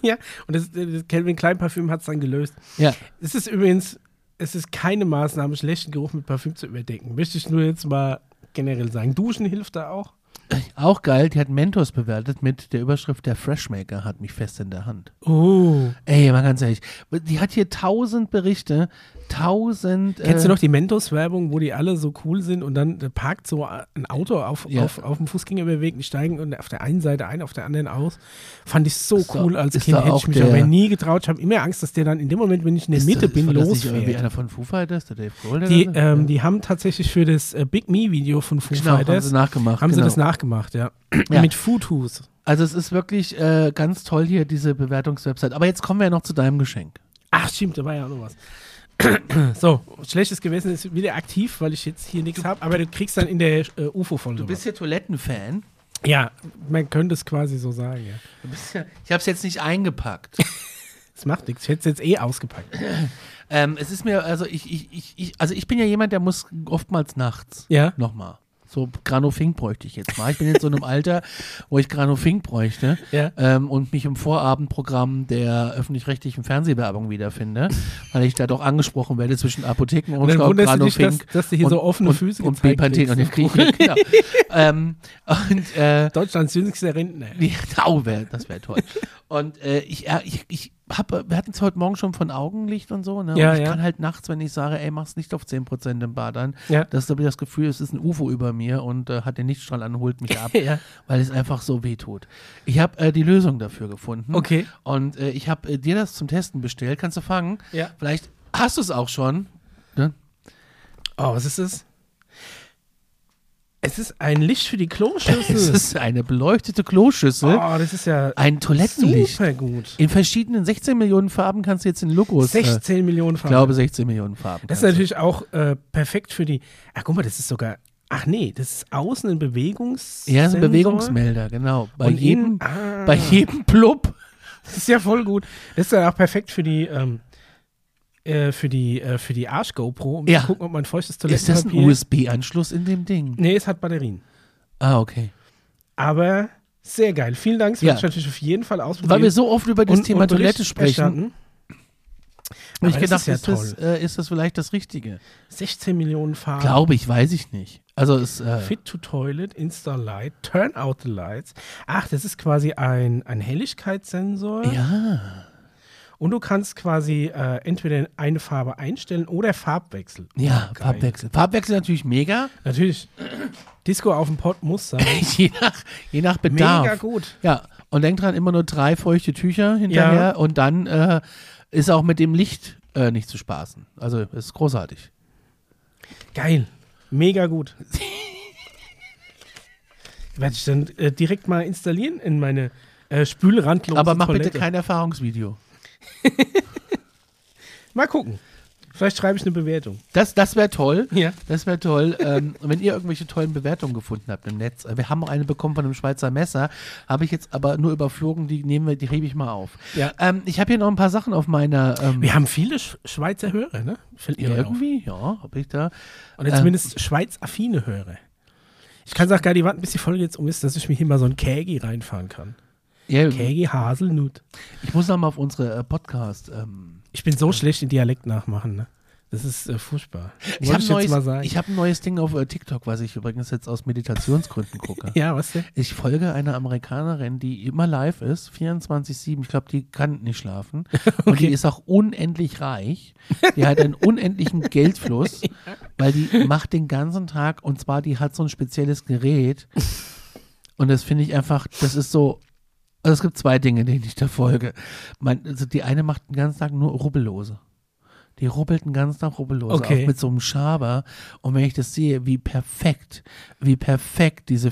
Speaker 1: Ja, und das, äh, das Calvin Klein Parfüm hat es dann gelöst.
Speaker 2: Ja,
Speaker 1: Es ist übrigens, es ist keine Maßnahme, schlechten Geruch mit Parfüm zu überdecken. Möchte ich nur jetzt mal generell sagen. Duschen hilft da auch.
Speaker 2: auch geil, die hat Mentos bewertet mit der Überschrift, der Freshmaker hat mich fest in der Hand.
Speaker 1: Oh.
Speaker 2: Ey, mal ganz ehrlich, die hat hier tausend Berichte, tausend.
Speaker 1: Kennst
Speaker 2: äh,
Speaker 1: du noch die Mentos-Werbung, wo die alle so cool sind und dann äh, parkt so ein Auto auf,
Speaker 2: Ja.
Speaker 1: auf, auf dem Fußgängerüberweg, die steigen und auf der einen Seite ein, auf der anderen aus. Fand ich so
Speaker 2: Ist da-
Speaker 1: cool als
Speaker 2: ist
Speaker 1: Kind,
Speaker 2: da
Speaker 1: hätte
Speaker 2: auch
Speaker 1: ich mich
Speaker 2: der-
Speaker 1: aber nie getraut. Ich habe immer Angst, dass der dann in dem Moment, wenn ich in der
Speaker 2: ist
Speaker 1: Mitte
Speaker 2: das-
Speaker 1: bin,
Speaker 2: war das nicht irgendwie
Speaker 1: losfährt.
Speaker 2: einer von Foo Fighters, der Dave Grohl? der
Speaker 1: Die,
Speaker 2: das-
Speaker 1: ähm, die haben tatsächlich für das äh, Big Me-Video von Foo
Speaker 2: genau, haben
Speaker 1: Fighters
Speaker 2: sie nachgemacht.
Speaker 1: Haben
Speaker 2: genau.
Speaker 1: sie das nachgemacht, ja.
Speaker 2: Ja.
Speaker 1: Mit Futus.
Speaker 2: Also es ist wirklich äh, ganz toll hier, diese Bewertungswebsite. Aber jetzt kommen wir ja noch zu deinem Geschenk.
Speaker 1: Ach, stimmt, da war ja auch noch was. so, schlechtes Gewissen ist wieder aktiv, weil ich jetzt hier nichts habe, aber du kriegst dann in der äh, UFO-Folge.
Speaker 2: Du bist ja Toilettenfan.
Speaker 1: was. Ja, man könnte es quasi so sagen, ja.
Speaker 2: Du bist ja, ich habe es jetzt nicht eingepackt.
Speaker 1: Das macht nichts. Ich hätte es jetzt eh ausgepackt.
Speaker 2: ähm, es ist mir, also ich, ich, ich, ich, also ich bin ja jemand, der muss oftmals nachts
Speaker 1: Ja.
Speaker 2: nochmal. So Granofink bräuchte ich jetzt mal. Ich bin jetzt so in einem Alter, wo ich Granofink bräuchte
Speaker 1: Ja.
Speaker 2: ähm, und mich im Vorabendprogramm der öffentlich-rechtlichen Fernsehwerbung wiederfinde, weil ich da doch angesprochen werde zwischen Apotheken
Speaker 1: Und dann wunderst du dich, dass, dass du hier
Speaker 2: und-
Speaker 1: so offene
Speaker 2: und,
Speaker 1: Füße
Speaker 2: und
Speaker 1: gezeigt
Speaker 2: Bepanthen und den
Speaker 1: kriegst.
Speaker 2: Griechen. genau. ähm, und äh,
Speaker 1: Deutschlands jüngster Rentner.
Speaker 2: nee, au, wär, das wäre toll. Und äh, ich, äh, ich, ich hab, äh, wir hatten es heute Morgen schon von Augenlicht und so. Ne?
Speaker 1: Ja,
Speaker 2: und ich
Speaker 1: ja.
Speaker 2: kann halt nachts, wenn ich sage, ey, mach's nicht auf 10% im Bad an,
Speaker 1: Ja.
Speaker 2: dass da wieder das Gefühl, es ist ein UFO über mir und äh, hat den Lichtstrahl an, holt mich ab,
Speaker 1: Ja.
Speaker 2: weil es einfach so weh tut. Ich habe äh, die Lösung dafür gefunden.
Speaker 1: Okay.
Speaker 2: Und äh, ich habe äh, dir das zum Testen bestellt. Kannst du fangen?
Speaker 1: Ja.
Speaker 2: Vielleicht hast du es auch schon. Ne?
Speaker 1: Oh, was ist das? Es ist ein Licht für die Kloschüssel.
Speaker 2: Es ist eine beleuchtete Kloschüssel.
Speaker 1: oh, das ist ja
Speaker 2: Ein Toilettenlicht.
Speaker 1: super gut.
Speaker 2: In verschiedenen 16 Millionen Farben kannst du jetzt den Lookos. Äh,
Speaker 1: 16 Millionen
Speaker 2: ich
Speaker 1: Farben.
Speaker 2: glaube 16 Millionen Farben.
Speaker 1: Das ist
Speaker 2: kannst du-
Speaker 1: natürlich auch äh, perfekt für die. Ach, guck mal, das ist sogar. Ach nee, das ist außen ein Bewegungs.
Speaker 2: Ja, ist ein
Speaker 1: Sensor.
Speaker 2: Bewegungsmelder, genau. Bei
Speaker 1: Und
Speaker 2: jedem,
Speaker 1: innen- ah.
Speaker 2: bei jedem Blub.
Speaker 1: Das ist ja voll gut. Das ist dann auch perfekt für die. Ähm, äh, für die, äh, für die Arsch-GoPro, um
Speaker 2: Ja.
Speaker 1: zu gucken, ob man feuchtes
Speaker 2: Ist das ein
Speaker 1: Toilettenpapier...
Speaker 2: USB-Anschluss in dem Ding?
Speaker 1: Nee, es hat Batterien.
Speaker 2: Ah, okay.
Speaker 1: Aber sehr geil. Vielen Dank, das werde
Speaker 2: Ja.
Speaker 1: ich natürlich auf jeden Fall ausprobieren.
Speaker 2: Weil wir so oft über das
Speaker 1: Und-
Speaker 2: Thema
Speaker 1: und
Speaker 2: Toilette
Speaker 1: Bericht
Speaker 2: sprechen,
Speaker 1: erstatten.
Speaker 2: habe ich
Speaker 1: Aber
Speaker 2: gedacht,
Speaker 1: das
Speaker 2: ist,
Speaker 1: ist ja
Speaker 2: das, äh, ist das vielleicht das Richtige?
Speaker 1: 16 Millionen Farben.
Speaker 2: Glaube ich, weiß ich nicht. Also es, äh,
Speaker 1: Fit to Toilet, Insta Light, Turn out the lights. Ach, das ist quasi ein, ein Helligkeitssensor.
Speaker 2: ja,
Speaker 1: Und du kannst quasi äh, entweder eine Farbe einstellen oder Farbwechsel.
Speaker 2: ja,
Speaker 1: Geil.
Speaker 2: Farbwechsel. Farbwechsel natürlich mega,
Speaker 1: Natürlich, Disco auf dem Pott muss sein.
Speaker 2: je nach, je nach Bedarf.
Speaker 1: Mega gut.
Speaker 2: Ja, und denk dran, immer nur drei feuchte Tücher hinterher
Speaker 1: Ja.
Speaker 2: und dann äh, ist auch mit dem Licht äh, nicht zu spaßen. Also ist großartig.
Speaker 1: Geil. Mega gut. Werde ich dann äh, direkt mal installieren in meine äh, spülrandlose
Speaker 2: Aber mach bitte
Speaker 1: Toilette.
Speaker 2: kein Erfahrungsvideo.
Speaker 1: Mal gucken. Vielleicht schreibe ich eine Bewertung.
Speaker 2: Das, das wäre toll.
Speaker 1: Ja.
Speaker 2: Das wäre toll, ähm, wenn ihr irgendwelche tollen Bewertungen gefunden habt im Netz. äh, Wir haben auch eine bekommen von einem Schweizer Messer, habe ich jetzt aber nur überflogen, die nehmen wir, die hebe ich mal auf.
Speaker 1: Ja.
Speaker 2: Ähm, ich habe hier noch ein paar Sachen auf meiner ähm,
Speaker 1: Wir haben viele Sch Schweizer Hörer, ne? Fällt mir auf. Ähm.
Speaker 2: irgendwie, ja, habe ich da.
Speaker 1: Oder zumindest schweiz-affine Hörer. Ich kann es auch gar nicht warten, bis die Folge jetzt um ist, dass ich mir hier mal so einen Kägi reinfahren kann.
Speaker 2: Ja,
Speaker 1: Kägi Haselnut.
Speaker 2: Ich muss nochmal auf unsere äh, Podcast. Ähm,
Speaker 1: Ich bin so schlecht in Dialekt nachmachen, ne? Das ist äh, furchtbar.
Speaker 2: ich
Speaker 1: Wollte
Speaker 2: habe
Speaker 1: jetzt mal
Speaker 2: neues,
Speaker 1: sagen.
Speaker 2: ich hab ein neues Ding auf äh, TikTok, was ich übrigens jetzt aus Meditationsgründen gucke.
Speaker 1: ja, was denn?
Speaker 2: Ich folge einer Amerikanerin, die immer live ist, 24-7. Ich glaube, die kann nicht schlafen. Und die ist auch unendlich reich. Die hat einen unendlichen Geldfluss, weil die macht den ganzen Tag und zwar, die hat so ein spezielles Gerät. Und das finde ich einfach, das ist so. Also es gibt zwei Dinge, denen ich da folge. Man, also die eine macht den ganzen Tag nur Rubbellose. Die rubbelt den ganzen Tag rubbellose,
Speaker 1: Okay.
Speaker 2: auch mit so einem Schaber. Und wenn ich das sehe, wie perfekt, wie perfekt diese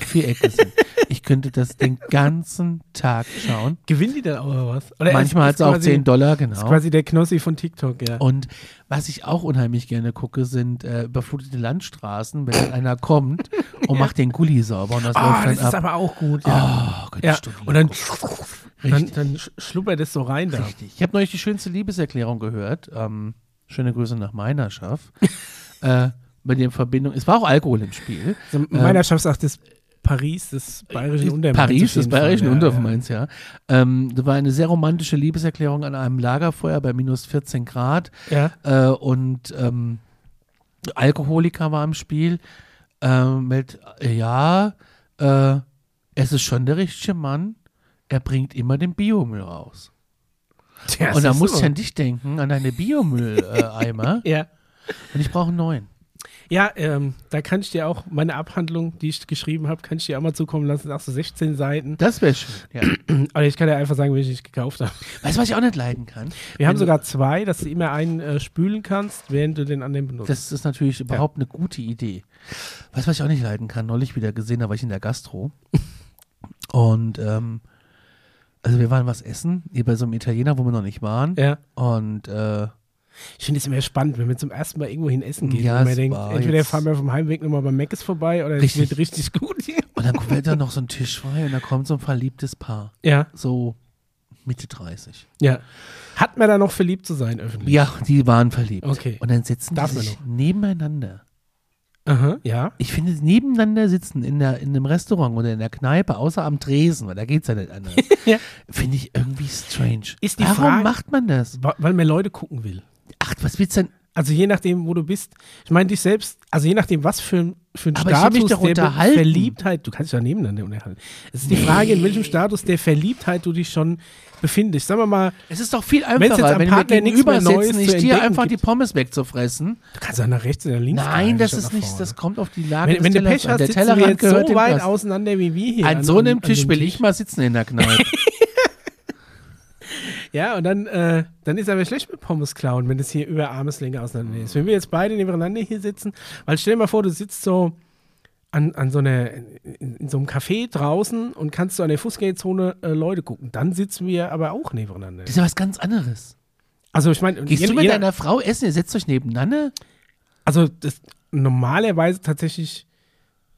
Speaker 2: Vierecke sind. ich könnte das den ganzen Tag schauen.
Speaker 1: Gewinnt die dann auch mal was? Oder
Speaker 2: Manchmal hat
Speaker 1: ist-
Speaker 2: es auch
Speaker 1: ist quasi-
Speaker 2: 10 Dollar,
Speaker 1: Ist
Speaker 2: genau. Oh,
Speaker 1: quasi der Knossi von TikTok, ja.
Speaker 2: Und was ich auch unheimlich gerne gucke, sind äh, überflutete Landstraßen, wenn dann einer kommt und macht den Gulli sauber. Und das
Speaker 1: Ah,
Speaker 2: läuft dann
Speaker 1: das ist
Speaker 2: ab.
Speaker 1: aber auch gut, ja.
Speaker 2: oh, Gott,
Speaker 1: Ah, ja.
Speaker 2: Studio.
Speaker 1: Und dann, dann,
Speaker 2: Richtig.
Speaker 1: dann sch- schluppert das so rein da.
Speaker 2: Richtig. Ich habe neulich die schönste Liebeserklärung gehört. Ähm, schöne Grüße nach meiner Schaff. äh, bei der Verbindung, es war auch Alkohol im Spiel.
Speaker 1: Also meiner schafft auch das Paris des bayerischen Untermains.
Speaker 2: Äh, Paris, des bayerischen
Speaker 1: ja,
Speaker 2: Untervermeins, ja. Ähm, das war eine sehr romantische Liebeserklärung an einem Lagerfeuer bei minus 14 Grad.
Speaker 1: Ja.
Speaker 2: Äh, und ähm, Alkoholiker war im Spiel. ähm, mit, äh, ja, äh, es ist schon der richtige Mann. Er bringt immer den Biomüll raus.
Speaker 1: Tja,
Speaker 2: und da
Speaker 1: siehst
Speaker 2: musst
Speaker 1: du.
Speaker 2: du an dich denken, an deine Biomülleimer.
Speaker 1: ja.
Speaker 2: und ich brauche einen neuen.
Speaker 1: Ja, ähm, da kann ich dir auch meine Abhandlung, die ich geschrieben habe, kann ich dir auch mal zukommen lassen. Das sind auch so 16 Seiten.
Speaker 2: Das wäre schön. Ja.
Speaker 1: Aber ich kann dir einfach sagen, welche ich gekauft habe.
Speaker 2: Weißt du, was ich auch nicht leiden kann?
Speaker 1: Wir haben
Speaker 2: Wenn-
Speaker 1: sogar zwei, dass du immer einen äh, spülen kannst, während du den anderen benutzt.
Speaker 2: Das ist natürlich überhaupt eine gute Idee. Weißt du, was ich auch nicht leiden kann? Neulich wieder gesehen, da war ich in der Gastro. Und ähm, also wir waren was essen, hier bei so einem Italiener, wo wir noch nicht waren.
Speaker 1: ja.
Speaker 2: Und äh,
Speaker 1: Ich finde es immer spannend, wenn wir zum ersten Mal irgendwo hin essen gehen.
Speaker 2: Ja,
Speaker 1: und man
Speaker 2: es
Speaker 1: denkt,
Speaker 2: war
Speaker 1: entweder
Speaker 2: jetzt-
Speaker 1: fahren wir vom Heimweg nochmal beim Meckes vorbei oder es
Speaker 2: Richtig.
Speaker 1: wird richtig gut.
Speaker 2: und dann fällt da noch so ein Tisch frei und da kommt so ein verliebtes Paar.
Speaker 1: ja,
Speaker 2: So Mitte 30.
Speaker 1: ja. Hat man da noch verliebt zu sein öffentlich?
Speaker 2: Ja, die waren verliebt.
Speaker 1: Okay.
Speaker 2: Und dann sitzen
Speaker 1: Darf
Speaker 2: die
Speaker 1: man
Speaker 2: sich
Speaker 1: noch?
Speaker 2: nebeneinander.
Speaker 1: Aha, ja.
Speaker 2: Ich finde, nebeneinander sitzen in, der, in einem Restaurant oder in der Kneipe, außer am Tresen, weil da geht es ja nicht anders,
Speaker 1: Ja.
Speaker 2: finde ich irgendwie strange.
Speaker 1: Ist die
Speaker 2: Warum
Speaker 1: Frage-
Speaker 2: macht man das?
Speaker 1: Wa- Weil man Leute gucken will.
Speaker 2: Ach, was willst du denn?
Speaker 1: Also je nachdem, wo du bist. Ich meine, dich selbst, also je nachdem, was für, ein- für ein
Speaker 2: Aber ich hab
Speaker 1: Status
Speaker 2: mich doch
Speaker 1: der Be-
Speaker 2: unterhalten.
Speaker 1: Verliebtheit, du kannst dich ja nebeneinander unterhalten. Es ist die Frage, in welchem Status der Verliebtheit du dich schon befindest. Sagen wir mal,
Speaker 2: Es ist doch viel
Speaker 1: jetzt am
Speaker 2: einfacher, wenn wir
Speaker 1: Partner nichts
Speaker 2: gegenüber
Speaker 1: mehr Neues
Speaker 2: sitzen,
Speaker 1: zu
Speaker 2: ich dir
Speaker 1: entdecken
Speaker 2: einfach
Speaker 1: gibt.
Speaker 2: die Pommes wegzufressen.
Speaker 1: du kannst ja nach rechts oder links.
Speaker 2: Nein,
Speaker 1: gehen,
Speaker 2: das
Speaker 1: statt
Speaker 2: ist
Speaker 1: nach
Speaker 2: nichts,
Speaker 1: vorne.
Speaker 2: das kommt auf die Lage
Speaker 1: Wenn,
Speaker 2: des
Speaker 1: wenn du
Speaker 2: Tellerrands
Speaker 1: Pech hast,
Speaker 2: an. Der
Speaker 1: sitzen wir
Speaker 2: Tellerrand
Speaker 1: jetzt
Speaker 2: gehört
Speaker 1: so
Speaker 2: dem
Speaker 1: weit also
Speaker 2: Gast.
Speaker 1: auseinander wie wir hier.
Speaker 2: An so einem Tisch will ich mal sitzen in der Kneipe.
Speaker 1: Ja, und dann, äh, dann ist aber schlecht mit Pommes klauen, wenn das hier über Armeslänge auseinander ist. Wenn wir jetzt beide nebeneinander hier sitzen, weil stell dir mal vor, du sitzt so an, an so einer, in, in so einem Café draußen und kannst so an der Fußgängerzone äh, Leute gucken. Dann sitzen wir aber auch nebeneinander.
Speaker 2: Das ist ja was ganz anderes.
Speaker 1: Also ich meine,
Speaker 2: Gehst
Speaker 1: je-
Speaker 2: du mit
Speaker 1: jeder-
Speaker 2: deiner Frau essen, ihr setzt euch nebeneinander?
Speaker 1: also das, normalerweise tatsächlich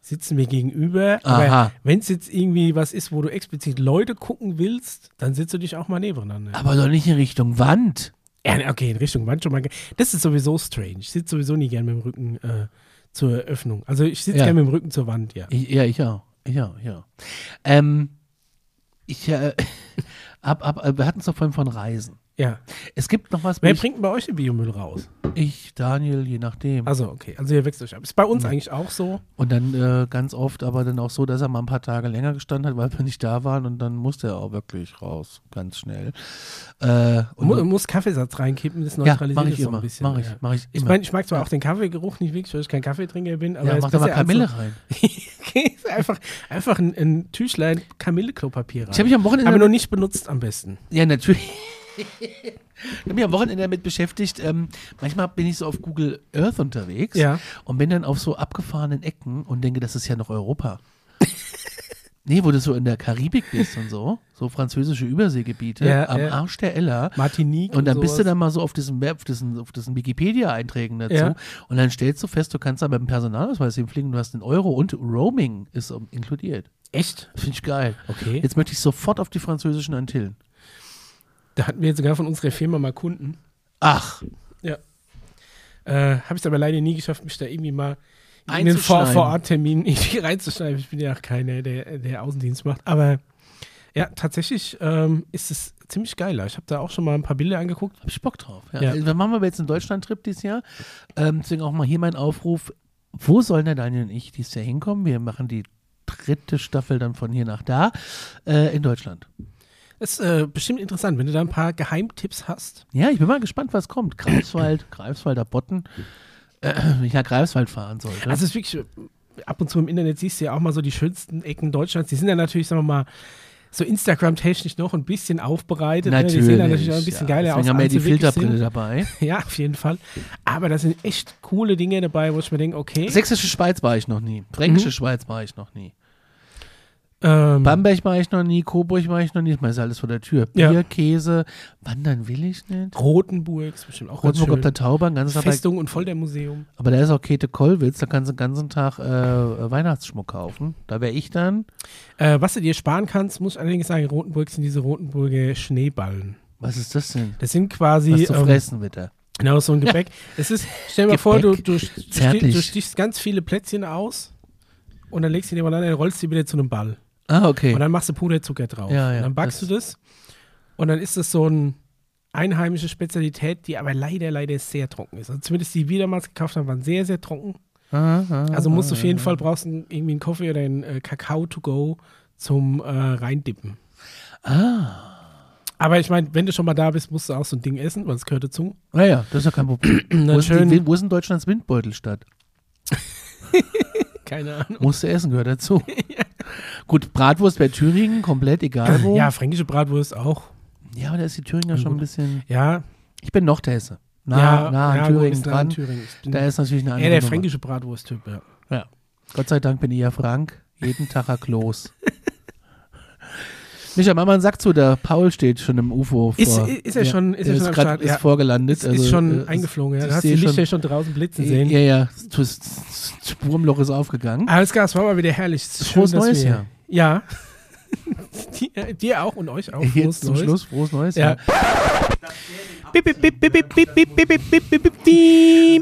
Speaker 1: sitzen wir gegenüber, aber
Speaker 2: Aha.
Speaker 1: wenn es jetzt irgendwie was ist, wo du explizit Leute gucken willst, dann sitzt du dich auch mal nebeneinander.
Speaker 2: Aber doch nicht in Richtung Wand.
Speaker 1: Ja, ne, okay, in Richtung Wand schon mal. ge- Das ist sowieso strange. Ich sitze sowieso nie gern mit dem Rücken äh, zur Öffnung. Also ich sitze
Speaker 2: Ja.
Speaker 1: gern mit dem Rücken zur Wand, ja.
Speaker 2: Ich, ja, ich auch. Ja, ja. Ähm, ich äh, ab, ab, äh, wir hatten es doch vorhin von Reisen.
Speaker 1: ja.
Speaker 2: Es gibt noch was,
Speaker 1: Wer
Speaker 2: mich-
Speaker 1: bringt denn bei euch den Biomüll raus?
Speaker 2: ich, Daniel, je nachdem.
Speaker 1: Also, okay. Also ihr wächst euch ab. Ist bei uns eigentlich auch so.
Speaker 2: Und dann äh, ganz oft aber dann auch so, dass er mal ein paar Tage länger gestanden hat, weil wir nicht da waren und dann musste er auch wirklich raus, ganz schnell. Äh, und
Speaker 1: Mu muss Kaffeesatz reinkippen, das
Speaker 2: ja,
Speaker 1: neutralisiert
Speaker 2: mache
Speaker 1: das
Speaker 2: ich
Speaker 1: so ein
Speaker 2: immer,
Speaker 1: bisschen.
Speaker 2: mache ich,
Speaker 1: ja.
Speaker 2: mach ich
Speaker 1: Ich
Speaker 2: immer.
Speaker 1: meine, ich mag zwar auch den Kaffeegeruch nicht wirklich, weil ich kein Kaffeetrinker bin, aber
Speaker 2: ja,
Speaker 1: es
Speaker 2: mach
Speaker 1: ist
Speaker 2: da mal
Speaker 1: besser als
Speaker 2: Kamille
Speaker 1: so-
Speaker 2: rein.
Speaker 1: Okay, ist einfach, einfach ein, ein Tüchlein Kamille-Klopapier rein.
Speaker 2: Ich habe mich am Wochenende
Speaker 1: aber noch nicht benutzt am besten.
Speaker 2: Ja, natürlich. ich habe mich am Wochenende damit beschäftigt. Ähm, manchmal bin ich so auf Google Earth unterwegs
Speaker 1: Ja.
Speaker 2: und bin dann auf so abgefahrenen Ecken und denke, das ist ja noch Europa. Nee, wo du so in der Karibik bist und so, so französische Überseegebiete,
Speaker 1: Ja,
Speaker 2: am
Speaker 1: ja.
Speaker 2: Arsch der Ella.
Speaker 1: Martinique.
Speaker 2: Und dann bist du
Speaker 1: sowas.
Speaker 2: dann mal so auf diesen, Web- auf diesen, auf diesen Wikipedia-Einträgen dazu.
Speaker 1: Ja.
Speaker 2: Und dann stellst du fest, du kannst da mit dem Personalausweis hinfliegen, du hast einen Euro und Roaming ist um, inkludiert.
Speaker 1: Echt?
Speaker 2: Finde ich geil.
Speaker 1: Okay.
Speaker 2: Jetzt möchte ich sofort auf die französischen Antillen.
Speaker 1: Da hatten wir jetzt sogar von unserer Firma mal Kunden.
Speaker 2: Ach,
Speaker 1: Äh, Habe ich es aber leider nie geschafft, mich da irgendwie mal in den Vor
Speaker 2: Einzuschneiden.
Speaker 1: Vor-Ort-Termin irgendwie reinzuschreiben. Ich bin ja auch keiner, der, der Außendienst macht. Aber ja, tatsächlich ähm, ist es ziemlich geiler. Ich habe da auch schon mal ein paar Bilder angeguckt.
Speaker 2: Hab ich Bock drauf. Ja.
Speaker 1: Ja.
Speaker 2: Also, Dann machen wir aber jetzt einen Deutschland-Trip dieses Jahr. Ähm, deswegen auch mal hier mein Aufruf. Wo sollen der Daniel und ich dieses Jahr hinkommen? Wir machen die dritte Staffel dann von hier nach da äh, in Deutschland.
Speaker 1: Das ist äh, bestimmt interessant, wenn du da ein paar Geheimtipps hast.
Speaker 2: Ja, ich bin mal gespannt, was kommt. Greifswald, Greifswalder Botten. Äh, wenn ich nach Greifswald fahren sollte.
Speaker 1: Also es ist wirklich, äh, ab und zu im Internet siehst du ja auch mal so die schönsten Ecken Deutschlands. Die sind ja natürlich, sagen wir mal, so Instagram-technisch noch ein bisschen aufbereitet. Ne? Die sehen ja natürlich auch ein bisschen
Speaker 2: ja.
Speaker 1: geiler
Speaker 2: Deswegen
Speaker 1: aus.
Speaker 2: haben wir
Speaker 1: als
Speaker 2: die
Speaker 1: sie wirklich
Speaker 2: Filterbrille
Speaker 1: sind.
Speaker 2: dabei.
Speaker 1: Ja, auf jeden Fall. Aber da sind echt coole Dinge dabei, wo ich mir denke, okay.
Speaker 2: Sächsische Schweiz war ich noch nie. Fränkische
Speaker 1: Hm? Mhm.
Speaker 2: Schweiz war ich noch nie.
Speaker 1: Ähm,
Speaker 2: Bamberg war ich noch nie. Coburg war ich noch nie. Ich meine, ist ja alles vor der Tür. Bier,
Speaker 1: Ja.
Speaker 2: Käse. Wandern will ich nicht.
Speaker 1: Rotenburg ist bestimmt auch ganz
Speaker 2: Rotenburg ob
Speaker 1: schön.
Speaker 2: der Tauber, ein ganzes Tag.
Speaker 1: Festung und Foltermuseum.
Speaker 2: Aber da ist auch Käthe Kollwitz, da kannst du den ganzen Tag äh, Weihnachtsschmuck kaufen. Da wäre ich dann.
Speaker 1: Äh, was du dir sparen kannst, muss ich allerdings sagen, in Rotenburg sind diese Rotenburger Schneeballen.
Speaker 2: Was ist das denn?
Speaker 1: Das sind quasi
Speaker 2: Was zu
Speaker 1: ähm,
Speaker 2: fressen, bitte.
Speaker 1: genau so ein Gebäck. Es ist, stell dir mal vor, du,
Speaker 2: Gebäck.
Speaker 1: du, sti-
Speaker 2: Zärtlich.
Speaker 1: du stichst ganz viele Plätzchen aus und dann legst du die nebeneinander und rollst die wieder zu einem Ball.
Speaker 2: Ah,
Speaker 1: Und
Speaker 2: okay.
Speaker 1: dann machst du Puderzucker drauf.
Speaker 2: Ja, ja,
Speaker 1: und dann backst
Speaker 2: das-
Speaker 1: du das und dann ist das so ein einheimische Spezialität, die aber leider, leider sehr trocken ist. Also zumindest die wir damals gekauft haben, waren sehr, sehr trocken. Also musst du auf
Speaker 2: Ah.
Speaker 1: jeden Fall brauchst du irgendwie einen Kaffee oder einen äh, Kakao to go zum äh, reindippen.
Speaker 2: Ah,
Speaker 1: Aber ich meine, wenn du schon mal da bist, musst du auch so ein Ding essen, weil es gehört dazu.
Speaker 2: naja, das ist ja kein Problem. wo,
Speaker 1: Dann
Speaker 2: ist die,
Speaker 1: schön,
Speaker 2: Wind- wo ist denn Deutschlands Windbeutelstadt?
Speaker 1: keine Ahnung.
Speaker 2: Musst du essen, gehört dazu. Gut, Bratwurst bei Thüringen, komplett egal wo.
Speaker 1: Ja, fränkische Bratwurst auch.
Speaker 2: ja aber da ist die Thüringer schon ein bisschen.
Speaker 1: Ja,
Speaker 2: Ich bin noch der Hesse. Na,
Speaker 1: ja,
Speaker 2: nah an
Speaker 1: ja, gut,
Speaker 2: Thüringen
Speaker 1: ist nah an
Speaker 2: dran.
Speaker 1: Thüringen. Ich bin
Speaker 2: Da ist natürlich eine andere.
Speaker 1: eher der
Speaker 2: Nummer.
Speaker 1: fränkische Bratwurst-Typ, ja.
Speaker 2: Ja. Gott sei Dank bin ich ja Frank. Jeden Tag ein Kloß. Micha, mach mal einen Sack zu, der Paul steht schon im UFO vor.
Speaker 1: Ist- ist er schon- ist er schon am
Speaker 2: grad-
Speaker 1: Start,
Speaker 2: Ist
Speaker 1: ja.
Speaker 2: vorgelandet.
Speaker 1: Ist,
Speaker 2: also,
Speaker 1: ist schon
Speaker 2: äh,
Speaker 1: eingeflogen, ja.
Speaker 2: ich
Speaker 1: Da hast du
Speaker 2: seh
Speaker 1: die Lichter
Speaker 2: schon- Äh,
Speaker 1: schon, draußen blitzen sehen. Ah,
Speaker 2: Ja, ja. Das, das Wurmloch ist aufgegangen.
Speaker 1: Alles klar, es war mal wieder herrlich. Es ist
Speaker 2: Frohes
Speaker 1: schön, dass
Speaker 2: Neues
Speaker 1: wir-
Speaker 2: Jahr.
Speaker 1: Ja. Dir- Dir auch und euch auch. Frohes
Speaker 2: Äh, Jetzt zum
Speaker 1: Neues.
Speaker 2: Schluss, frohes Neues.
Speaker 1: Ja.
Speaker 2: Jahr.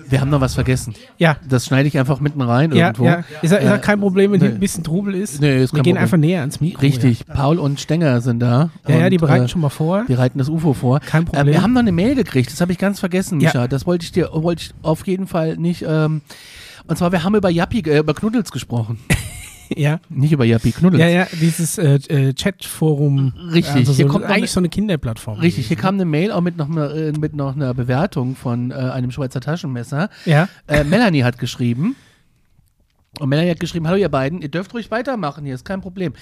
Speaker 2: Wir haben noch was vergessen.
Speaker 1: Ja,
Speaker 2: Das schneide ich einfach mitten rein
Speaker 1: ja,
Speaker 2: irgendwo.
Speaker 1: ja. Ist, ja- ist ja
Speaker 2: Äh,
Speaker 1: kein Problem, wenn hier
Speaker 2: nee.
Speaker 1: ein bisschen Trubel ist.
Speaker 2: Nee, ist
Speaker 1: wir
Speaker 2: kein
Speaker 1: gehen
Speaker 2: Problem.
Speaker 1: einfach näher ans Mikro.
Speaker 2: Richtig, Paul und Stenger sind da.
Speaker 1: Ja, ja, ja
Speaker 2: und,
Speaker 1: die bereiten
Speaker 2: äh,
Speaker 1: schon mal vor.
Speaker 2: Wir reiten das UFO vor.
Speaker 1: Kein Problem.
Speaker 2: Äh, wir haben noch eine Mail gekriegt, das habe ich ganz vergessen,
Speaker 1: Ja.
Speaker 2: Micha. Das wollte ich dir wollte ich auf jeden Fall nicht. Ähm, und zwar, wir haben über Jappi, äh, über Knuddels gesprochen.
Speaker 1: Ja,
Speaker 2: nicht über Jappi, Knuddels.
Speaker 1: ja, ja dieses äh, äh, Chat-Forum.
Speaker 2: Richtig,
Speaker 1: Also so,
Speaker 2: hier kommt eine-
Speaker 1: eigentlich so eine Kinderplattform.
Speaker 2: Richtig, hier kam eine Mail auch mit noch, einer- äh, mit noch einer Bewertung von äh, einem Schweizer Taschenmesser.
Speaker 1: Ja.
Speaker 2: Äh, Melanie hat geschrieben. Und Melanie hat geschrieben, hallo ihr beiden, ihr dürft ruhig weitermachen, hier ist kein Problem.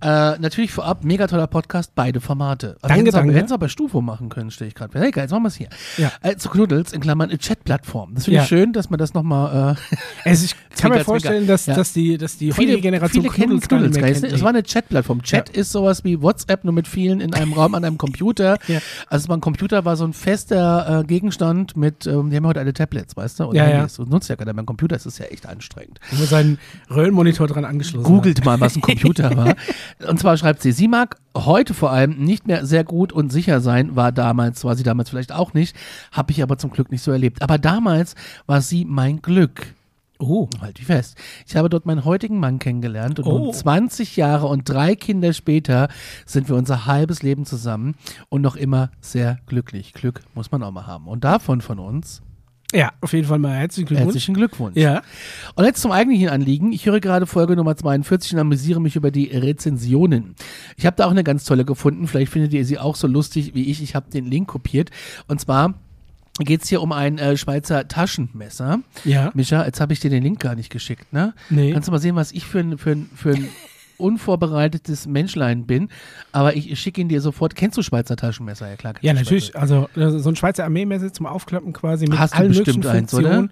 Speaker 2: Äh, natürlich vorab, mega toller Podcast, beide Formate.
Speaker 1: Danke,
Speaker 2: Aber wir hätten's auch-
Speaker 1: danke.
Speaker 2: Wir hätten es auch bei Stufo machen können, stehe ich gerade. Hey, geil, jetzt machen wir es hier.
Speaker 1: Ja.
Speaker 2: Äh, zu Knuddels, in Klammern, eine Chat-Plattform. Das finde
Speaker 1: Ja.
Speaker 2: ich schön, dass man das nochmal... Äh,
Speaker 1: Also ich kann mir
Speaker 2: Zwinker,
Speaker 1: vorstellen,
Speaker 2: Zwinker.
Speaker 1: dass,
Speaker 2: Ja.
Speaker 1: dass die, dass die heutige Generation
Speaker 2: viele kennen
Speaker 1: gar nicht
Speaker 2: Knuddels,
Speaker 1: mehr
Speaker 2: Geist.
Speaker 1: kennt.
Speaker 2: Es war eine Chat-Plattform. Chat ist sowas wie WhatsApp, nur mit vielen in einem Raum an einem Computer.
Speaker 1: Ja.
Speaker 2: Also mein Computer war so ein fester äh, Gegenstand mit, ähm, die haben ja heute alle Tablets, weißt du? Und
Speaker 1: Ja, ja.
Speaker 2: Handys. Und nutzt ja keiner. Mein Computer, das ist ja echt anstrengend.
Speaker 1: nee. Wo sein Röhrenmonitor dran angeschlossen
Speaker 2: Googelt mal, was ein Computer war. Und zwar schreibt sie, sie mag heute vor allem nicht mehr sehr gut und sicher sein, war damals, war sie damals vielleicht auch nicht, habe ich aber zum Glück nicht so erlebt. Aber damals war sie mein Glück. Oh. Halt die fest. Ich habe dort meinen heutigen Mann kennengelernt und nun
Speaker 1: Oh.
Speaker 2: 20 Jahre und drei Kinder später sind wir unser halbes Leben zusammen und noch immer sehr glücklich. Glück muss man auch mal haben. Und davon von uns
Speaker 1: hat. Ja, auf jeden Fall mal herzlichen Glückwunsch.
Speaker 2: herzlichen Glückwunsch.
Speaker 1: Ja.
Speaker 2: Und jetzt zum eigentlichen Anliegen. Ich höre gerade Folge Nummer 42 und amüsiere mich über die Rezensionen. Ich habe da auch eine ganz tolle gefunden. Vielleicht findet ihr sie auch so lustig wie ich. Ich habe den Link kopiert. Und zwar geht es hier um ein äh, Schweizer Taschenmesser.
Speaker 1: Ja.
Speaker 2: Micha, jetzt habe ich dir den Link gar nicht geschickt, ne?
Speaker 1: Nee.
Speaker 2: Kannst du mal sehen, was ich für ein, für ein, für ein unvorbereitetes Menschlein bin. Aber ich schicke ihn dir sofort. Kennst du Schweizer Taschenmesser? Ja, klar. kennst
Speaker 1: Ja,
Speaker 2: du
Speaker 1: natürlich.
Speaker 2: Schweizer.
Speaker 1: Also äh, so ein Schweizer Armeemesser zum Aufklappen quasi mit
Speaker 2: Hast du
Speaker 1: allen
Speaker 2: bestimmt
Speaker 1: möglichen
Speaker 2: eins, oder?
Speaker 1: Funktionen.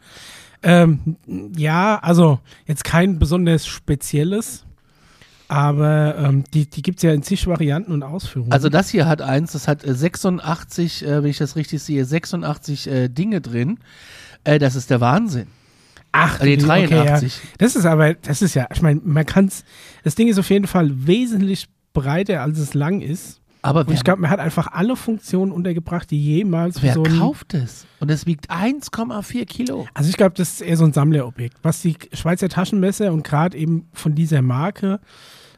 Speaker 1: Ähm, ja, also jetzt kein besonders spezielles. Aber ähm, die, die gibt es ja in zig Varianten und Ausführungen.
Speaker 2: Also das hier hat eins, das hat äh, 86, äh, wenn ich das richtig sehe, 86 äh, Dinge drin. Äh, das ist der Wahnsinn.
Speaker 1: Ach,
Speaker 2: Also die
Speaker 1: okay,
Speaker 2: 83.
Speaker 1: ja. Das ist aber, das ist ja, ich meine, man kann's. Das Ding ist auf jeden Fall wesentlich breiter, als es lang ist.
Speaker 2: Aber
Speaker 1: Und
Speaker 2: wer,
Speaker 1: ich glaube, man hat einfach alle Funktionen untergebracht, die jemals für
Speaker 2: wer
Speaker 1: so ein-
Speaker 2: kauft es? Und es wiegt 1,4 Kilo.
Speaker 1: Also ich glaube, das ist eher so ein Sammlerobjekt. Was die Schweizer Taschenmesser und gerade eben von dieser Marke,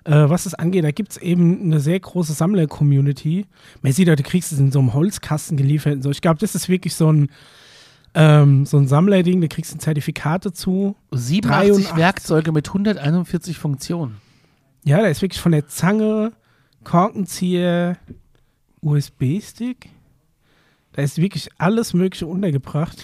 Speaker 1: äh, was das angeht, da gibt es eben eine sehr große Sammler-Community. Man sieht, du kriegst es in so einem Holzkasten geliefert und so. Ich glaube, das ist wirklich so ein, ähm, so ein Sammlerding, da kriegst du ein Zertifikat dazu.
Speaker 2: 87
Speaker 1: 83.
Speaker 2: Werkzeuge mit 141 Funktionen.
Speaker 1: Ja, da ist wirklich von der Zange, Korkenzieher, USB-Stick. Da ist wirklich alles Mögliche untergebracht.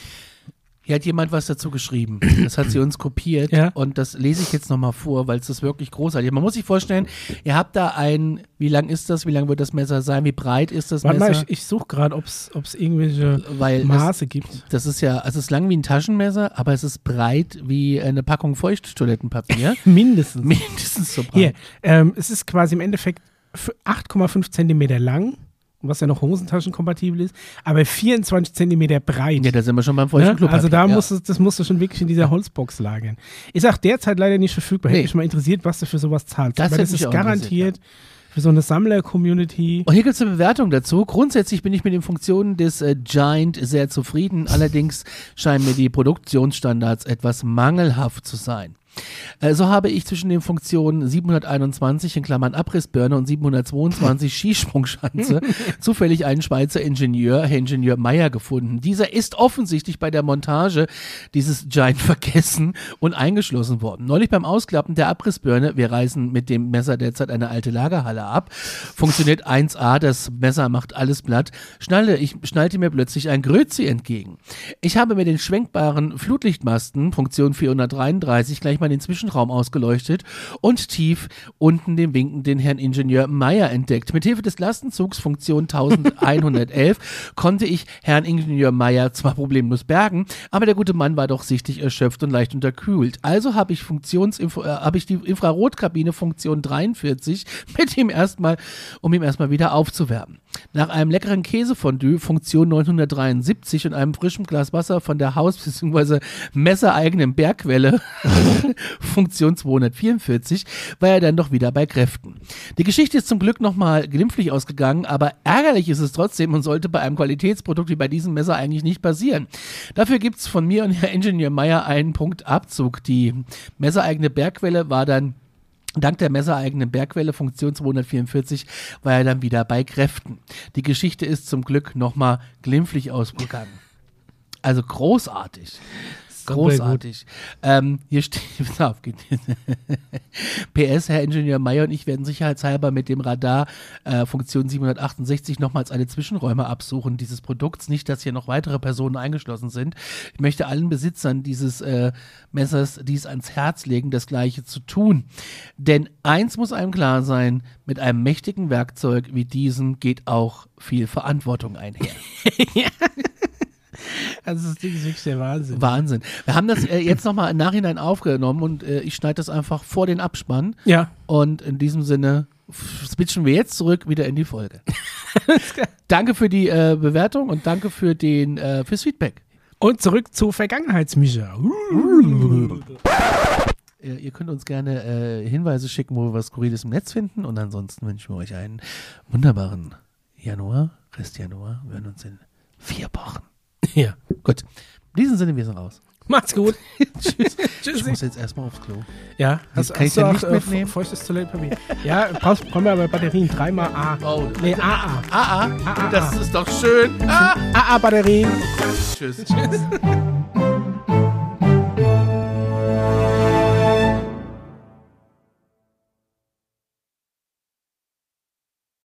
Speaker 2: Hier hat jemand was dazu geschrieben. Das hat sie uns kopiert
Speaker 1: Ja.
Speaker 2: und das lese ich jetzt nochmal vor, weil es ist wirklich großartig. Man muss sich vorstellen, ihr habt da ein, wie lang ist das, wie lang wird das Messer sein, wie breit ist das
Speaker 1: Warte mal,
Speaker 2: Messer?
Speaker 1: ich, ich suche gerade, ob es irgendwelche
Speaker 2: weil Äh, das,
Speaker 1: Maße gibt.
Speaker 2: das ist ja, es ist lang wie ein Taschenmesser, aber es ist breit wie eine Packung Feuchttoilettenpapier.
Speaker 1: Mindestens.
Speaker 2: Mindestens so breit.
Speaker 1: Hier, ähm, es ist quasi im Endeffekt f- 8,5 Zentimeter lang, was ja noch hosentaschenkompatibel ist, aber 24 Zentimeter breit.
Speaker 2: Ja, da sind wir schon beim
Speaker 1: Ne?
Speaker 2: feuchten Klopapier.
Speaker 1: Also da
Speaker 2: ja.
Speaker 1: musst du, das musst du schon wirklich in dieser Holzbox lagern. Ist auch derzeit leider nicht verfügbar. Hätte
Speaker 2: Nee.
Speaker 1: mich mal interessiert, was du für sowas zahlst.
Speaker 2: Das
Speaker 1: aber
Speaker 2: hätte
Speaker 1: das
Speaker 2: mich
Speaker 1: ist
Speaker 2: auch interessiert,
Speaker 1: garantiert für so eine Sammler-Community.
Speaker 2: Und hier gibt es eine Bewertung dazu. Grundsätzlich bin ich mit den Funktionen des äh, Giant sehr zufrieden. Allerdings scheinen mir die Produktionsstandards etwas mangelhaft zu sein. Äh, So habe ich zwischen den Funktionen 721 in Klammern Abrissbirne und 722 Skisprungschanze zufällig einen Schweizer Ingenieur, Herr Ingenieur Meyer, gefunden. Dieser ist offensichtlich bei der Montage dieses Giant vergessen und eingeschlossen worden. Neulich beim Ausklappen der Abrissbirne, wir reißen mit dem Messer derzeit eine alte Lagerhalle ab, funktioniert 1A, das Messer macht alles platt, schnalle, ich schnallte mir plötzlich ein Grözi entgegen. Ich habe mir den schwenkbaren Flutlichtmasten, Funktion 433, gleich mal den Zwischenraum ausgeleuchtet und tief unten den winkenden Herrn Ingenieur Meyer entdeckt. Mithilfe des Lastenzugs, Funktion 1111, konnte ich Herrn Ingenieur Meyer zwar problemlos bergen, aber der gute Mann war doch sichtlich erschöpft und leicht unterkühlt. Also habe ich, Funktionsinfo äh, habe ich die Infrarotkabine Funktion 43 mit ihm erstmal, um ihm erstmal wieder aufzuwärmen. Nach einem leckeren Käsefondue, Funktion 973 und einem frischen Glas Wasser von der Haus- bzw. messereigenen Bergquelle, Funktion 244, war er dann doch wieder bei Kräften. Die Geschichte ist zum Glück nochmal glimpflich ausgegangen, aber ärgerlich ist es trotzdem und sollte bei einem Qualitätsprodukt wie bei diesem Messer eigentlich nicht passieren. Dafür gibt's von mir und Herr Ingenieur Meyer einen Punkt Abzug. Die messereigene Bergquelle war dann Dank der messereigenen Bergwelle Funktion 244 war er dann wieder bei Kräften. Die Geschichte ist zum Glück nochmal glimpflich ausgegangen. Also großartig. Großartig. Ähm, hier steht, pass auf, geht- PS, Herr Ingenieur Meyer und ich werden sicherheitshalber mit dem Radar äh, Funktion 768 nochmals alle Zwischenräume absuchen dieses Produkts. Nicht, dass hier noch weitere Personen eingeschlossen sind. Ich möchte allen Besitzern dieses äh, Messers dies ans Herz legen, das Gleiche zu tun. Denn eins muss einem klar sein, mit einem mächtigen Werkzeug wie diesem geht auch viel Verantwortung einher.
Speaker 1: Also das Ding ist wirklich der Wahnsinn.
Speaker 2: Wahnsinn. Wir haben das äh, jetzt nochmal im Nachhinein aufgenommen und äh, ich schneide das einfach vor den Abspann.
Speaker 1: Ja,
Speaker 2: Und in diesem Sinne f- switchen wir jetzt zurück wieder in die Folge. danke für die äh, Bewertung und danke für den, äh, fürs Feedback.
Speaker 1: und zurück zu Vergangenheitsmischer.
Speaker 2: Uh. Ihr, ihr könnt uns gerne äh, Hinweise schicken, wo wir was Skurriles im Netz finden. Und ansonsten wünschen wir euch einen wunderbaren Januar, Rest Januar. Wir hören uns in vier Wochen.
Speaker 1: Ja.
Speaker 2: Gut. In diesem Sinne, wir sind raus.
Speaker 1: Macht's gut.
Speaker 2: Tschüss. Ich
Speaker 1: Tschüssi.
Speaker 2: muss jetzt erstmal aufs Klo.
Speaker 1: Ja,
Speaker 2: Das kann ich ja
Speaker 1: auch,
Speaker 2: nicht
Speaker 1: äh,
Speaker 2: mitnehmen.
Speaker 1: Feuchtes Toilettenpapier. ja, brauchst, brauchen wir aber Batterien. Dreimal A.
Speaker 2: Oh,
Speaker 1: Nee, AA.
Speaker 2: ah, ah,
Speaker 1: ah,
Speaker 2: das
Speaker 1: ah.
Speaker 2: ist doch schön. Ah.
Speaker 1: AA-Batterien.
Speaker 2: Tschüss. Tschüss.